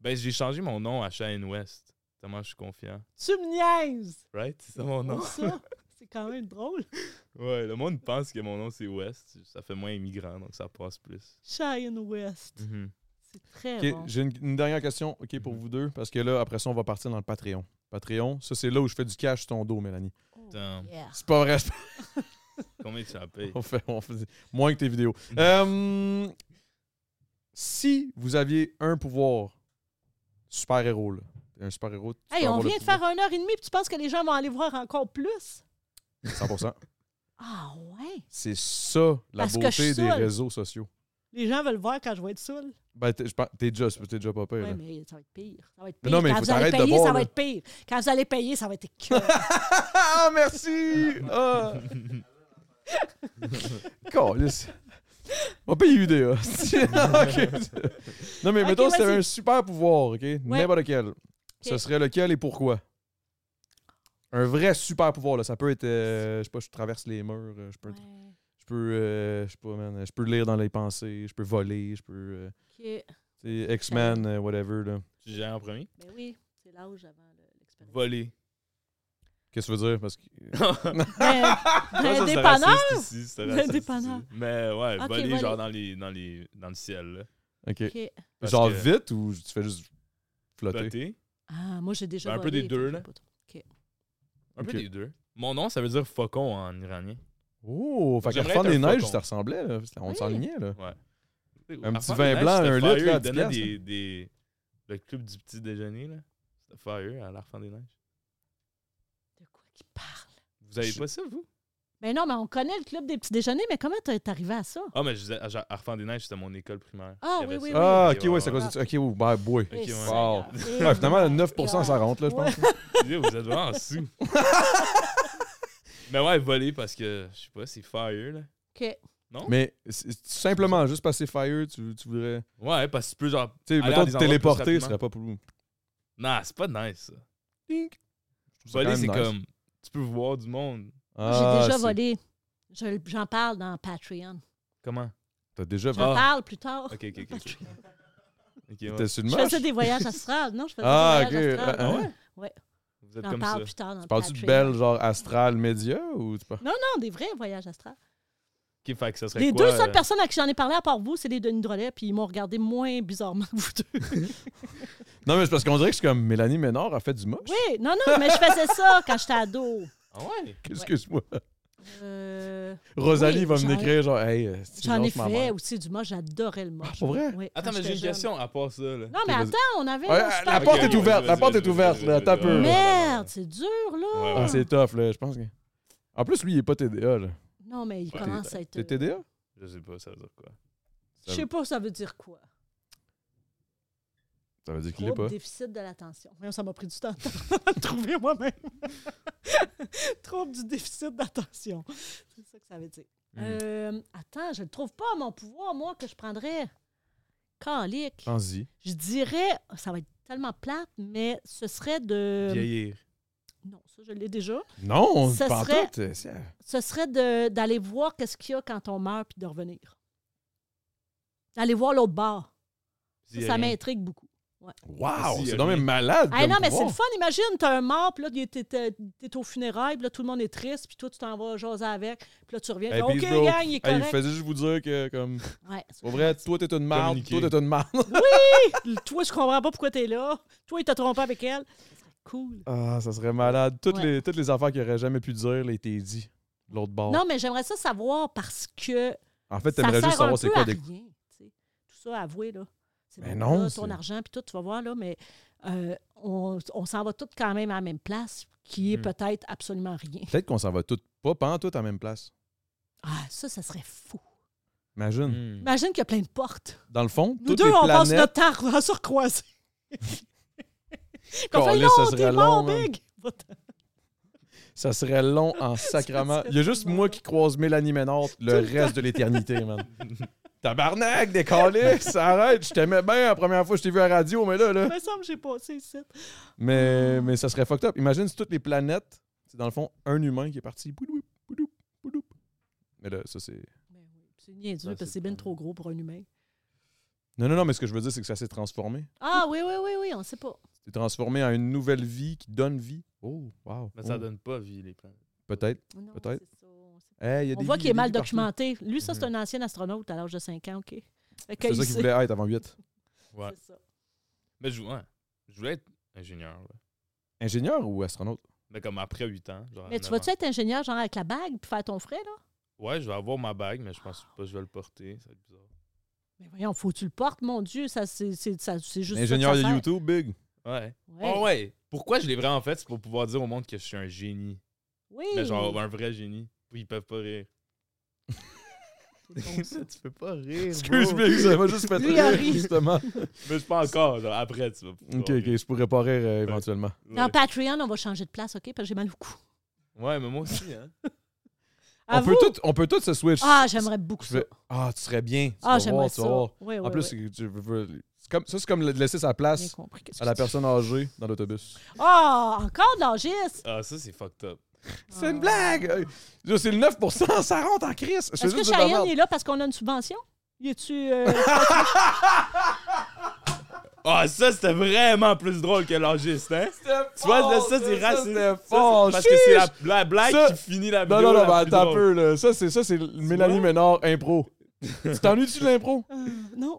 [SPEAKER 2] Ben, j'ai changé mon nom à Shane West. Tellement je suis confiant.
[SPEAKER 3] Tu me niaises!
[SPEAKER 2] Right? C'est ça mon nom.
[SPEAKER 3] Oh, ça, C'est quand même drôle.
[SPEAKER 2] (laughs) Ouais, le monde pense que mon nom c'est West. Ça fait moins immigrant, donc ça passe plus.
[SPEAKER 3] Cheyenne West.
[SPEAKER 2] Mhm.
[SPEAKER 3] C'est très
[SPEAKER 1] OK,
[SPEAKER 3] bon.
[SPEAKER 1] j'ai une, une dernière question OK, pour
[SPEAKER 2] Mhm.
[SPEAKER 1] vous deux, parce que là, après ça, on va partir dans le Patreon. Patreon, ça, c'est là où je fais du cash sur ton dos, Mélanie.
[SPEAKER 3] Oh,
[SPEAKER 2] Damn.
[SPEAKER 3] yeah.
[SPEAKER 1] C'est pas vrai,
[SPEAKER 2] Combien tu as payé?
[SPEAKER 1] (laughs) On fait, on fait- moins que tes vidéos. Euh, si vous aviez un pouvoir super-héros, là, un super-héros. tu
[SPEAKER 3] Hey,
[SPEAKER 1] peux
[SPEAKER 3] on
[SPEAKER 1] avoir le
[SPEAKER 3] vient de
[SPEAKER 1] pouvoir.
[SPEAKER 3] faire une heure et demie, puis tu penses que les gens vont aller voir encore plus?
[SPEAKER 1] 100%.
[SPEAKER 3] Ah ouais?
[SPEAKER 1] C'est ça la
[SPEAKER 3] Parce que je
[SPEAKER 1] beauté
[SPEAKER 3] suis
[SPEAKER 1] des
[SPEAKER 3] seule.
[SPEAKER 1] réseaux sociaux.
[SPEAKER 3] Les gens veulent voir quand je vais être saoul.
[SPEAKER 1] Ben, t'es, je pense- t'es déjà, t'es déjà pas pire.
[SPEAKER 3] Oui,
[SPEAKER 1] là.
[SPEAKER 3] mais ça va être pire. Ça va être
[SPEAKER 1] Mais
[SPEAKER 3] pire.
[SPEAKER 1] non, mais
[SPEAKER 3] quand
[SPEAKER 1] faut
[SPEAKER 3] vous allez
[SPEAKER 1] t'arrêter de
[SPEAKER 3] payer,
[SPEAKER 1] boire, là.
[SPEAKER 3] ça va être pire. Quand vous allez payer, ça va être écœurant.
[SPEAKER 1] ah, merci! Ah! Câlisse. On va payer
[SPEAKER 3] (laughs)
[SPEAKER 1] UDA. hein. (laughs) Ok. Non, mais
[SPEAKER 3] Ok,
[SPEAKER 1] mettons, si t'avais
[SPEAKER 3] vas-y.
[SPEAKER 1] un super pouvoir, OK? N'importe lequel. Ce serait lequel et pourquoi? Un vrai super pouvoir, là. Ça peut être, euh, je sais pas, je traverse les murs, euh, je peux,
[SPEAKER 3] Ouais.
[SPEAKER 1] je peux, euh, je sais pas, man, je peux lire dans les pensées, je peux voler, je peux... euh,
[SPEAKER 3] Ok.
[SPEAKER 1] C'est X-Men, euh, whatever. là.
[SPEAKER 2] Tu gères
[SPEAKER 3] (laughs)
[SPEAKER 2] en premier?
[SPEAKER 3] Mais Ben oui, c'est l'âge avant le- l'expérience.
[SPEAKER 2] (laughs) Voler.
[SPEAKER 1] Qu'est-ce que tu veux dire? Parce que... euh, (laughs)
[SPEAKER 3] Ben,
[SPEAKER 2] Ouais,
[SPEAKER 3] ben,
[SPEAKER 2] ça, c'est
[SPEAKER 3] dépanneur!
[SPEAKER 2] raciste ici, c'est
[SPEAKER 3] Le
[SPEAKER 2] raciste
[SPEAKER 3] dépanneur.
[SPEAKER 2] ici. Mais ouais,
[SPEAKER 3] Ok,
[SPEAKER 2] voler,
[SPEAKER 3] voler.
[SPEAKER 2] genre dans, les, dans, les, dans le ciel. là.
[SPEAKER 1] OK.
[SPEAKER 3] Ok.
[SPEAKER 2] Parce
[SPEAKER 1] Genre
[SPEAKER 2] que
[SPEAKER 1] vite ou tu fais juste flotter?
[SPEAKER 2] flotter,
[SPEAKER 3] Ah, moi, j'ai déjà
[SPEAKER 2] Ben, un peu
[SPEAKER 3] volé,
[SPEAKER 2] des deux,
[SPEAKER 3] fait que
[SPEAKER 2] là.
[SPEAKER 3] j'ai pas trop.
[SPEAKER 2] Un peu
[SPEAKER 1] Ok.
[SPEAKER 2] des deux. Mon nom, ça veut dire faucon en iranien.
[SPEAKER 1] Oh! Fait qu'à la
[SPEAKER 2] J'aimerais
[SPEAKER 1] fin
[SPEAKER 2] être
[SPEAKER 1] des
[SPEAKER 2] un
[SPEAKER 1] neiges,
[SPEAKER 2] faucon.
[SPEAKER 1] ça ressemblait. Là. C'était- On
[SPEAKER 3] Oui.
[SPEAKER 1] s'enlignait, là.
[SPEAKER 2] Parfois,
[SPEAKER 1] petit
[SPEAKER 2] les
[SPEAKER 1] vin
[SPEAKER 2] Nike,
[SPEAKER 1] blanc,
[SPEAKER 2] c'était
[SPEAKER 1] un litre,
[SPEAKER 2] fire,
[SPEAKER 1] là, à 10
[SPEAKER 2] Ils donnaient
[SPEAKER 1] piastres,
[SPEAKER 2] des, des- le club du petit déjeuner. là. C'était fire à l'enfant des neiges.
[SPEAKER 3] De quoi qu'il parle?
[SPEAKER 2] Vous avez
[SPEAKER 1] Je-
[SPEAKER 2] pas ça, vous?
[SPEAKER 3] Mais non, mais on connaît le club des petits déjeuners, mais comment t'es arrivé à ça?
[SPEAKER 2] Ah, mais je disais, à- à Arfan des Neiges, c'était mon école primaire.
[SPEAKER 3] Ah,
[SPEAKER 2] Il y avait
[SPEAKER 3] oui,
[SPEAKER 2] ça.
[SPEAKER 3] oui,
[SPEAKER 1] Ah,
[SPEAKER 2] Ok,
[SPEAKER 1] OK, ouais, c'est à cause de ça. OK, oh, bah, boy.
[SPEAKER 2] Ok, ouais.
[SPEAKER 3] Et
[SPEAKER 1] Wow. (laughs)
[SPEAKER 3] Seigneur. Eh,
[SPEAKER 1] Ouais, finalement, 9 ça rentre, là, je pense.
[SPEAKER 2] Dieu, vous êtes vraiment en
[SPEAKER 3] (laughs)
[SPEAKER 2] sous. mais ouais, voler parce que, je sais pas, c'est fire, là.
[SPEAKER 3] OK.
[SPEAKER 1] Mais c'est- c'est simplement, juste passer fire, tu, tu voudrais...
[SPEAKER 2] Ouais, parce que tu peux, genre.
[SPEAKER 1] Tu sais,
[SPEAKER 2] Aller
[SPEAKER 1] mettons,
[SPEAKER 2] à des
[SPEAKER 1] te
[SPEAKER 2] endroits plus
[SPEAKER 1] téléporter,
[SPEAKER 2] rapidement.
[SPEAKER 1] ce serait pas pour...
[SPEAKER 2] Non, c'est pas nice, ça.
[SPEAKER 1] Ding. Je trouve ça quand
[SPEAKER 2] Voler,
[SPEAKER 1] même
[SPEAKER 2] c'est
[SPEAKER 1] nice.
[SPEAKER 2] comme. Tu peux voir du monde.
[SPEAKER 1] Ah,
[SPEAKER 3] j'ai déjà
[SPEAKER 1] c'est-
[SPEAKER 3] volé. Je- J'en parle dans Patreon.
[SPEAKER 2] Comment
[SPEAKER 1] T'as déjà
[SPEAKER 3] J'en
[SPEAKER 1] volé?
[SPEAKER 3] parle plus tard.
[SPEAKER 2] Ok, ok,
[SPEAKER 3] (laughs)
[SPEAKER 2] ok. ok. Ok, ouais.
[SPEAKER 1] T'étais sur le
[SPEAKER 3] Je
[SPEAKER 1] marche?
[SPEAKER 3] faisais des voyages astrales. Non, je faisais
[SPEAKER 1] Ah,
[SPEAKER 3] des voyages
[SPEAKER 1] ok.
[SPEAKER 3] astrales.
[SPEAKER 1] Ah
[SPEAKER 2] ouais? Vous êtes
[SPEAKER 3] J'en
[SPEAKER 2] comme
[SPEAKER 3] parle
[SPEAKER 2] ça.
[SPEAKER 3] plus tard dans
[SPEAKER 1] Parles-tu de
[SPEAKER 3] Patreon.
[SPEAKER 1] belles, genre, astral média ou... tu parles-
[SPEAKER 3] Non, des vrais voyages astrales.
[SPEAKER 2] Ok, fait que ça serait
[SPEAKER 3] Les
[SPEAKER 2] quoi,
[SPEAKER 3] deux seules
[SPEAKER 2] euh,
[SPEAKER 3] personnes à qui j'en ai parlé, à part vous, c'est les Denis Drolet, puis ils m'ont regardé moins bizarrement (laughs) que vous deux.
[SPEAKER 1] Non, mais c'est parce qu'on dirait que c'est comme Mélanie Ménard a fait du moche.
[SPEAKER 3] Oui, non, non, (laughs) mais je faisais ça quand j'étais ado.
[SPEAKER 2] Ah ouais
[SPEAKER 1] Excuse-moi.
[SPEAKER 3] Euh,
[SPEAKER 1] Rosalie
[SPEAKER 3] Oui,
[SPEAKER 1] va
[SPEAKER 3] j'en ai-
[SPEAKER 1] venir écrire, genre, hey, euh, c'est
[SPEAKER 3] J'en ai
[SPEAKER 1] lâche ma mère.
[SPEAKER 3] fait aussi du moche, j'adorais le moche.
[SPEAKER 1] Ah, pour vrai?
[SPEAKER 3] Oui,
[SPEAKER 2] Attends,
[SPEAKER 3] quand
[SPEAKER 2] mais j'ai
[SPEAKER 3] j'étais
[SPEAKER 2] une
[SPEAKER 3] jeune.
[SPEAKER 2] question à part ça, là.
[SPEAKER 3] Non, mais
[SPEAKER 1] vas-y.
[SPEAKER 3] attends, on avait.
[SPEAKER 1] Ouais,
[SPEAKER 3] on se
[SPEAKER 1] la
[SPEAKER 3] parlait.
[SPEAKER 1] porte est
[SPEAKER 2] Ok,
[SPEAKER 1] ouverte,
[SPEAKER 2] vas-y,
[SPEAKER 1] la
[SPEAKER 2] vas-y,
[SPEAKER 1] porte
[SPEAKER 2] vas-y,
[SPEAKER 1] est ouverte,
[SPEAKER 2] vas-y,
[SPEAKER 1] là,
[SPEAKER 2] vas-y,
[SPEAKER 1] t'as un
[SPEAKER 2] vas-y.
[SPEAKER 1] peu.
[SPEAKER 3] Merde, c'est dur, là.
[SPEAKER 2] Ouais,
[SPEAKER 1] Ah, c'est tough, là, je pense que... En plus, lui, il est pas TDA, là.
[SPEAKER 3] Non, mais il
[SPEAKER 2] Ouais.
[SPEAKER 3] commence à être.
[SPEAKER 1] T'es TDA?
[SPEAKER 2] Je sais pas, ça veut dire quoi.
[SPEAKER 3] Je sais pas, ça veut dire quoi.
[SPEAKER 1] Ça veut dire qu'il est
[SPEAKER 3] Trouble
[SPEAKER 1] pas.
[SPEAKER 3] déficit de l'attention. Mais ça m'a pris du temps de (laughs) trouver moi-même. Trouble du déficit d'attention. C'est ça que ça veut dire. Euh, attends, je ne trouve pas mon pouvoir, moi, que je prendrais. Calique.
[SPEAKER 1] Pense-y.
[SPEAKER 3] Je dirais, oh, ça va être tellement plate, mais ce serait
[SPEAKER 1] Euh,
[SPEAKER 3] de.
[SPEAKER 2] Vieillir.
[SPEAKER 3] Non, ça, je l'ai déjà.
[SPEAKER 1] Non,
[SPEAKER 3] Ça
[SPEAKER 1] pas en
[SPEAKER 3] serait-
[SPEAKER 1] tout, euh, c'est-
[SPEAKER 3] Ce serait de- d'aller voir qu'est-ce qu'il y a quand on meurt puis de revenir. D'aller voir l'autre bord. Ça, ça
[SPEAKER 2] Vieillir.
[SPEAKER 3] m'intrigue beaucoup.
[SPEAKER 1] Wow,
[SPEAKER 2] Si,
[SPEAKER 1] c'est
[SPEAKER 2] euh,
[SPEAKER 1] donc même
[SPEAKER 2] lui-
[SPEAKER 1] malade. comme
[SPEAKER 3] Hey, Ah, non, mais c'est
[SPEAKER 1] pouvoir.
[SPEAKER 3] le fun. Imagine, t'as un mort, puis là, il était- t'es t'es aux funérailles, puis là, tout le monde est triste, puis toi, tu t'en vas jaser avec, puis là, tu reviens.
[SPEAKER 1] Hey,
[SPEAKER 3] OK,
[SPEAKER 1] peace, bro.
[SPEAKER 3] gang, il est
[SPEAKER 1] Hey, il
[SPEAKER 3] correct.
[SPEAKER 1] faisait juste vous dire que, comme,
[SPEAKER 3] Ouais, c'est
[SPEAKER 1] pour vrai,
[SPEAKER 3] (laughs)
[SPEAKER 1] toi, t'es une marde,
[SPEAKER 2] Communiquer.
[SPEAKER 1] toi, t'es une (laughs) marde.
[SPEAKER 3] vrai. Toi, je comprends pas pourquoi t'es là. Toi, il t'a trompé avec elle. Ça serait Cool.
[SPEAKER 1] Ah, ça serait malade. Toutes,
[SPEAKER 3] Ouais.
[SPEAKER 1] les, toutes les affaires qu'il aurait jamais pu dire, là, étaient dites. de L'autre bord.
[SPEAKER 3] Non, mais j'aimerais ça savoir parce que
[SPEAKER 1] en fait,
[SPEAKER 3] ça
[SPEAKER 1] t'aimerais
[SPEAKER 3] sert
[SPEAKER 1] juste
[SPEAKER 3] un
[SPEAKER 1] savoir
[SPEAKER 3] peu
[SPEAKER 1] c'est quoi
[SPEAKER 3] à
[SPEAKER 1] des.
[SPEAKER 3] rien. tu sais. Tout ça, avoué, là. C'est
[SPEAKER 1] Mais
[SPEAKER 3] bon,
[SPEAKER 1] non,
[SPEAKER 3] là, ton
[SPEAKER 1] c'est-
[SPEAKER 3] argent, puis tout, tu vas voir, là, mais euh, on, on s'en va tous quand même à la même place, qui est
[SPEAKER 1] Hmm.
[SPEAKER 2] Mm.
[SPEAKER 3] peut-être absolument rien.
[SPEAKER 1] Peut-être qu'on s'en va toutes, pas pantoute, à la même place.
[SPEAKER 3] Ah, ça, ça serait fou.
[SPEAKER 1] Hmm. Imagine.
[SPEAKER 2] Hmm.
[SPEAKER 3] Imagine qu'il y a plein de portes.
[SPEAKER 1] Dans le fond,
[SPEAKER 3] Nous
[SPEAKER 1] toutes
[SPEAKER 3] deux,
[SPEAKER 1] les
[SPEAKER 3] on passe
[SPEAKER 1] planètes.
[SPEAKER 3] notre temps à
[SPEAKER 1] (laughs)
[SPEAKER 3] se recroiser. Qu'on fait,
[SPEAKER 1] Calais,
[SPEAKER 3] non,
[SPEAKER 1] ça serait
[SPEAKER 3] t'es
[SPEAKER 1] long,
[SPEAKER 3] mort,
[SPEAKER 1] man. (laughs)
[SPEAKER 3] big! Va-t'en.
[SPEAKER 1] Ça serait long (laughs) en sacrament. Il y a juste moi qui croise Mélanie (laughs) Ménard le reste de l'éternité, man. (laughs) Tabarnak, (laughs) décaliste, arrête, je t'aimais bien la première fois que je t'ai vu à la radio, mais là,
[SPEAKER 3] Il
[SPEAKER 1] là.
[SPEAKER 3] me semble que j'ai passé ici.
[SPEAKER 1] Mais, mais ça serait fucked up. Imagine si toutes les planètes, c'est dans le fond un humain qui est parti. Boudouip, boudouip, boudoup. Mais là, ça c'est.
[SPEAKER 3] Ben C'est niaiseux
[SPEAKER 2] Ça,
[SPEAKER 3] parce que
[SPEAKER 2] c'est
[SPEAKER 3] c'est bien
[SPEAKER 2] pas-
[SPEAKER 3] trop gros pour un humain.
[SPEAKER 1] Non, non, non, mais ce que je veux dire, c'est que ça s'est transformé.
[SPEAKER 3] Ah oui, oui, oui, oui, on sait pas.
[SPEAKER 1] C'est transformé en une nouvelle vie qui donne vie. Oh, wow.
[SPEAKER 2] Mais ça
[SPEAKER 1] Oh.
[SPEAKER 2] donne pas vie, les planètes.
[SPEAKER 1] Peut-être.
[SPEAKER 3] Non,
[SPEAKER 1] Peut-être.
[SPEAKER 3] c'est ça, on sait
[SPEAKER 1] Hey, il y a
[SPEAKER 3] pas. On
[SPEAKER 1] des
[SPEAKER 3] voit
[SPEAKER 1] vies,
[SPEAKER 3] qu'il est
[SPEAKER 1] il y a
[SPEAKER 3] mal
[SPEAKER 1] des vies partout.
[SPEAKER 3] documenté. Lui, ça, c'est un ancien astronaute à l'âge de 5 ans, OK? Fait que
[SPEAKER 1] C'est
[SPEAKER 3] il
[SPEAKER 1] ça qu'il
[SPEAKER 3] (laughs) sait.
[SPEAKER 1] voulait être avant 8.
[SPEAKER 2] Ouais.
[SPEAKER 3] C'est ça.
[SPEAKER 2] Mais je, ouais. je voulais être ingénieur, là.
[SPEAKER 1] Ingénieur ou astronaute?
[SPEAKER 2] Mais comme après 8 ans. Genre à
[SPEAKER 3] Mais tu
[SPEAKER 2] 9
[SPEAKER 3] vas-tu
[SPEAKER 2] ans.
[SPEAKER 3] être ingénieur, genre avec la bague, puis faire ton frais, là?
[SPEAKER 2] Ouais, je vais avoir ma bague, mais je pense pas que je vais le porter. Ça va être bizarre.
[SPEAKER 3] Mais voyons, faut que tu le portes, mon Dieu, ça, c'est c'est- ça- c'est juste. ça que
[SPEAKER 1] Ingénieur
[SPEAKER 3] ça
[SPEAKER 1] de
[SPEAKER 3] sert.
[SPEAKER 1] YouTube, big.
[SPEAKER 2] Ouais.
[SPEAKER 3] Ouais.
[SPEAKER 2] Oh, ouais. Pourquoi je l'ai vraiment fait, c'est pour pouvoir dire au monde que je suis un génie.
[SPEAKER 3] Oui.
[SPEAKER 2] Mais genre un vrai génie. Puis ils peuvent pas rire.
[SPEAKER 3] C'est bon, ça.
[SPEAKER 2] Oh, tu peux pas (laughs) rire.
[SPEAKER 1] Excuse
[SPEAKER 2] moi
[SPEAKER 1] moi ça m'a juste fait
[SPEAKER 3] Lui, il
[SPEAKER 1] rire,
[SPEAKER 3] rit.
[SPEAKER 1] justement.
[SPEAKER 2] (laughs) Mais je pas encore. Genre, après, tu vas pouvoir
[SPEAKER 1] Ok, ok,
[SPEAKER 2] rire.
[SPEAKER 1] je pourrais pas rire euh,
[SPEAKER 2] Ben,
[SPEAKER 1] éventuellement.
[SPEAKER 2] Ouais.
[SPEAKER 3] Dans Patreon, on va changer de place, OK? Parce que j'ai mal au cou.
[SPEAKER 2] Ouais, mais moi aussi, hein.
[SPEAKER 3] À
[SPEAKER 1] on,
[SPEAKER 3] vous?
[SPEAKER 1] peut tout, on peut tout se switch.
[SPEAKER 3] Ah, j'aimerais beaucoup
[SPEAKER 1] Je vais-
[SPEAKER 3] ça.
[SPEAKER 1] Ah, tu serais bien. Tu
[SPEAKER 3] Ah,
[SPEAKER 1] vas voir,
[SPEAKER 3] j'aimerais
[SPEAKER 1] tu
[SPEAKER 3] ça.
[SPEAKER 1] vas voir.
[SPEAKER 3] Oui, oui,
[SPEAKER 1] en plus,
[SPEAKER 3] oui.
[SPEAKER 1] c'est- tu veux- c'est comme, ça, c'est comme le- laisser sa
[SPEAKER 3] Bien
[SPEAKER 1] place
[SPEAKER 3] compris. Qu'est-ce
[SPEAKER 1] à
[SPEAKER 3] que
[SPEAKER 1] la
[SPEAKER 3] tu dis?
[SPEAKER 1] personne âgée dans l'autobus.
[SPEAKER 3] Ah, encore de l'angiste!
[SPEAKER 2] Ah, ça, c'est fucked up.
[SPEAKER 1] C'est une blague! Euh, là, C'est le 9 ça rentre en crise. Je fais
[SPEAKER 3] Est-ce que
[SPEAKER 1] juste de la
[SPEAKER 3] Cheyenne
[SPEAKER 1] merde.
[SPEAKER 3] est là parce qu'on a une subvention? Y est-tu. euh,
[SPEAKER 2] Ah, ça, c'était vraiment plus drôle que l'angiste, hein? Tu vois, là, ça, c'est raciste.
[SPEAKER 1] C'était
[SPEAKER 2] Ça, c'est-
[SPEAKER 1] fort.
[SPEAKER 2] Parce que c'est la,
[SPEAKER 1] Chiche!
[SPEAKER 2] la blague
[SPEAKER 1] Ça-
[SPEAKER 2] qui finit la vidéo.
[SPEAKER 1] Non, non, non,
[SPEAKER 2] la
[SPEAKER 1] ben,
[SPEAKER 2] plus
[SPEAKER 1] attends un
[SPEAKER 2] drôle.
[SPEAKER 1] peu, là. Ça, c'est ça, c'est Mélanie
[SPEAKER 2] vois?
[SPEAKER 1] Ménard impro. tu t'ennuies-tu de l'impro?
[SPEAKER 3] Euh, (laughs) non.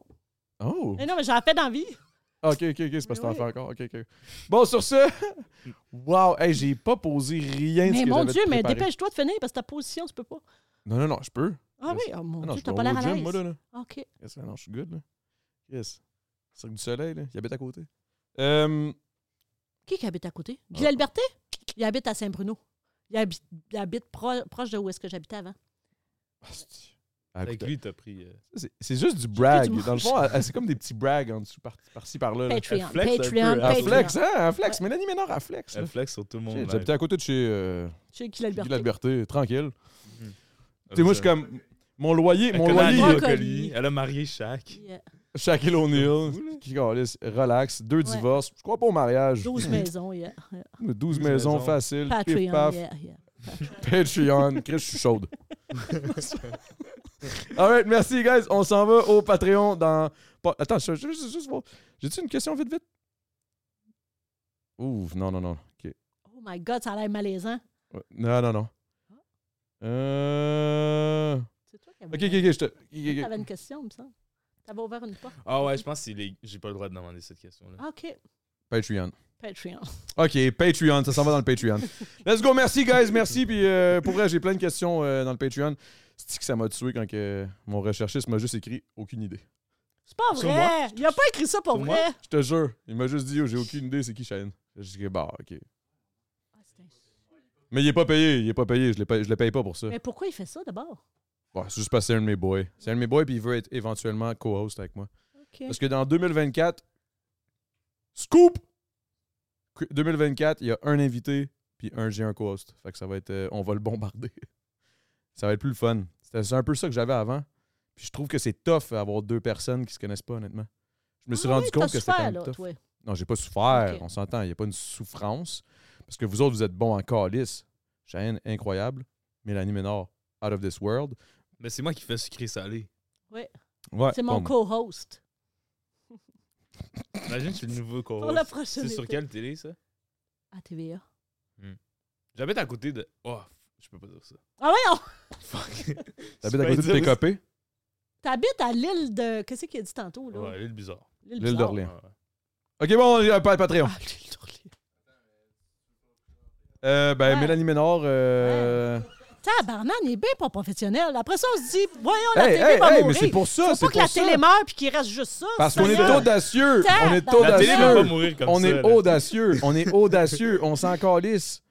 [SPEAKER 1] Oh!
[SPEAKER 3] Mais Eh non, mais j'en fais dans la vie.
[SPEAKER 1] Ah, Ok, ok, ok, c'est parce que
[SPEAKER 3] Mais
[SPEAKER 1] t'en
[SPEAKER 3] oui.
[SPEAKER 1] fais encore. Ok, ok. Bon, sur ce, (laughs) wow, hey, j'ai pas posé rien de ce
[SPEAKER 3] Mais
[SPEAKER 1] que
[SPEAKER 3] mon
[SPEAKER 1] j'avais
[SPEAKER 3] Dieu, mais
[SPEAKER 1] préparé.
[SPEAKER 3] dépêche-toi de finir parce que ta position, tu peux pas.
[SPEAKER 1] Non, non, non, je peux.
[SPEAKER 3] Ah
[SPEAKER 1] Yes.
[SPEAKER 3] oui, oh mon
[SPEAKER 1] non,
[SPEAKER 3] Dieu,
[SPEAKER 1] je
[SPEAKER 3] t'as
[SPEAKER 1] vais
[SPEAKER 3] pas
[SPEAKER 1] au
[SPEAKER 3] l'air à
[SPEAKER 1] gym, moi, là,
[SPEAKER 3] l'aise.
[SPEAKER 1] là.
[SPEAKER 3] OK.
[SPEAKER 1] Yes, non, je suis good, là. Yes. Cirque du Soleil, là. Il habite à côté. Euh,
[SPEAKER 3] Qui qui habite à côté? Guy
[SPEAKER 1] Ah.
[SPEAKER 3] Liberté? Il habite à Saint-Bruno. Il habite, il habite pro- proche de où est-ce que j'habitais avant.
[SPEAKER 1] hostie. Ah,
[SPEAKER 2] Avec
[SPEAKER 1] écoute,
[SPEAKER 2] lui, t'as pris. euh,
[SPEAKER 1] c'est- C'est juste du brag.
[SPEAKER 3] du Ben,
[SPEAKER 1] Dans le fond, elle- elle- c'est comme des petits brags en dessous, par- par-ci, par-là. là.
[SPEAKER 3] Patreon,
[SPEAKER 2] flex un peu,
[SPEAKER 3] Patreon,
[SPEAKER 2] elle
[SPEAKER 1] En
[SPEAKER 3] Patreon.
[SPEAKER 1] flex, hein? En flex. Mélanie Ménard en flex. là.
[SPEAKER 2] un flex sur tout le monde.
[SPEAKER 1] Shit, J'habitais à côté de chez euh,
[SPEAKER 3] Chez Guy
[SPEAKER 1] Guy
[SPEAKER 3] Liberté.
[SPEAKER 1] Liberté, tranquille.
[SPEAKER 2] Tu
[SPEAKER 1] Tu sais, moi, je suis comme. Mon loyer, mon
[SPEAKER 3] connaît
[SPEAKER 1] loyer,
[SPEAKER 3] Andrea.
[SPEAKER 2] euh, Elle a marié Shaq.
[SPEAKER 3] Puis, euh,
[SPEAKER 1] Shaquille O'Neal, qui calisse, relax, deux
[SPEAKER 3] Ouais.
[SPEAKER 1] divorces, je crois pas au mariage. (laughs)
[SPEAKER 3] 12 maisons, yeah. yeah.
[SPEAKER 1] 12, maisons
[SPEAKER 2] maisons.
[SPEAKER 1] faciles, pif
[SPEAKER 3] Patreon,
[SPEAKER 1] paf,
[SPEAKER 3] yeah, yeah. (laughs)
[SPEAKER 1] Patreon, Chris, je suis chaude. (laughs) Alright, merci guys, on s'en va au Patreon dans... pas- Attends, je- je- juste, juste voir, j'ai-tu une question vite vite? Ouf, non, non, non, ok.
[SPEAKER 3] Oh my God, ça a l'air malaisant.
[SPEAKER 1] Ouais, Non, non, non. Euh...
[SPEAKER 3] C'est toi qui avais
[SPEAKER 1] Ok, ok, ok, je te... ok, ok, ok.
[SPEAKER 3] T'avais une question, il me semble. T'avais ouvert une porte.
[SPEAKER 2] Ah ouais, je pense que c'est les- j'ai pas le droit de demander cette question-là.
[SPEAKER 3] Ah, OK.
[SPEAKER 1] Patreon.
[SPEAKER 3] Patreon. (laughs)
[SPEAKER 1] OK, Patreon, ça s'en va dans le Patreon. Let's go, merci guys, merci. Puis euh, pour vrai, j'ai plein de questions euh, dans le Patreon. cest que ça m'a tué quand que mon recherchiste m'a juste écrit aucune idée?
[SPEAKER 3] C'est pas
[SPEAKER 2] Sur moi?
[SPEAKER 3] vrai. Il a pas écrit ça pour
[SPEAKER 2] Sur moi?
[SPEAKER 3] vrai.
[SPEAKER 1] Je te jure, il m'a juste dit, Yo, j'ai aucune idée, c'est qui Shane? J'ai dit, bah, OK.
[SPEAKER 3] Ah, c'est un-
[SPEAKER 1] Mais il est pas payé, il est pas payé, je le paye, je le paye pas pour ça.
[SPEAKER 3] Mais pourquoi il fait ça d'abord?
[SPEAKER 1] Bon, c'est juste parce que c'est un de mes boys. C'est un de mes boys, puis il veut être éventuellement co-host avec moi.
[SPEAKER 3] OK.
[SPEAKER 1] Parce que dans 2024, scoop! Qu- 2024, il y a un invité, puis un j'ai un co-host. Fait que ça va être. euh, on va le bombarder. (laughs) ça va être plus le fun. C'était c'est un peu ça que j'avais avant. Puis je trouve que c'est tough avoir deux personnes qui se connaissent pas, honnêtement. Je me suis
[SPEAKER 3] Ah
[SPEAKER 1] rendu
[SPEAKER 3] oui,
[SPEAKER 1] compte
[SPEAKER 3] t'as
[SPEAKER 1] que c'était
[SPEAKER 3] souffert,
[SPEAKER 1] quand même
[SPEAKER 3] là,
[SPEAKER 1] tough.
[SPEAKER 3] toi.
[SPEAKER 1] Non, j'ai pas souffert,
[SPEAKER 3] Ok.
[SPEAKER 1] on s'entend. Il n'y a pas une souffrance. Parce que vous autres, vous êtes bons en calice. Cheyenne, incroyable. Mélanie Ménard, out of this world.
[SPEAKER 2] Mais c'est moi qui fais sucré salé.
[SPEAKER 1] Ouais,
[SPEAKER 3] C'est mon
[SPEAKER 1] bon.
[SPEAKER 3] co-host.
[SPEAKER 2] Imagine, je suis le nouveau co
[SPEAKER 3] Pour la prochaine
[SPEAKER 2] C'est sur
[SPEAKER 3] étape.
[SPEAKER 2] quelle télé, ça
[SPEAKER 3] À TVA.
[SPEAKER 2] J'habite à côté de. Oh, je peux pas dire ça.
[SPEAKER 3] Ah ouais, on-
[SPEAKER 2] Fuck.
[SPEAKER 1] T'habites à côté de tes copés?
[SPEAKER 3] t'habites à l'île de... Qu'est-ce qu'il a dit tantôt, là?
[SPEAKER 2] (laughs) Ouais, l'île bizarre.
[SPEAKER 1] L'île
[SPEAKER 3] bizarre.
[SPEAKER 1] d'Orléans.
[SPEAKER 2] Ouais, ouais.
[SPEAKER 1] Ok, bon, on est à pa- Patreon.
[SPEAKER 3] Ah, l'île d'Orléans.
[SPEAKER 1] Euh, ben,
[SPEAKER 3] Ouais.
[SPEAKER 1] Mélanie Ménard. euh,
[SPEAKER 3] Tabarnan il est bien pas professionnel. Après ça, on se dit, voyons, la
[SPEAKER 1] Hey,
[SPEAKER 3] télé
[SPEAKER 1] hey,
[SPEAKER 3] va
[SPEAKER 1] hey,
[SPEAKER 3] mourir.
[SPEAKER 1] mais c'est pour ça,
[SPEAKER 3] Faut
[SPEAKER 1] c'est
[SPEAKER 3] pas que
[SPEAKER 1] pour
[SPEAKER 3] la
[SPEAKER 1] ça.
[SPEAKER 3] télé meure puis qu'il reste juste ça.
[SPEAKER 1] Parce qu'on est
[SPEAKER 3] Seigneur.
[SPEAKER 1] audacieux. On est
[SPEAKER 3] Tabarnak.
[SPEAKER 2] La télé va pas
[SPEAKER 1] audacieux.
[SPEAKER 2] mourir comme
[SPEAKER 1] On
[SPEAKER 2] ça.
[SPEAKER 1] est
[SPEAKER 2] là.
[SPEAKER 1] audacieux. On
[SPEAKER 3] (laughs)
[SPEAKER 1] est audacieux. On s'en calisse.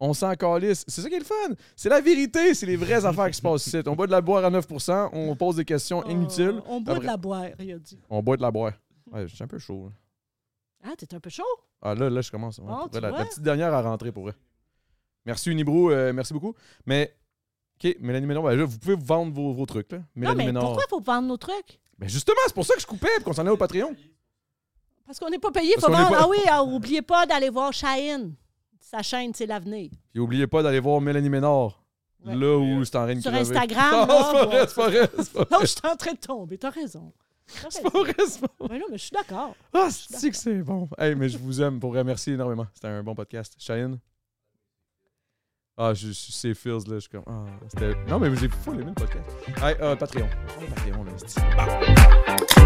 [SPEAKER 1] On s'en calisse. C'est ça qui est le fun. C'est la vérité. C'est les vraies affaires qui se passent ici. On boit de la boire à 9%. On pose des questions
[SPEAKER 3] Euh,
[SPEAKER 1] inutiles.
[SPEAKER 3] on boit
[SPEAKER 1] Après-
[SPEAKER 3] de la boire, il a dit.
[SPEAKER 1] On boit de la boire. Ouais, je suis un peu chaud. là.
[SPEAKER 3] Ah, t'es un peu chaud?
[SPEAKER 1] Ah là, là, je commence. Ouais,
[SPEAKER 3] Bon,
[SPEAKER 1] pour
[SPEAKER 3] Oh, tu
[SPEAKER 1] vrai, la, la
[SPEAKER 3] vois.
[SPEAKER 1] petite dernière à rentrer pour vrai. Merci Unibro, euh, merci beaucoup. Mais, OK, Mélanie Ménard, ben là, vous pouvez vendre vos, vos trucs. Là.
[SPEAKER 3] Non,
[SPEAKER 1] Mélanie
[SPEAKER 3] mais
[SPEAKER 1] Ménard.
[SPEAKER 3] pourquoi faut vendre nos trucs?
[SPEAKER 1] Ben justement, c'est pour ça que je coupais puis qu'on s'en allait au Patreon.
[SPEAKER 3] Parce qu'on n'est pas payé,
[SPEAKER 1] Parce
[SPEAKER 3] faut
[SPEAKER 1] qu'on
[SPEAKER 3] vendre.
[SPEAKER 1] n'est pas-
[SPEAKER 3] Ah oui, ah, oubliez pas d'aller voir Shine. Sa chaîne, c'est l'avenir.
[SPEAKER 1] Puis oubliez pas d'aller voir Mélanie Ménard.
[SPEAKER 3] Ouais.
[SPEAKER 1] Là où c'est en train de
[SPEAKER 3] Sur
[SPEAKER 1] crever. (laughs) Non,
[SPEAKER 3] Instagram, là,
[SPEAKER 1] c'est pas vrai,
[SPEAKER 3] ouais.
[SPEAKER 1] c'est pas vrai, c'est pas
[SPEAKER 3] Non,
[SPEAKER 1] vrai.
[SPEAKER 3] je suis en train de tomber, t'as raison. T'as
[SPEAKER 1] (laughs) C'est
[SPEAKER 3] raison.
[SPEAKER 1] pas vrai, c'est pas vrai.
[SPEAKER 3] Ouais, non, mais je suis d'accord.
[SPEAKER 1] Ah, c'est que c'est bon. Hey, mais je vous aime pour remercier énormément. C'était un bon podcast. Cheyenne? Ah, je suis ces feels là, je suis comme. Ah, c'était- non, mais j'ai fou les mêmes podcasts. Hey, euh, Patreon. Oh, Patreon, là, c'est-